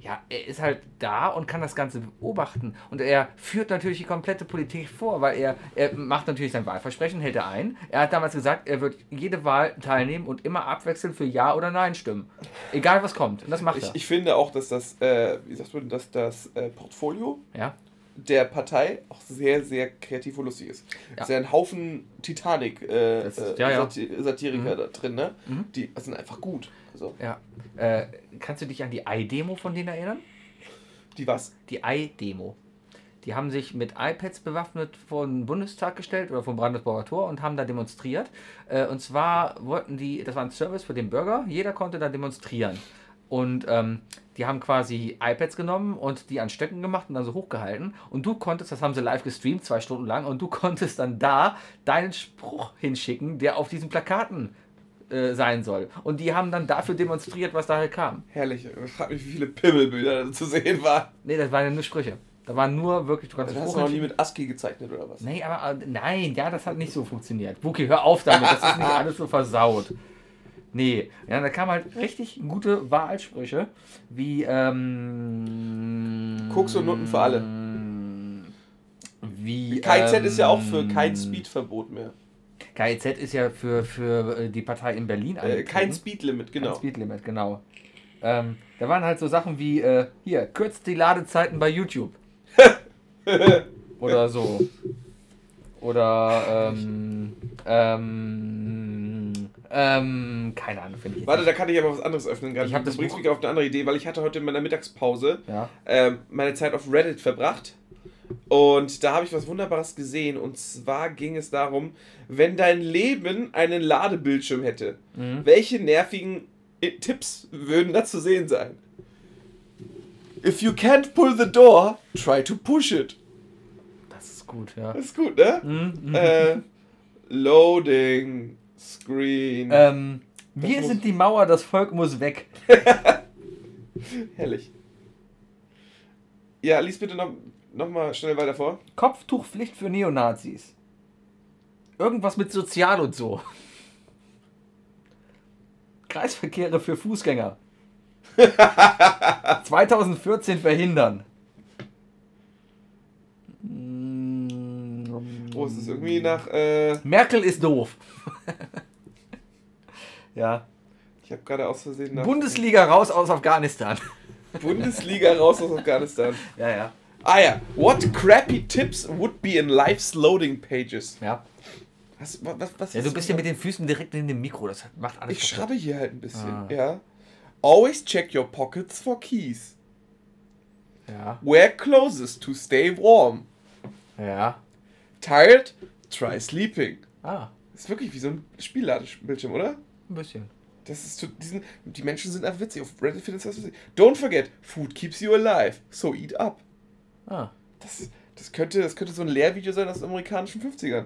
Speaker 1: ja, er ist halt da und kann das Ganze beobachten. Und er führt natürlich die komplette Politik vor, weil er, er macht natürlich sein Wahlversprechen, hält er ein. Er hat damals gesagt, er wird jede Wahl teilnehmen und immer abwechselnd für Ja oder Nein stimmen. Egal was kommt. Und das macht
Speaker 2: ich,
Speaker 1: er.
Speaker 2: ich finde auch, dass das, äh, wie sagt man, dass das äh, Portfolio
Speaker 1: ja?
Speaker 2: der Partei auch sehr, sehr kreativ und lustig ist.
Speaker 1: Ja.
Speaker 2: Es ist ja ein Haufen Titanic äh,
Speaker 1: Das ist-
Speaker 2: äh,
Speaker 1: ja, ja.
Speaker 2: Sati- Satiriker da drin, ne?
Speaker 1: Mhm.
Speaker 2: Die sind einfach gut. Also,
Speaker 1: ja. Äh, kannst du dich an die Ei-Demo von denen erinnern?
Speaker 2: die was?
Speaker 1: die Ei-Demo. Die haben sich mit iPads bewaffnet vor den Bundestag gestellt oder vom Brandenburger Tor und haben da demonstriert. Äh, Und zwar wollten die, das war ein Service für den Bürger, jeder konnte da demonstrieren. Und ähm, die haben quasi iPads genommen und die an Stöcken gemacht und dann so hochgehalten. Und du konntest, das haben sie live gestreamt, zwei Stunden lang, und du konntest dann da deinen Spruch hinschicken, der auf diesen Plakaten äh, sein soll. Und die haben dann dafür demonstriert, was daher kam.
Speaker 2: Herrlich. Ich frage mich, wie viele Pimmelbilder da zu sehen waren.
Speaker 1: Nee, das waren ja nur Sprüche. Da waren nur wirklich, du
Speaker 2: Das
Speaker 1: konntest
Speaker 2: hast du
Speaker 1: Spruch
Speaker 2: noch nie mit ASCII gezeichnet oder was?
Speaker 1: Nee, aber äh, nein, ja, das hat nicht so funktioniert. Buki, hör auf damit, das ist nicht alles so versaut. Nee, ja, da kamen halt richtig gute Wahlsprüche, wie ähm,
Speaker 2: Hm. Koks und Nutten für alle.
Speaker 1: Wie
Speaker 2: KIZ
Speaker 1: ähm,
Speaker 2: ist ja auch für kein Speedverbot mehr.
Speaker 1: KIZ ist ja für, für äh, die Partei in Berlin
Speaker 2: Äh, kein
Speaker 1: angetreten.
Speaker 2: Speedlimit,
Speaker 1: Kein
Speaker 2: genau.
Speaker 1: Speedlimit, genau. Ähm, da waren halt so Sachen wie, äh, hier, kürzt die Ladezeiten bei YouTube. Oder so. Oder, ähm, ähm, ähm, keine Ahnung, finde ich. jetzt
Speaker 2: Warte,
Speaker 1: nicht.
Speaker 2: da kann ich aber was anderes öffnen. gerade.
Speaker 1: Ich hab
Speaker 2: du
Speaker 1: das
Speaker 2: bringst
Speaker 1: Buch-
Speaker 2: mich auf eine andere Idee, weil ich hatte heute in meiner Mittagspause
Speaker 1: ja.
Speaker 2: ähm, meine Zeit auf Reddit verbracht. Und da habe ich was Wunderbares gesehen. Und zwar ging es darum, wenn dein Leben einen Ladebildschirm hätte, welche nervigen I- Tipps würden da zu sehen sein? If you can't pull the door, try to push it.
Speaker 1: Das ist gut, ja.
Speaker 2: Das ist gut, ne?
Speaker 1: Mhm, mhm.
Speaker 2: Äh, loading Screen.
Speaker 1: ähm, wir
Speaker 2: muss-
Speaker 1: sind die Mauer, das Volk muss weg.
Speaker 2: Herrlich. Ja, lies bitte noch, noch mal schnell weiter vor.
Speaker 1: Kopftuchpflicht für Neonazis. Irgendwas mit Sozial und so. Kreisverkehre für Fußgänger. 2014 verhindern.
Speaker 2: Oh, es ist irgendwie nach. Äh,
Speaker 1: Merkel ist doof. ja.
Speaker 2: ich habe gerade aus Versehen nach.
Speaker 1: Bundesliga raus aus Afghanistan.
Speaker 2: Bundesliga raus aus Afghanistan.
Speaker 1: Ja, ja.
Speaker 2: Ah ja. What crappy tips would be in life's loading pages?
Speaker 1: Ja.
Speaker 2: Was, was, was, was
Speaker 1: Ja, du
Speaker 2: ist-
Speaker 1: bist ja mit den Füßen direkt in dem Mikro, das macht alles
Speaker 2: Ich schraube hier halt ein bisschen,
Speaker 1: Ah.
Speaker 2: ja. Always check your pockets for keys.
Speaker 1: Ja,
Speaker 2: Wear clothes to stay warm.
Speaker 1: ja.
Speaker 2: Tired? Try sleeping.
Speaker 1: Ah,
Speaker 2: ist wirklich wie so ein Spielladebildschirm, oder?
Speaker 1: ein bisschen.
Speaker 2: Das ist zu diesen. Die Menschen sind einfach witzig. Auf Reddit findest du das witzig. Don't forget, food keeps you alive. So eat up.
Speaker 1: Ah.
Speaker 2: Das, das, könnte, das könnte so ein Lehrvideo sein aus den amerikanischen 50ern.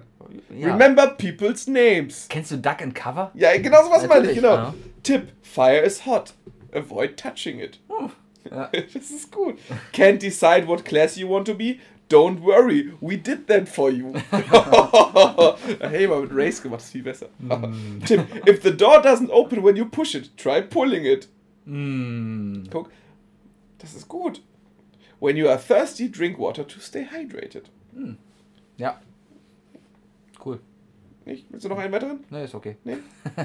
Speaker 1: Ja.
Speaker 2: Remember people's names.
Speaker 1: Kennst du Duck and Cover?
Speaker 2: Ja, genau so was meine ich,
Speaker 1: Natürlich,
Speaker 2: genau.
Speaker 1: ja.
Speaker 2: Tipp: Fire is hot. Avoid touching it.
Speaker 1: Ja.
Speaker 2: Das ist gut. Can't decide what class you want to be? Don't worry, we did that for you. hey, mal mit Race gemacht, ist viel besser.
Speaker 1: Mm.
Speaker 2: Tipp, if the door doesn't open when you push it, try pulling it.
Speaker 1: Mm.
Speaker 2: Guck, das ist gut. When you are thirsty, drink water to stay hydrated.
Speaker 1: Ja. Cool.
Speaker 2: Nicht? Willst du noch einen weiteren?
Speaker 1: Ne, ist okay.
Speaker 2: Nee?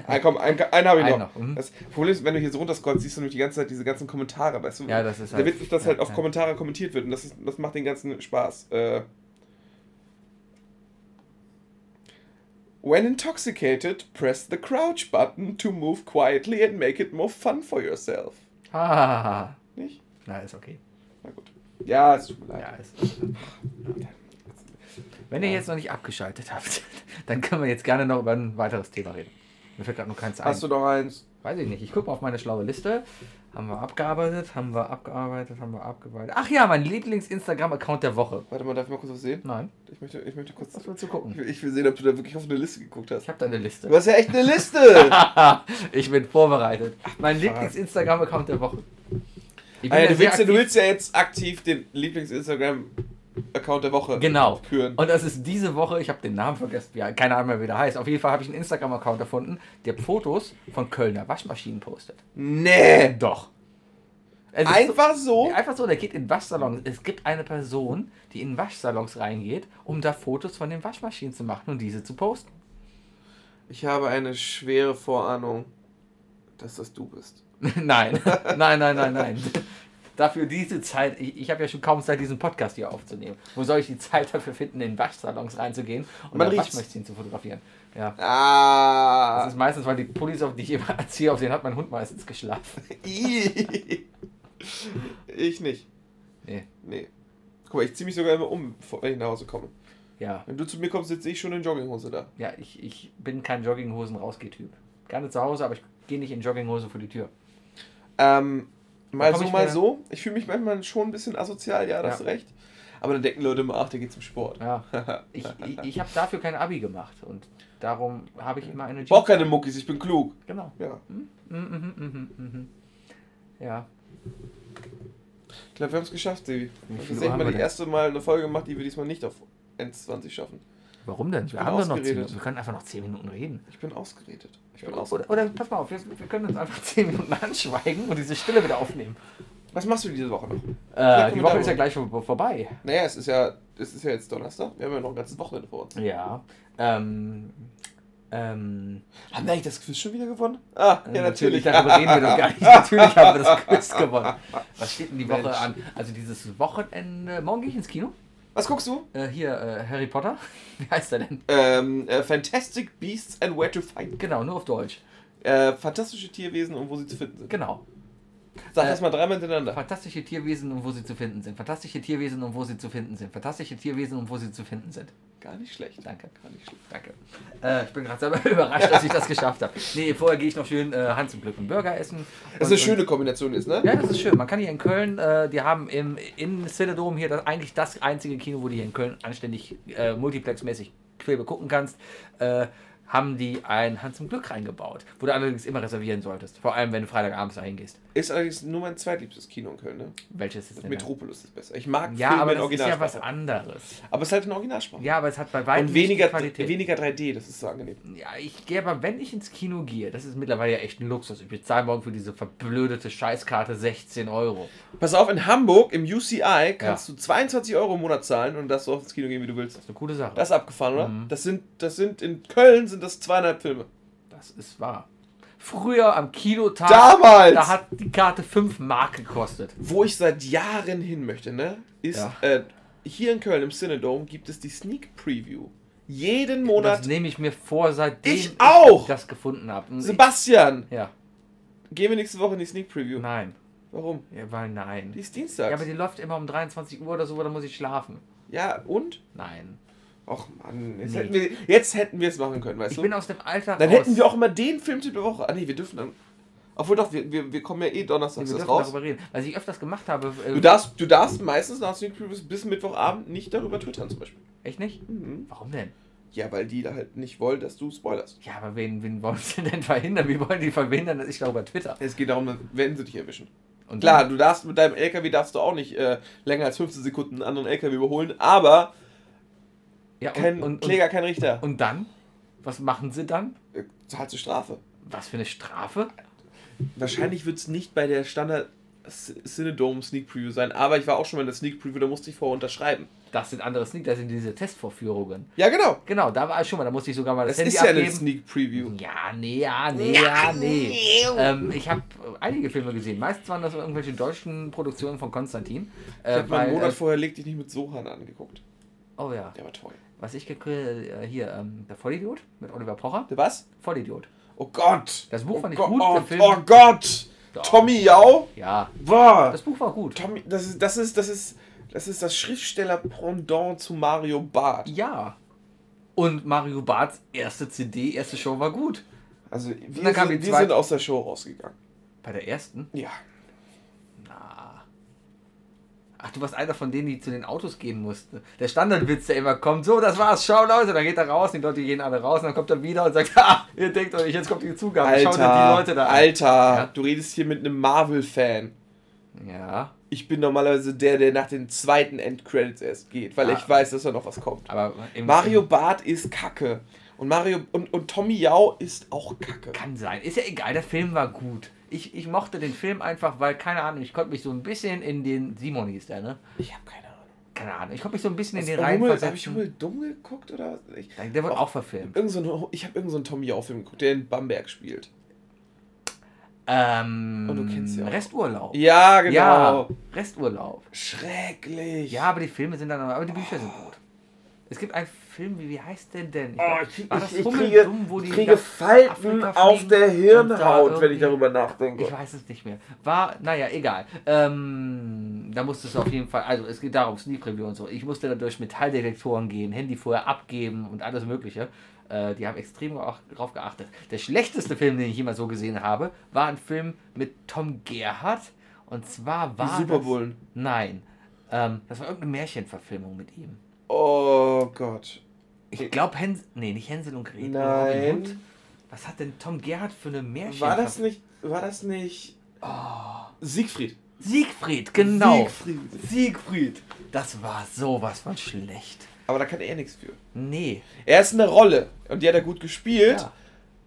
Speaker 2: Ah, komm, einen, einen habe ich
Speaker 1: Einen
Speaker 2: noch.
Speaker 1: noch, mhm.
Speaker 2: Das Problem ist, wenn du hier so runterscrollst, siehst du nämlich die ganze Zeit diese ganzen Kommentare. Weißt du?
Speaker 1: Ja, das ist
Speaker 2: Der
Speaker 1: halt-
Speaker 2: Witz ist, dass
Speaker 1: ja,
Speaker 2: halt auf
Speaker 1: ja.
Speaker 2: Kommentare kommentiert wird und das, ist, das macht den ganzen Spaß. Äh, When intoxicated, press the crouch button to move quietly and make it more fun for yourself.
Speaker 1: Ah.
Speaker 2: Nicht?
Speaker 1: Na, ist okay.
Speaker 2: Na gut. Ja, es tut mir leid.
Speaker 1: Ja, ist Wenn ihr jetzt noch nicht abgeschaltet habt, dann können wir jetzt gerne noch über ein weiteres Thema reden. Mir fällt gerade noch keins ein.
Speaker 2: Hast du noch eins?
Speaker 1: Weiß ich nicht. Ich gucke mal auf meine schlaue Liste. Haben wir abgearbeitet, haben wir abgearbeitet, haben wir abgearbeitet. Ach ja, mein Lieblings-Instagram-Account der Woche.
Speaker 2: Warte mal, darf ich mal kurz was sehen?
Speaker 1: Nein,
Speaker 2: Ich möchte, ich möchte kurz.
Speaker 1: was willst du
Speaker 2: Ich
Speaker 1: gucken?
Speaker 2: will, ich will sehen, ob du da wirklich auf eine Liste geguckt hast.
Speaker 1: Ich habe da eine
Speaker 2: Du
Speaker 1: Liste.
Speaker 2: hast ja echt eine Liste!
Speaker 1: ich bin vorbereitet. Mein Lieblings-Instagram-Account der Woche. Ich bin
Speaker 2: Ah ja,
Speaker 1: da
Speaker 2: du,
Speaker 1: sehr
Speaker 2: willst ja, du
Speaker 1: aktiv.
Speaker 2: willst ja jetzt aktiv den Lieblings-Instagram-Account der Woche
Speaker 1: Genau.
Speaker 2: führen.
Speaker 1: Und das ist diese Woche, ich habe den Namen vergessen, ja, keine Ahnung mehr, wie der heißt. Auf jeden Fall habe ich einen Instagram-Account erfunden, der Fotos von Kölner Waschmaschinen postet.
Speaker 2: nee!
Speaker 1: Doch. Es ist so-
Speaker 2: Einfach so?
Speaker 1: Einfach so, der geht in Waschsalons. Es gibt eine Person, die in Waschsalons reingeht, um da Fotos von den Waschmaschinen zu machen und diese zu posten.
Speaker 2: Ich habe eine schwere Vorahnung, dass das du bist.
Speaker 1: nein, nein, nein, nein, nein. Dafür diese Zeit, ich, ich habe ja schon kaum Zeit, diesen Podcast hier aufzunehmen. Wo soll ich die Zeit dafür finden, in Waschsalons reinzugehen und
Speaker 2: Man
Speaker 1: da
Speaker 2: riecht's.
Speaker 1: Waschmaschinen zu fotografieren? Ja. Das
Speaker 2: Ah!
Speaker 1: ist meistens, weil die Pullis, auf die ich immer anziehe, auf denen hat mein Hund meistens geschlafen.
Speaker 2: Ih. ich nicht.
Speaker 1: Nee,
Speaker 2: Nee. Guck mal, ich ziehe mich sogar immer um, vor- wenn ich nach Hause komme.
Speaker 1: ja.
Speaker 2: Wenn du zu mir kommst, sitze ich schon in Jogginghose da.
Speaker 1: Ja, ich, ich bin kein Jogginghosen-Rausgeh-Typ. Gerne zu Hause, aber ich gehe nicht in Jogginghose vor die Tür.
Speaker 2: Ähm, mal
Speaker 1: komm
Speaker 2: so,
Speaker 1: ich
Speaker 2: mal
Speaker 1: mir-
Speaker 2: so. Ich fühle mich manchmal schon ein bisschen asozial, ja, das
Speaker 1: Ja.
Speaker 2: ist recht. Aber dann denken Leute immer, ach, der geht zum Sport.
Speaker 1: Ja. Ich, ich, ich habe dafür kein Abi gemacht und darum habe ich immer eine
Speaker 2: Ich brauche keine Muckis, ich bin klug.
Speaker 1: Genau.
Speaker 2: Ja.
Speaker 1: Mhm, mhm, mhm, mhm. Ja.
Speaker 2: Ich glaube, wir haben es geschafft, Sebi.
Speaker 1: Wie
Speaker 2: Das
Speaker 1: viel
Speaker 2: ist
Speaker 1: Uhr
Speaker 2: echt
Speaker 1: haben
Speaker 2: mal
Speaker 1: wir
Speaker 2: die
Speaker 1: denn?
Speaker 2: erste Mal eine Folge gemacht, die wir diesmal nicht auf 1,20 schaffen.
Speaker 1: Warum denn? Wir
Speaker 2: bin
Speaker 1: haben doch noch 10
Speaker 2: ausgeredet.
Speaker 1: Minuten. Wir können einfach noch 10 Minuten reden.
Speaker 2: Ich bin ausgeredet. Ich bin ausgeredet.
Speaker 1: Oder, oder pass mal auf, wir, wir können uns einfach 10 Minuten anschweigen und diese Stille wieder aufnehmen.
Speaker 2: Was machst du diese Woche noch?
Speaker 1: Äh,
Speaker 2: können
Speaker 1: die
Speaker 2: wir
Speaker 1: Woche
Speaker 2: darüber-
Speaker 1: ist ja gleich vor- vorbei.
Speaker 2: Naja, es ist ja, es ist ja jetzt Donnerstag. Wir haben ja noch ein ganzes Wochenende vor uns.
Speaker 1: Ja. Ähm. Ähm,
Speaker 2: Haben wir eigentlich das Quiz schon wieder gewonnen? Ah, ja, natürlich.
Speaker 1: Äh, Darüber reden wir doch gar nicht. Natürlich haben wir das Quiz gewonnen. Was steht denn die Woche
Speaker 2: Mensch.
Speaker 1: an? Also dieses Wochenende. Morgen gehe ich ins Kino.
Speaker 2: Was guckst du?
Speaker 1: Äh, hier, äh, Harry Potter. Wie heißt der denn?
Speaker 2: Ähm, äh, Fantastic Beasts and Where to Find.
Speaker 1: Genau, nur auf Deutsch.
Speaker 2: Äh, fantastische Tierwesen und wo sie zu finden sind.
Speaker 1: Genau.
Speaker 2: Sag
Speaker 1: Äh,
Speaker 2: das mal dreimal hintereinander.
Speaker 1: Fantastische Tierwesen und wo sie zu finden sind. Fantastische Tierwesen und wo sie zu finden sind. Fantastische Tierwesen und wo sie zu finden sind.
Speaker 2: Gar nicht schlecht.
Speaker 1: Danke.
Speaker 2: Gar nicht schlecht.
Speaker 1: Danke. Äh, ich bin gerade selber überrascht, dass ich das geschafft habe. Nee, vorher gehe ich noch schön äh, Hans im Glück und Burger essen.
Speaker 2: Das ist
Speaker 1: Und-
Speaker 2: eine schöne Kombination, ist, ne?
Speaker 1: Ja, das ist schön. Man kann hier in Köln, äh, die haben im in Cinedom hier das, eigentlich das einzige Kino, wo du hier in Köln anständig äh, multiplexmäßig Filme gucken kannst, äh, haben die ein Hans im Glück reingebaut, wo du allerdings immer reservieren solltest. Vor allem, wenn du Freitagabends dahin gehst.
Speaker 2: Ist allerdings nur mein zweitliebstes Kino in Köln, ne?
Speaker 1: Welches ist denn da?
Speaker 2: Metropolis ist besser. Ich mag
Speaker 1: Ja,
Speaker 2: Filme
Speaker 1: aber
Speaker 2: in
Speaker 1: das ist ja was
Speaker 2: Originalsprache.
Speaker 1: anderes.
Speaker 2: aber es ist halt in Originalsprache.
Speaker 1: Ja, aber es hat bei weitem
Speaker 2: Und
Speaker 1: nicht die
Speaker 2: weniger,
Speaker 1: Qualität.
Speaker 2: weniger 3D, das ist so angenehm.
Speaker 1: Ja, ich gehe aber, wenn ich ins Kino gehe, das ist mittlerweile ja echt ein Luxus. Ich bezahle morgen für diese verblödete Scheißkarte 16 Euro.
Speaker 2: Pass auf, in Hamburg im UCI kannst du 22 Euro im Monat zahlen und darfst so oft ins Kino gehen, wie du willst.
Speaker 1: Das ist eine coole Sache.
Speaker 2: Das ist abgefahren, oder?
Speaker 1: Mhm.
Speaker 2: Das, sind, das sind, in Köln sind das zweieinhalb Filme.
Speaker 1: Das ist wahr. Früher am Kinotag,
Speaker 2: Damals!
Speaker 1: da hat die Karte 5 Mark gekostet.
Speaker 2: Wo ich seit Jahren hin möchte, ne, ist,
Speaker 1: Ja.
Speaker 2: äh, hier in Köln im Cinedome gibt es die Sneak Preview. jeden Monat.
Speaker 1: Das nehme ich mir vor, seitdem
Speaker 2: Ich auch!
Speaker 1: das gefunden habe. Und
Speaker 2: Sebastian,
Speaker 1: ich- Ja,
Speaker 2: gehen wir nächste Woche in die Sneak Preview.
Speaker 1: nein.
Speaker 2: Warum?
Speaker 1: Ja, weil nein.
Speaker 2: Die ist
Speaker 1: Ja, aber
Speaker 2: Dienstag.
Speaker 1: die läuft immer um 23 Uhr oder so, dann muss ich schlafen.
Speaker 2: Ja, und?
Speaker 1: Nein.
Speaker 2: Och Mann, jetzt
Speaker 1: Nee.
Speaker 2: hätten wir jetzt hätten wir es machen können, weißt
Speaker 1: Ich
Speaker 2: du?
Speaker 1: bin aus dem Alltag
Speaker 2: Also, Dann
Speaker 1: raus.
Speaker 2: hätten wir auch immer den Filmtipp der Woche. Ah nee, wir dürfen dann. Obwohl doch, wir, wir, wir kommen ja eh
Speaker 1: wir
Speaker 2: donnerstags
Speaker 1: dürfen
Speaker 2: erst raus.
Speaker 1: darüber reden. Was ich öfters gemacht habe, äh,
Speaker 2: Du darfst, du darfst meistens nach Sneak Previews bis Mittwochabend nicht darüber twittern zum Beispiel.
Speaker 1: echt nicht?
Speaker 2: Mhm.
Speaker 1: Warum denn?
Speaker 2: Ja, weil die da halt nicht wollen, dass du spoilerst.
Speaker 1: Ja, aber wen, wen wollen sie denn verhindern? Wie wollen die verhindern, dass ich darüber twitter?
Speaker 2: Es geht darum, wenn sie dich erwischen.
Speaker 1: Und
Speaker 2: Mhm. Klar, du darfst mit deinem LKW darfst du auch nicht äh, länger als 15 Sekunden einen anderen LKW überholen, aber
Speaker 1: ja, und,
Speaker 2: kein
Speaker 1: und, und,
Speaker 2: Kläger, kein Richter.
Speaker 1: und dann? Was machen sie dann?
Speaker 2: Äh, zahlst du Strafe.
Speaker 1: Was für eine Strafe?
Speaker 2: Wahrscheinlich wird es nicht bei der Standard C- Cinedome Sneak Preview sein, aber ich war auch schon mal in der Sneak Preview, da musste ich vorher unterschreiben.
Speaker 1: Das sind andere Sneak, das sind diese Testvorführungen.
Speaker 2: Ja, genau.
Speaker 1: Genau, da war ich schon mal, da musste ich sogar mal das,
Speaker 2: Das
Speaker 1: Handy
Speaker 2: ist ja eine
Speaker 1: abgeben. Mhm.
Speaker 2: Sneak Preview.
Speaker 1: Ja, nee, ja, nee, ja, nee. Ähm, ich habe einige Filme gesehen. Meistens waren das irgendwelche deutschen Produktionen von Konstantin.
Speaker 2: Ich
Speaker 1: Äh,
Speaker 2: habe mal
Speaker 1: weil,
Speaker 2: einen Monat
Speaker 1: äh,
Speaker 2: vorher Leg dich nicht mit Sohan angeguckt.
Speaker 1: oh ja,
Speaker 2: Der war toll.
Speaker 1: was ich gekriegt äh, hier, ähm, der Vollidiot mit Oliver Pocher.
Speaker 2: Der was?
Speaker 1: Vollidiot.
Speaker 2: Oh Gott!
Speaker 1: Das Buch
Speaker 2: oh
Speaker 1: fand ich
Speaker 2: Gott,
Speaker 1: gut,
Speaker 2: Oh,
Speaker 1: der Film-
Speaker 2: oh Gott! Tommy Yao?
Speaker 1: Ja,
Speaker 2: Boah!
Speaker 1: das Buch war gut.
Speaker 2: Tommy, das ist, das ist, das ist, das ist das Schriftsteller-Pendant zu Mario Barth.
Speaker 1: Ja. Und Mario Barths erste CD, erste Show war gut.
Speaker 2: Also, wir,
Speaker 1: dann kam
Speaker 2: sind,
Speaker 1: die
Speaker 2: wir
Speaker 1: zweite-
Speaker 2: sind aus der Show rausgegangen.
Speaker 1: Bei der ersten?
Speaker 2: Ja.
Speaker 1: Na. Ach, du warst einer von denen, die zu den Autos gehen mussten. Der Standardwitz, der immer kommt, so, das war's, schau Leute, dann geht er raus, die Leute gehen alle raus, und dann kommt er wieder und sagt, ah, ihr denkt euch, jetzt kommt die Zugabe,
Speaker 2: Alter,
Speaker 1: schaut euch die Leute da an.
Speaker 2: Alter,
Speaker 1: Ja.
Speaker 2: du redest hier mit einem Marvel-Fan.
Speaker 1: Ja,
Speaker 2: Ich bin normalerweise der, der nach den zweiten Endcredits erst geht, weil
Speaker 1: Ah.
Speaker 2: ich weiß, dass da noch was kommt.
Speaker 1: aber im,
Speaker 2: Mario Barth ist Kacke. Und Mario und, und Tommy Yao ist auch Kacke.
Speaker 1: Kann sein. Ist ja egal, der Film war gut. Ich, ich mochte den Film einfach, weil, keine Ahnung, ich konnte mich so ein bisschen in den. Simon hieß der, ne?
Speaker 2: Ich habe keine Ahnung.
Speaker 1: Keine Ahnung. Ich konnte mich so ein bisschen in
Speaker 2: Was,
Speaker 1: den
Speaker 2: Hummel-
Speaker 1: Reihen
Speaker 2: hab ich
Speaker 1: versetzen.
Speaker 2: Hummel dumm geguckt oder? was? Ich,
Speaker 1: Der wird auch verfilmt.
Speaker 2: irgend so ein, ich habe irgendeinen so einen Tommy Yao-Film geguckt, der in Bamberg spielt.
Speaker 1: Ähm.
Speaker 2: Und Oh, du kennst sie auch.
Speaker 1: Resturlaub.
Speaker 2: Ja, genau.
Speaker 1: Ja, Resturlaub.
Speaker 2: Schrecklich.
Speaker 1: Ja, aber die Filme sind dann. Aber die Bücher sind gut. Es gibt einen Film, wie, wie heißt der denn? Ich
Speaker 2: Oh,
Speaker 1: glaub,
Speaker 2: ich,
Speaker 1: war
Speaker 2: ich,
Speaker 1: das
Speaker 2: ich
Speaker 1: Hummel
Speaker 2: kriege,
Speaker 1: Dumm, wo die
Speaker 2: ich kriege
Speaker 1: nach
Speaker 2: Falten
Speaker 1: Afrika
Speaker 2: auf
Speaker 1: fliegen
Speaker 2: der
Speaker 1: und da
Speaker 2: Hirnhaut, wenn ich
Speaker 1: irgendwie-
Speaker 2: darüber
Speaker 1: Ich
Speaker 2: nachdenke.
Speaker 1: weiß es nicht mehr. War, naja, egal. Ähm, da musstest du auf jeden Fall, also es geht darum, Sneak Review und so. Ich musste da durch Metalldetektoren gehen, Handy vorher abgeben und alles Mögliche. Äh, die haben extrem auch drauf geachtet. Der schlechteste Film, den ich jemals so gesehen habe, war ein Film mit Tom Gerhardt. Und zwar war.
Speaker 2: Die Superbullen.
Speaker 1: Das, nein. Ähm, das war irgendeine Märchenverfilmung mit ihm.
Speaker 2: Oh Gott.
Speaker 1: Ich glaube, Hänsel. Nee, nicht Hänsel und Gretel.
Speaker 2: Nein.
Speaker 1: Robin Hood. Was hat denn Tom Gerhardt für eine Märchenverfilmung?
Speaker 2: War das nicht. War das nicht. Siegfried.
Speaker 1: Siegfried, Oh. genau.
Speaker 2: Siegfried.
Speaker 1: Siegfried. Das war sowas von schlecht.
Speaker 2: Aber da kann er nichts für.
Speaker 1: Nee.
Speaker 2: Er ist in der Rolle und die hat er gut gespielt.
Speaker 1: Ja.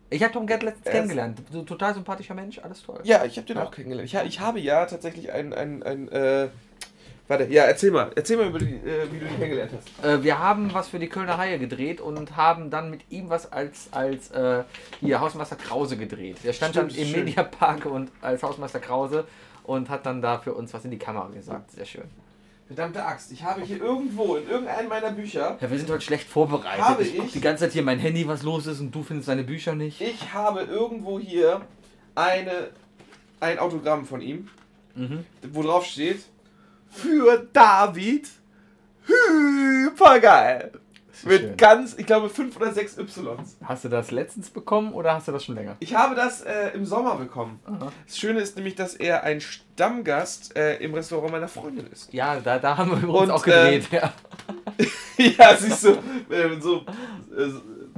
Speaker 1: Ich habe Tom Gerd letztens
Speaker 2: Er ist-
Speaker 1: kennengelernt. So ein total sympathischer Mensch, alles toll.
Speaker 2: Ja, ich habe den auch kennengelernt. Ich, ha- ich habe ja tatsächlich ein. ein, ein äh, warte, ja, erzähl mal. Erzähl mal, über die, äh, wie du ihn kennengelernt hast.
Speaker 1: Äh, wir haben was für die Kölner Haie gedreht und haben dann mit ihm was als, als äh, hier Hausmeister Krause gedreht. Der stand
Speaker 2: Stimmt,
Speaker 1: dann im
Speaker 2: schön.
Speaker 1: Mediapark und als Hausmeister Krause und hat dann da für uns was in die Kamera gesagt. Sehr schön.
Speaker 2: Verdammte Axt. Ich habe hier irgendwo, in irgendeinem meiner Bücher,
Speaker 1: Ja, wir sind heute schlecht vorbereitet.
Speaker 2: Habe
Speaker 1: ich guck
Speaker 2: ich?
Speaker 1: die ganze Zeit hier mein Handy, was los ist und du findest deine Bücher nicht.
Speaker 2: Ich habe irgendwo hier eine, ein Autogramm von ihm,
Speaker 1: Mhm.
Speaker 2: wo drauf steht, für David hypergeil.
Speaker 1: ist
Speaker 2: Mit
Speaker 1: schön.
Speaker 2: ganz, ich glaube, 5 oder 6 Ys.
Speaker 1: Hast du das letztens bekommen oder hast du das schon länger?
Speaker 2: Ich habe das äh, im Sommer bekommen. Das Schöne ist nämlich, dass er ein Stammgast äh, im Restaurant meiner Freundin ist.
Speaker 1: Ja, da, da haben wir übrigens
Speaker 2: Und, ähm,
Speaker 1: auch gedreht. ja.
Speaker 2: ja, siehst du, äh, so, äh,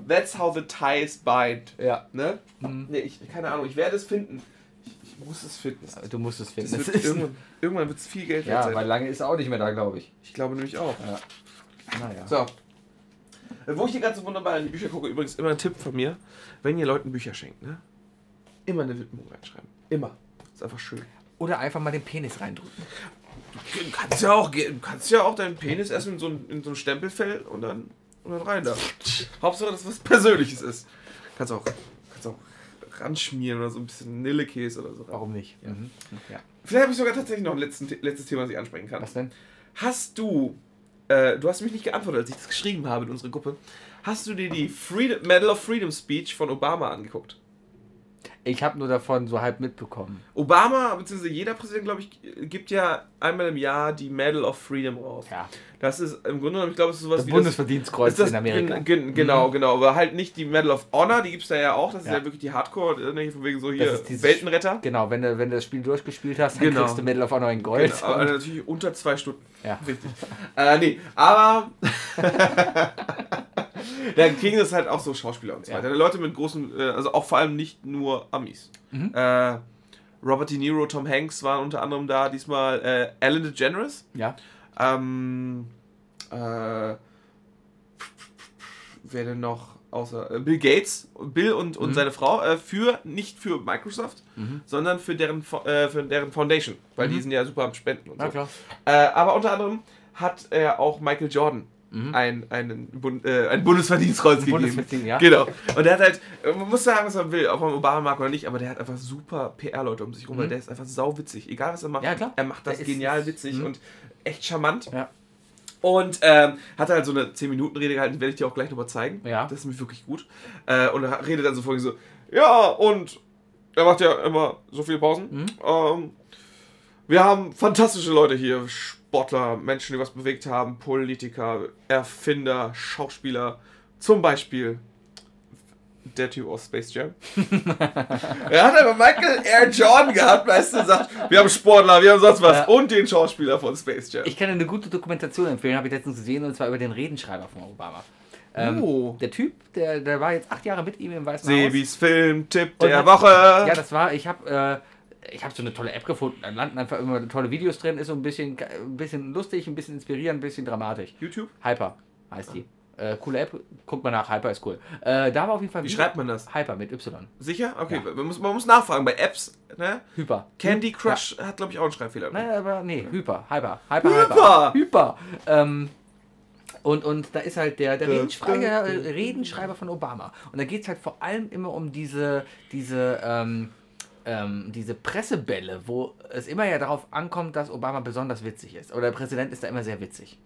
Speaker 2: that's how the ties bind.
Speaker 1: ja.
Speaker 2: Ne?
Speaker 1: Mhm.
Speaker 2: Nee, ich, keine Ahnung, ich werde es finden. Ich, ich muss es finden.
Speaker 1: Du musst es finden.
Speaker 2: Das
Speaker 1: Das
Speaker 2: wird,
Speaker 1: ist-
Speaker 2: irgendwann irgendwann wird es viel Geld wert
Speaker 1: ja,
Speaker 2: sein.
Speaker 1: weil lange ist er auch nicht mehr da, glaube ich.
Speaker 2: Ich glaube nämlich auch.
Speaker 1: Naja.
Speaker 2: So. Äh, Wo ich hier ganz wunderbar in die Bücher gucke, übrigens immer ein Tipp von mir, wenn ihr Leuten Bücher schenkt, ne? Immer eine Widmung reinschreiben. Immer. Ist einfach schön.
Speaker 1: Oder einfach mal den Penis reindrücken.
Speaker 2: Du kannst ja auch, ge- du kannst ja auch deinen Penis erst in so ein, in so ein Stempelfell und dann, und dann rein da. Hauptsache, dass was Persönliches ist. Kannst auch, kannst auch ranschmieren oder so ein bisschen Nillekäse oder so. rein.
Speaker 1: Warum nicht? Mhm. Ja.
Speaker 2: Vielleicht habe ich sogar tatsächlich noch ein letzten, letztes Thema, was ich ansprechen kann.
Speaker 1: Was denn?
Speaker 2: Hast du äh, du hast mich nicht geantwortet, als ich das geschrieben habe in unsere Gruppe. Hast du dir die Freedom, Medal of Freedom Speech von Obama angeguckt?
Speaker 1: Ich habe nur davon so halb mitbekommen.
Speaker 2: Obama, beziehungsweise jeder Präsident, glaube ich, gibt ja einmal im Jahr die Medal of Freedom raus.
Speaker 1: Ja.
Speaker 2: Das ist im Grunde genommen, ich glaube, es ist sowas
Speaker 1: Das
Speaker 2: wie das,
Speaker 1: Bundesverdienstkreuz
Speaker 2: ist das
Speaker 1: in Amerika. Mhm.
Speaker 2: gen- genau, genau. Aber halt nicht die Medal of Honor, die gibt es da ja auch. Das ist
Speaker 1: Ja.
Speaker 2: ja wirklich die Hardcore, ne, von wegen so hier
Speaker 1: ist dieses-
Speaker 2: Weltenretter.
Speaker 1: Genau, wenn du, wenn du das Spiel durchgespielt hast, dann
Speaker 2: Genau.
Speaker 1: kriegst du Medal of Honor in Gold.
Speaker 2: Genau, aber natürlich unter zwei Stunden.
Speaker 1: Ja.
Speaker 2: Richtig. äh, nee, aber. da kriegen das halt auch so Schauspieler und so
Speaker 1: Ja.
Speaker 2: weiter. Leute mit großen, äh, also auch vor allem nicht nur Amis.
Speaker 1: Mhm.
Speaker 2: Äh, Robert De Niro, Tom Hanks waren unter anderem da, diesmal äh, Ellen DeGeneres.
Speaker 1: Ja.
Speaker 2: Ähm, äh, wer denn noch? Außer äh, Bill Gates, Bill und,
Speaker 1: Mhm.
Speaker 2: und seine Frau, äh, für nicht für Microsoft, sondern für deren, Fo- äh, für deren Foundation, weil die sind ja super am Spenden und so.
Speaker 1: Mhm. Na klar.
Speaker 2: Äh, aber unter anderem hat äh, auch Michael Jordan
Speaker 1: Mhm.
Speaker 2: ein, einen Bund, äh, ein Bundesverdienstkreuz gegeben.
Speaker 1: Bundesverdienst, ja.
Speaker 2: Genau. Und der hat halt, äh, man muss sagen, was man will, ob man Obama mag oder nicht, aber der hat einfach super PR-Leute um sich rum, weil der ist einfach sauwitzig. Egal was er macht,
Speaker 1: Mhm. Ja, klar.
Speaker 2: er macht das
Speaker 1: Der ist-
Speaker 2: genial
Speaker 1: ist-
Speaker 2: witzig
Speaker 1: mhm.
Speaker 2: und echt charmant.
Speaker 1: Ja.
Speaker 2: Und ähm, hat halt so eine 10-Minuten-Rede gehalten, die werde ich dir auch gleich nochmal zeigen.
Speaker 1: Ja.
Speaker 2: Das ist mir wirklich gut. Äh, und er redet dann so vorhin so, ja, und er macht ja immer so viele Pausen.
Speaker 1: Mhm.
Speaker 2: Ähm, wir haben fantastische Leute hier. Sportler, Menschen, die was bewegt haben, Politiker, Erfinder, Schauspieler. Zum Beispiel der Typ aus Space Jam. er hat aber Michael R. Jordan gehabt, weißt du, und sagt, wir haben Sportler, wir haben sonst was.
Speaker 1: Ja.
Speaker 2: Und den Schauspieler von Space Jam.
Speaker 1: Ich kann dir eine gute Dokumentation empfehlen, habe ich letztens gesehen, und zwar über den Redenschreiber von Obama. Ähm,
Speaker 2: Oh.
Speaker 1: Der Typ, der, der war jetzt acht Jahre mit ihm im Weißen Haus.
Speaker 2: Sebis Filmtipp
Speaker 1: Und
Speaker 2: der
Speaker 1: hat-
Speaker 2: Woche.
Speaker 1: Ja, das war, ich habe äh, ich habe so eine tolle App gefunden. Da landen einfach immer tolle Videos drin, ist so ein bisschen, ein bisschen lustig, ein bisschen inspirierend, ein bisschen dramatisch.
Speaker 2: YouTube?
Speaker 1: Hyper heißt die. Äh, coole App, guckt mal nach, Hyper ist cool. Äh, da war auf jeden Fall.
Speaker 2: Wie schreibt man das?
Speaker 1: Hyper mit Y.
Speaker 2: Sicher? Okay, man, muss, man muss nachfragen. Bei Apps, ne?
Speaker 1: Hyper.
Speaker 2: Candy Crush hat, glaube ich, auch einen Schreibfehler.
Speaker 1: Nein, Äh, aber nee, Hyper, Hyper, Hyper, Hyper.
Speaker 2: Hyper!
Speaker 1: Hyper. Ähm, und, und da ist halt der, der
Speaker 2: Da,
Speaker 1: Redenschreiber, äh,
Speaker 2: da, da.
Speaker 1: Redenschreiber von Obama. Und da geht es halt vor allem immer um diese, diese, ähm, ähm, diese Pressebälle, wo es immer ja darauf ankommt, dass Obama besonders witzig ist. Oder der Präsident ist da immer sehr witzig.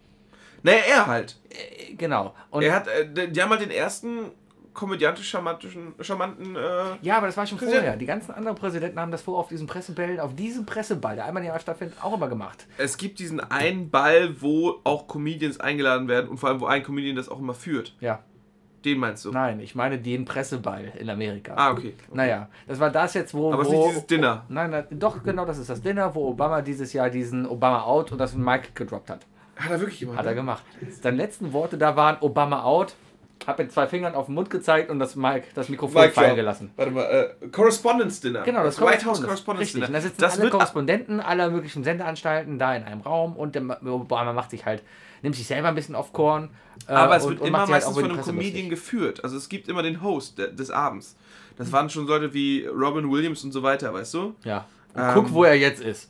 Speaker 2: Naja, er halt.
Speaker 1: Äh, genau. Und
Speaker 2: Er hat, äh, die die haben halt den ersten komödiantisch-charmantischen, charmanten, äh,
Speaker 1: Ja, aber das war schon
Speaker 2: Präsident.
Speaker 1: vorher. Die ganzen anderen Präsidenten haben das vor auf diesen Pressebällen, auf diesem Presseball, der einmal im Jahr stattfindet, auch immer gemacht.
Speaker 2: es gibt diesen einen Ball, wo auch Comedians eingeladen werden und vor allem, wo ein Comedian das auch immer führt.
Speaker 1: Ja,
Speaker 2: Den meinst du?
Speaker 1: nein, ich meine den Presseball in Amerika.
Speaker 2: Ah, okay.
Speaker 1: Naja, das war das jetzt, wo.
Speaker 2: Aber es ist
Speaker 1: wo,
Speaker 2: nicht dieses Dinner.
Speaker 1: Nein, nein, doch, genau, das ist das Dinner, wo Obama dieses Jahr diesen Obama Out und das Mike gedroppt hat.
Speaker 2: Hat er wirklich gemacht?
Speaker 1: Hat er
Speaker 2: ne?
Speaker 1: gemacht. Seine letzten Worte da waren Obama Out, hab mit zwei Fingern auf den Mund gezeigt und das Mike, das Mikrofon
Speaker 2: Mike
Speaker 1: fallen
Speaker 2: Job.
Speaker 1: gelassen.
Speaker 2: Warte mal, äh, Correspondence Dinner.
Speaker 1: Genau, das
Speaker 2: White House
Speaker 1: Correspondence.
Speaker 2: Correspondence
Speaker 1: Richtig,
Speaker 2: Dinner.
Speaker 1: und da sitzen
Speaker 2: das
Speaker 1: alle
Speaker 2: wird
Speaker 1: Korrespondenten aller möglichen Sendeanstalten da in einem Raum und der Ma- Obama macht sich halt, nimmt sich selber ein bisschen auf Korn. äh,
Speaker 2: Aber es
Speaker 1: und-
Speaker 2: wird
Speaker 1: und
Speaker 2: immer
Speaker 1: macht sich halt auch
Speaker 2: meistens
Speaker 1: über
Speaker 2: von
Speaker 1: die
Speaker 2: einem
Speaker 1: Presse lustig.
Speaker 2: Comedian geführt. Also es gibt immer den Host de des Abends. Das waren schon Leute wie Robin Williams und so weiter, weißt du?
Speaker 1: Ja. Und
Speaker 2: Ähm.
Speaker 1: guck, wo er jetzt ist.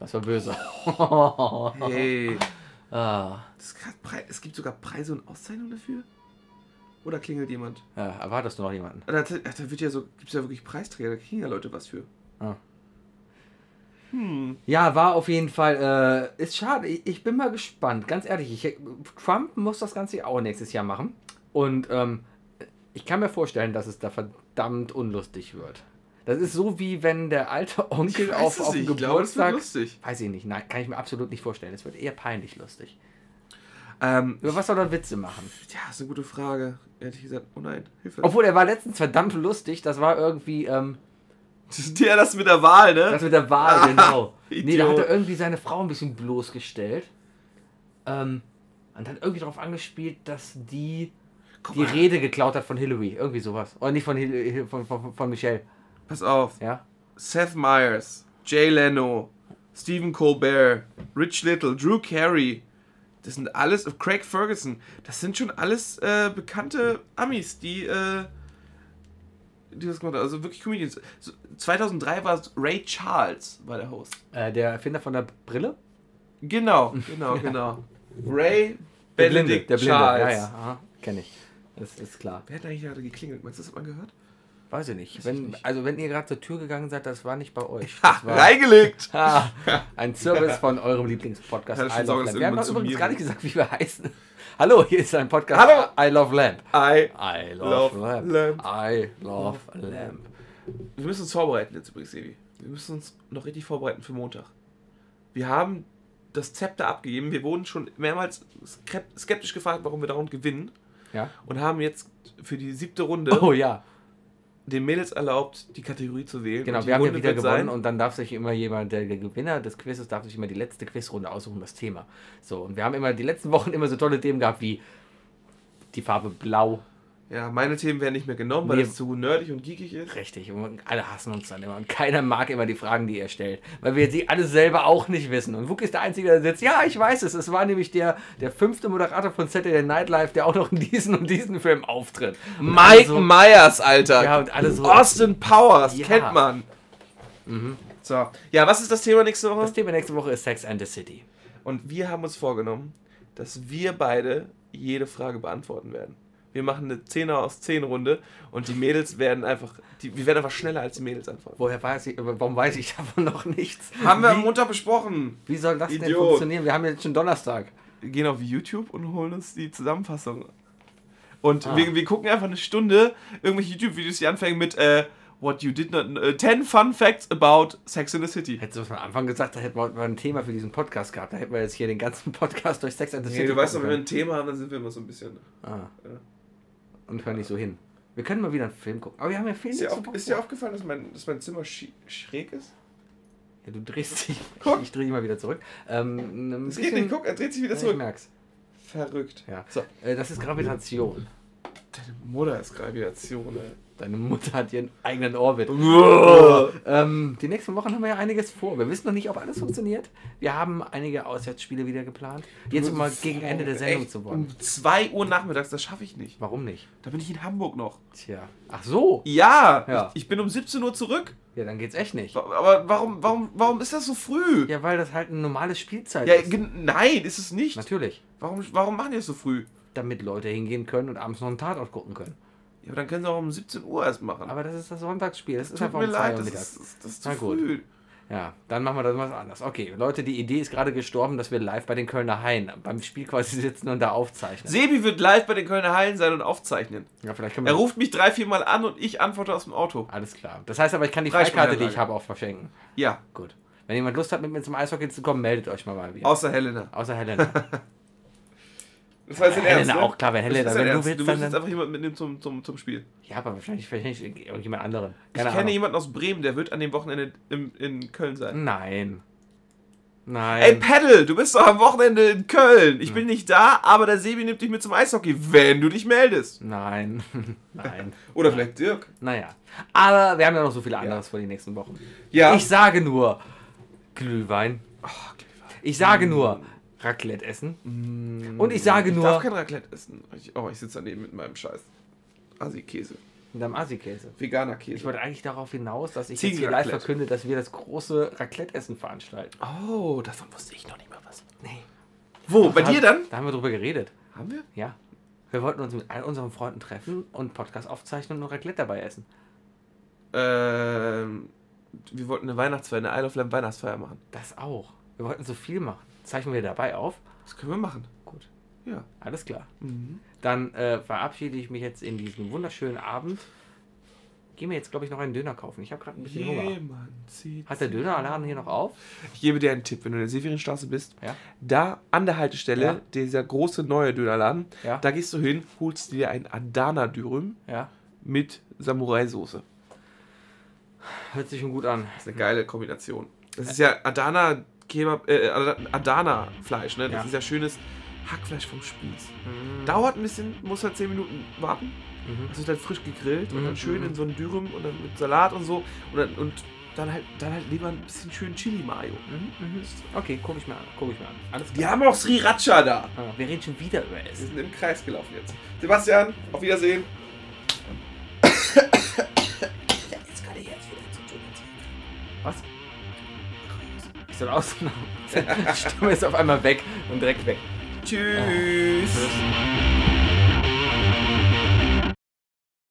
Speaker 1: Das war böse.
Speaker 2: Hey.
Speaker 1: ah,
Speaker 2: Das hat Pre es gibt sogar Preise und Auszeichnungen dafür? Oder klingelt jemand? Ah,
Speaker 1: ja, erwartest du noch jemanden?
Speaker 2: Da, da da wird ja so, gibt es ja wirklich Preisträger, da kriegen ja Leute was für.
Speaker 1: Ah.
Speaker 2: Hm.
Speaker 1: Ja, war auf jeden Fall, äh, ist schade. Ich, ich bin mal gespannt, ganz ehrlich. Ich, Trump muss das Ganze auch nächstes Jahr machen. Und ähm, ich kann mir vorstellen, dass es da verdammt unlustig wird. Das ist so wie wenn der alte Onkel
Speaker 2: weiß
Speaker 1: auf,
Speaker 2: es
Speaker 1: auf dem
Speaker 2: nicht. Ich glaube, das wird
Speaker 1: Geburtstag.
Speaker 2: lustig.
Speaker 1: Weiß ich nicht, nein, kann ich mir absolut nicht vorstellen. Es wird eher peinlich lustig.
Speaker 2: Ähm,
Speaker 1: Über was soll er Witze machen?
Speaker 2: ja, ist eine gute Frage. Ehrlich gesagt, oh nein, Hilfe.
Speaker 1: Obwohl er war letztens verdammt lustig, das war irgendwie, ähm,
Speaker 2: ja, das mit der Wahl, ne?
Speaker 1: das mit der Wahl, genau. Nee, da hat
Speaker 2: Idiot.
Speaker 1: er irgendwie seine Frau ein bisschen bloßgestellt. Ähm, und hat irgendwie darauf angespielt, dass die
Speaker 2: Guck
Speaker 1: die
Speaker 2: mal,
Speaker 1: Rede geklaut hat von Hillary, irgendwie sowas. Oder nicht von, Hil Hil- von, von, von Michelle,
Speaker 2: Pass auf.
Speaker 1: ja?
Speaker 2: Seth Meyers, Jay Leno, Stephen Colbert, Rich Little, Drew Carey. Das sind alles, äh, Craig Ferguson, das sind schon alles äh, bekannte Amis, die, äh, die das gemacht haben. Also wirklich Comedians. So, 2003 war es Ray Charles, war der Host.
Speaker 1: Äh, der Erfinder von der Brille?
Speaker 2: Genau, genau, genau. Ray
Speaker 1: Der Blinde,
Speaker 2: Benedict
Speaker 1: der Blinde,
Speaker 2: Charles.
Speaker 1: ja, ja, aha, kenne ich. Das ist klar.
Speaker 2: Wer hat eigentlich gerade geklingelt? Meinst du, das hat man gehört?
Speaker 1: Weiß ich nicht. Wenn, Also wenn ihr gerade zur Tür gegangen seid, das war nicht bei euch.
Speaker 2: Ha,
Speaker 1: Das war
Speaker 2: reingelegt!
Speaker 1: ha, ein Service von eurem Lieblingspodcast.
Speaker 2: Kann ich schon
Speaker 1: I Love
Speaker 2: sagen, dass
Speaker 1: Lamp. Wir haben
Speaker 2: irgendwann
Speaker 1: noch
Speaker 2: zu
Speaker 1: übrigens
Speaker 2: mir
Speaker 1: gar nicht
Speaker 2: wird.
Speaker 1: gesagt, wie wir heißen. Hallo, hier ist ein Podcast.
Speaker 2: Hallo.
Speaker 1: I Love Lamp.
Speaker 2: Ei.
Speaker 1: I love,
Speaker 2: Love
Speaker 1: lamp.
Speaker 2: Lamp.
Speaker 1: I love Lamp.
Speaker 2: Wir müssen uns vorbereiten jetzt übrigens, Evi. Wir müssen uns noch richtig vorbereiten für Montag. Wir haben das Zepter abgegeben. Wir wurden schon mehrmals skrep- skeptisch gefragt, warum wir dauernd gewinnen.
Speaker 1: Ja.
Speaker 2: Und haben jetzt für die siebte Runde
Speaker 1: Oh ja,
Speaker 2: den Mädels erlaubt, die Kategorie zu wählen.
Speaker 1: genau.
Speaker 2: Und die
Speaker 1: Wir haben ja
Speaker 2: Runde
Speaker 1: wieder
Speaker 2: wird
Speaker 1: gewonnen und dann darf sich immer jemand, der, der Gewinner des Quizzes, darf sich immer die letzte Quizrunde aussuchen, das Thema. So, und wir haben immer die letzten Wochen immer so tolle Themen gehabt wie die Farbe Blau.
Speaker 2: Ja, meine Themen werden nicht mehr genommen, weil
Speaker 1: Nee.
Speaker 2: es zu nerdig und geekig ist.
Speaker 1: Richtig, und alle hassen uns dann immer und keiner mag immer die Fragen, die er stellt, weil wir sie alle selber auch nicht wissen. Und Wuck ist der Einzige, der sitzt, ja, ich weiß es, es war nämlich der, der fünfte Moderator von Saturday Night Live, der auch noch in diesen und diesen Film auftritt. Also, Und alle so-
Speaker 2: Myers, Alter.
Speaker 1: Ja, und alle so-
Speaker 2: Also- Austin Powers,
Speaker 1: Ja.
Speaker 2: kennt man.
Speaker 1: Mhm.
Speaker 2: So. Ja, was ist das Thema nächste Woche?
Speaker 1: Das Thema nächste Woche ist Sex and the City.
Speaker 2: Und wir haben uns vorgenommen, dass wir beide jede Frage beantworten werden. Wir machen eine 10er aus 10 Runde und die Mädels werden einfach, die, wir werden einfach schneller als die Mädels antworten.
Speaker 1: Woher weiß ich, warum weiß ich davon noch nichts?
Speaker 2: Haben wir am
Speaker 1: wie,
Speaker 2: Montag besprochen.
Speaker 1: wie soll das denn
Speaker 2: Idiot.
Speaker 1: funktionieren? Wir haben jetzt schon Donnerstag.
Speaker 2: Wir gehen auf YouTube und holen uns die Zusammenfassung. Und
Speaker 1: Ah.
Speaker 2: wir, wir gucken einfach eine Stunde irgendwelche YouTube-Videos, die anfangen mit äh, What you did not äh, 10 Fun Facts about Sex in the City.
Speaker 1: Hättest du es am Anfang gesagt, da hätten wir heute mal ein Thema für diesen Podcast gehabt. Da hätten wir jetzt hier den ganzen Podcast durch Sex and the City. gucken können.
Speaker 2: ein Thema haben, dann sind wir immer so ein bisschen.
Speaker 1: Ah.
Speaker 2: Ja.
Speaker 1: Und hören nicht so hin. Wir können mal wieder einen Film gucken. Aber wir haben ja viel nichts zu gucken.
Speaker 2: aufgefallen, dass mein, dass mein Zimmer schräg ist?
Speaker 1: ja, du drehst dich.
Speaker 2: Guck.
Speaker 1: Ich drehe dich mal wieder zurück. Ähm, ein
Speaker 2: Es geht
Speaker 1: bisschen-
Speaker 2: nicht, guck, er dreht sich
Speaker 1: Ja,
Speaker 2: wieder
Speaker 1: ich
Speaker 2: zurück.
Speaker 1: merk's.
Speaker 2: Verrückt.
Speaker 1: Ja.
Speaker 2: So.
Speaker 1: Äh, das ist Gravitation.
Speaker 2: Deine Mutter ist Gravitation, ey.
Speaker 1: Deine Mutter hat ihren eigenen Orbit.
Speaker 2: Oh.
Speaker 1: Ähm, die nächsten Wochen haben wir ja einiges vor. Wir wissen noch nicht, ob alles funktioniert. Wir haben einige Auswärtsspiele wieder geplant. Jetzt um mal gegen Ende der Sendung
Speaker 2: Echt,
Speaker 1: zu wollen.
Speaker 2: Um 2 Uhr nachmittags, das schaffe ich nicht.
Speaker 1: Warum nicht?
Speaker 2: Da bin ich in Hamburg noch.
Speaker 1: Tja. Ach so.
Speaker 2: Ja,
Speaker 1: Ja.
Speaker 2: Ich, ich bin um 17 Uhr zurück.
Speaker 1: Ja, dann geht's echt nicht.
Speaker 2: Wa- Aber warum, warum, warum ist das so früh?
Speaker 1: Ja, weil das halt eine normale Spielzeit
Speaker 2: Ja,
Speaker 1: ist.
Speaker 2: gen- nein, ist es nicht.
Speaker 1: Natürlich.
Speaker 2: Warum, warum machen die das so früh?
Speaker 1: Damit Leute hingehen können und abends noch einen Tatort gucken können.
Speaker 2: Ja, aber dann können sie auch um 17 Uhr erst machen.
Speaker 1: Aber das ist das Sonntagsspiel. Das, ist
Speaker 2: Tut
Speaker 1: einfach
Speaker 2: mir
Speaker 1: um zwei
Speaker 2: leid,
Speaker 1: Uhr
Speaker 2: das
Speaker 1: mittags.
Speaker 2: ist, das ist zu
Speaker 1: Na gut.
Speaker 2: früh.
Speaker 1: Ja, dann machen wir das mal anders. Okay, Leute, die Idee ist gerade gestorben, dass wir live bei den Kölner Haien beim Spiel quasi sitzen und da aufzeichnen.
Speaker 2: Sebi wird live bei den Kölner Hallen sein und aufzeichnen.
Speaker 1: ja, vielleicht können
Speaker 2: Er
Speaker 1: wir.
Speaker 2: ruft mich drei, vier Mal an und ich antworte aus dem Auto.
Speaker 1: Alles klar. Das heißt aber, ich kann die Freikarte,
Speaker 2: Freisprechanlage.
Speaker 1: die ich habe, auch verschenken.
Speaker 2: Ja,
Speaker 1: Gut. Wenn jemand Lust hat, mit mir zum Eishockey zu kommen, meldet euch mal, mal wieder.
Speaker 2: außer Helena.
Speaker 1: Außer Helena.
Speaker 2: Das war jetzt
Speaker 1: Helena auch, klar, wenn Helena-
Speaker 2: ne? das ist
Speaker 1: wenn
Speaker 2: dein
Speaker 1: du
Speaker 2: Ernst.
Speaker 1: willst,
Speaker 2: du
Speaker 1: dann-
Speaker 2: willst jetzt einfach jemanden mitnehmen zum, zum, zum Spiel.
Speaker 1: ja, aber wahrscheinlich, wahrscheinlich irgendjemand anderen.
Speaker 2: Ich
Speaker 1: Keine
Speaker 2: kenne
Speaker 1: Ahnung. Hm.
Speaker 2: jemanden aus Bremen, der wird an dem Wochenende im, in Köln sein.
Speaker 1: Nein. Nein.
Speaker 2: Ey, Paddle, du bist doch am Wochenende in Köln.
Speaker 1: Hm.
Speaker 2: Ich bin nicht da, aber der Sebi nimmt dich mit zum Eishockey, wenn du dich meldest.
Speaker 1: Nein. Nein.
Speaker 2: Oder vielleicht Dirk.
Speaker 1: Naja. Aber wir haben ja noch so viel anderes vor die nächsten Wochen.
Speaker 2: Ja.
Speaker 1: Ich sage nur Glühwein.
Speaker 2: Ach, Glühwein. Mm.
Speaker 1: Ich sage nur Raclette essen. Und ich sage
Speaker 2: ich darf
Speaker 1: nur
Speaker 2: kein Raclette essen. Ich, oh, ich sitze daneben mit meinem Scheiß. Asi-Käse.
Speaker 1: mit einem Assi-Käse.
Speaker 2: Veganer
Speaker 1: Ich
Speaker 2: Käse.
Speaker 1: wollte eigentlich darauf hinaus, dass ich jetzt hier live
Speaker 2: Ziegenraclette.
Speaker 1: verkünde, dass wir das große Raclette-Essen veranstalten.
Speaker 2: Oh, davon wusste ich noch nicht mal was.
Speaker 1: Nee.
Speaker 2: Wo? Bei dir dann?
Speaker 1: Da haben wir drüber geredet.
Speaker 2: Haben wir?
Speaker 1: Ja. Wir wollten uns mit all unseren Freunden treffen und Podcast aufzeichnen und Raclette dabei essen.
Speaker 2: Ähm, wir wollten eine Weihnachtsfeier, eine Isle of Lamb Weihnachtsfeier machen.
Speaker 1: Das auch. Wir wollten so viel machen. Zeichnen wir dabei auf.
Speaker 2: Das können wir machen.
Speaker 1: Gut.
Speaker 2: Ja.
Speaker 1: Alles klar.
Speaker 2: Mhm.
Speaker 1: Dann äh, verabschiede ich mich jetzt in diesen wunderschönen Abend. Geh mir jetzt, glaube ich, noch einen Döner kaufen. Ich habe gerade ein bisschen Hunger.
Speaker 2: Jemand zieht
Speaker 1: Hat der Dönerladen hier noch auf?
Speaker 2: Ich gebe dir einen Tipp, wenn du in der Severinstraße bist,
Speaker 1: Ja.
Speaker 2: da an der Haltestelle,
Speaker 1: Ja.
Speaker 2: dieser große neue Dönerladen,
Speaker 1: Ja.
Speaker 2: da gehst du hin, holst dir ein Adana Dürüm
Speaker 1: Ja.
Speaker 2: mit Samurai-Soße.
Speaker 1: Hört sich schon gut an.
Speaker 2: Das ist eine geile Kombination. Das ist ja Adana Kebab, äh, Adana Fleisch, ne? Das
Speaker 1: Ja.
Speaker 2: ist ja schönes Hackfleisch vom Spieß. Dauert ein bisschen, muss halt 10 Minuten warten.
Speaker 1: Mhm.
Speaker 2: Das wird halt frisch gegrillt und dann
Speaker 1: Mhm,
Speaker 2: schön
Speaker 1: mhm.
Speaker 2: in so einen Dürüm und dann mit Salat und so. Und dann, und dann halt dann halt lieber ein bisschen schön Chili Mayo.
Speaker 1: Mhm, mhm. Okay, guck ich mir an. Guck ich mir an. Alles
Speaker 2: Die haben auch Sriracha da.
Speaker 1: Ah, Wir reden schon wieder über
Speaker 2: Wir
Speaker 1: Essen.
Speaker 2: sind im Kreis gelaufen jetzt. Sebastian, auf Wiedersehen.
Speaker 1: Was? Ich soll ausgenommen. Die Stimme ist auf einmal weg und direkt weg.
Speaker 2: Tschüss.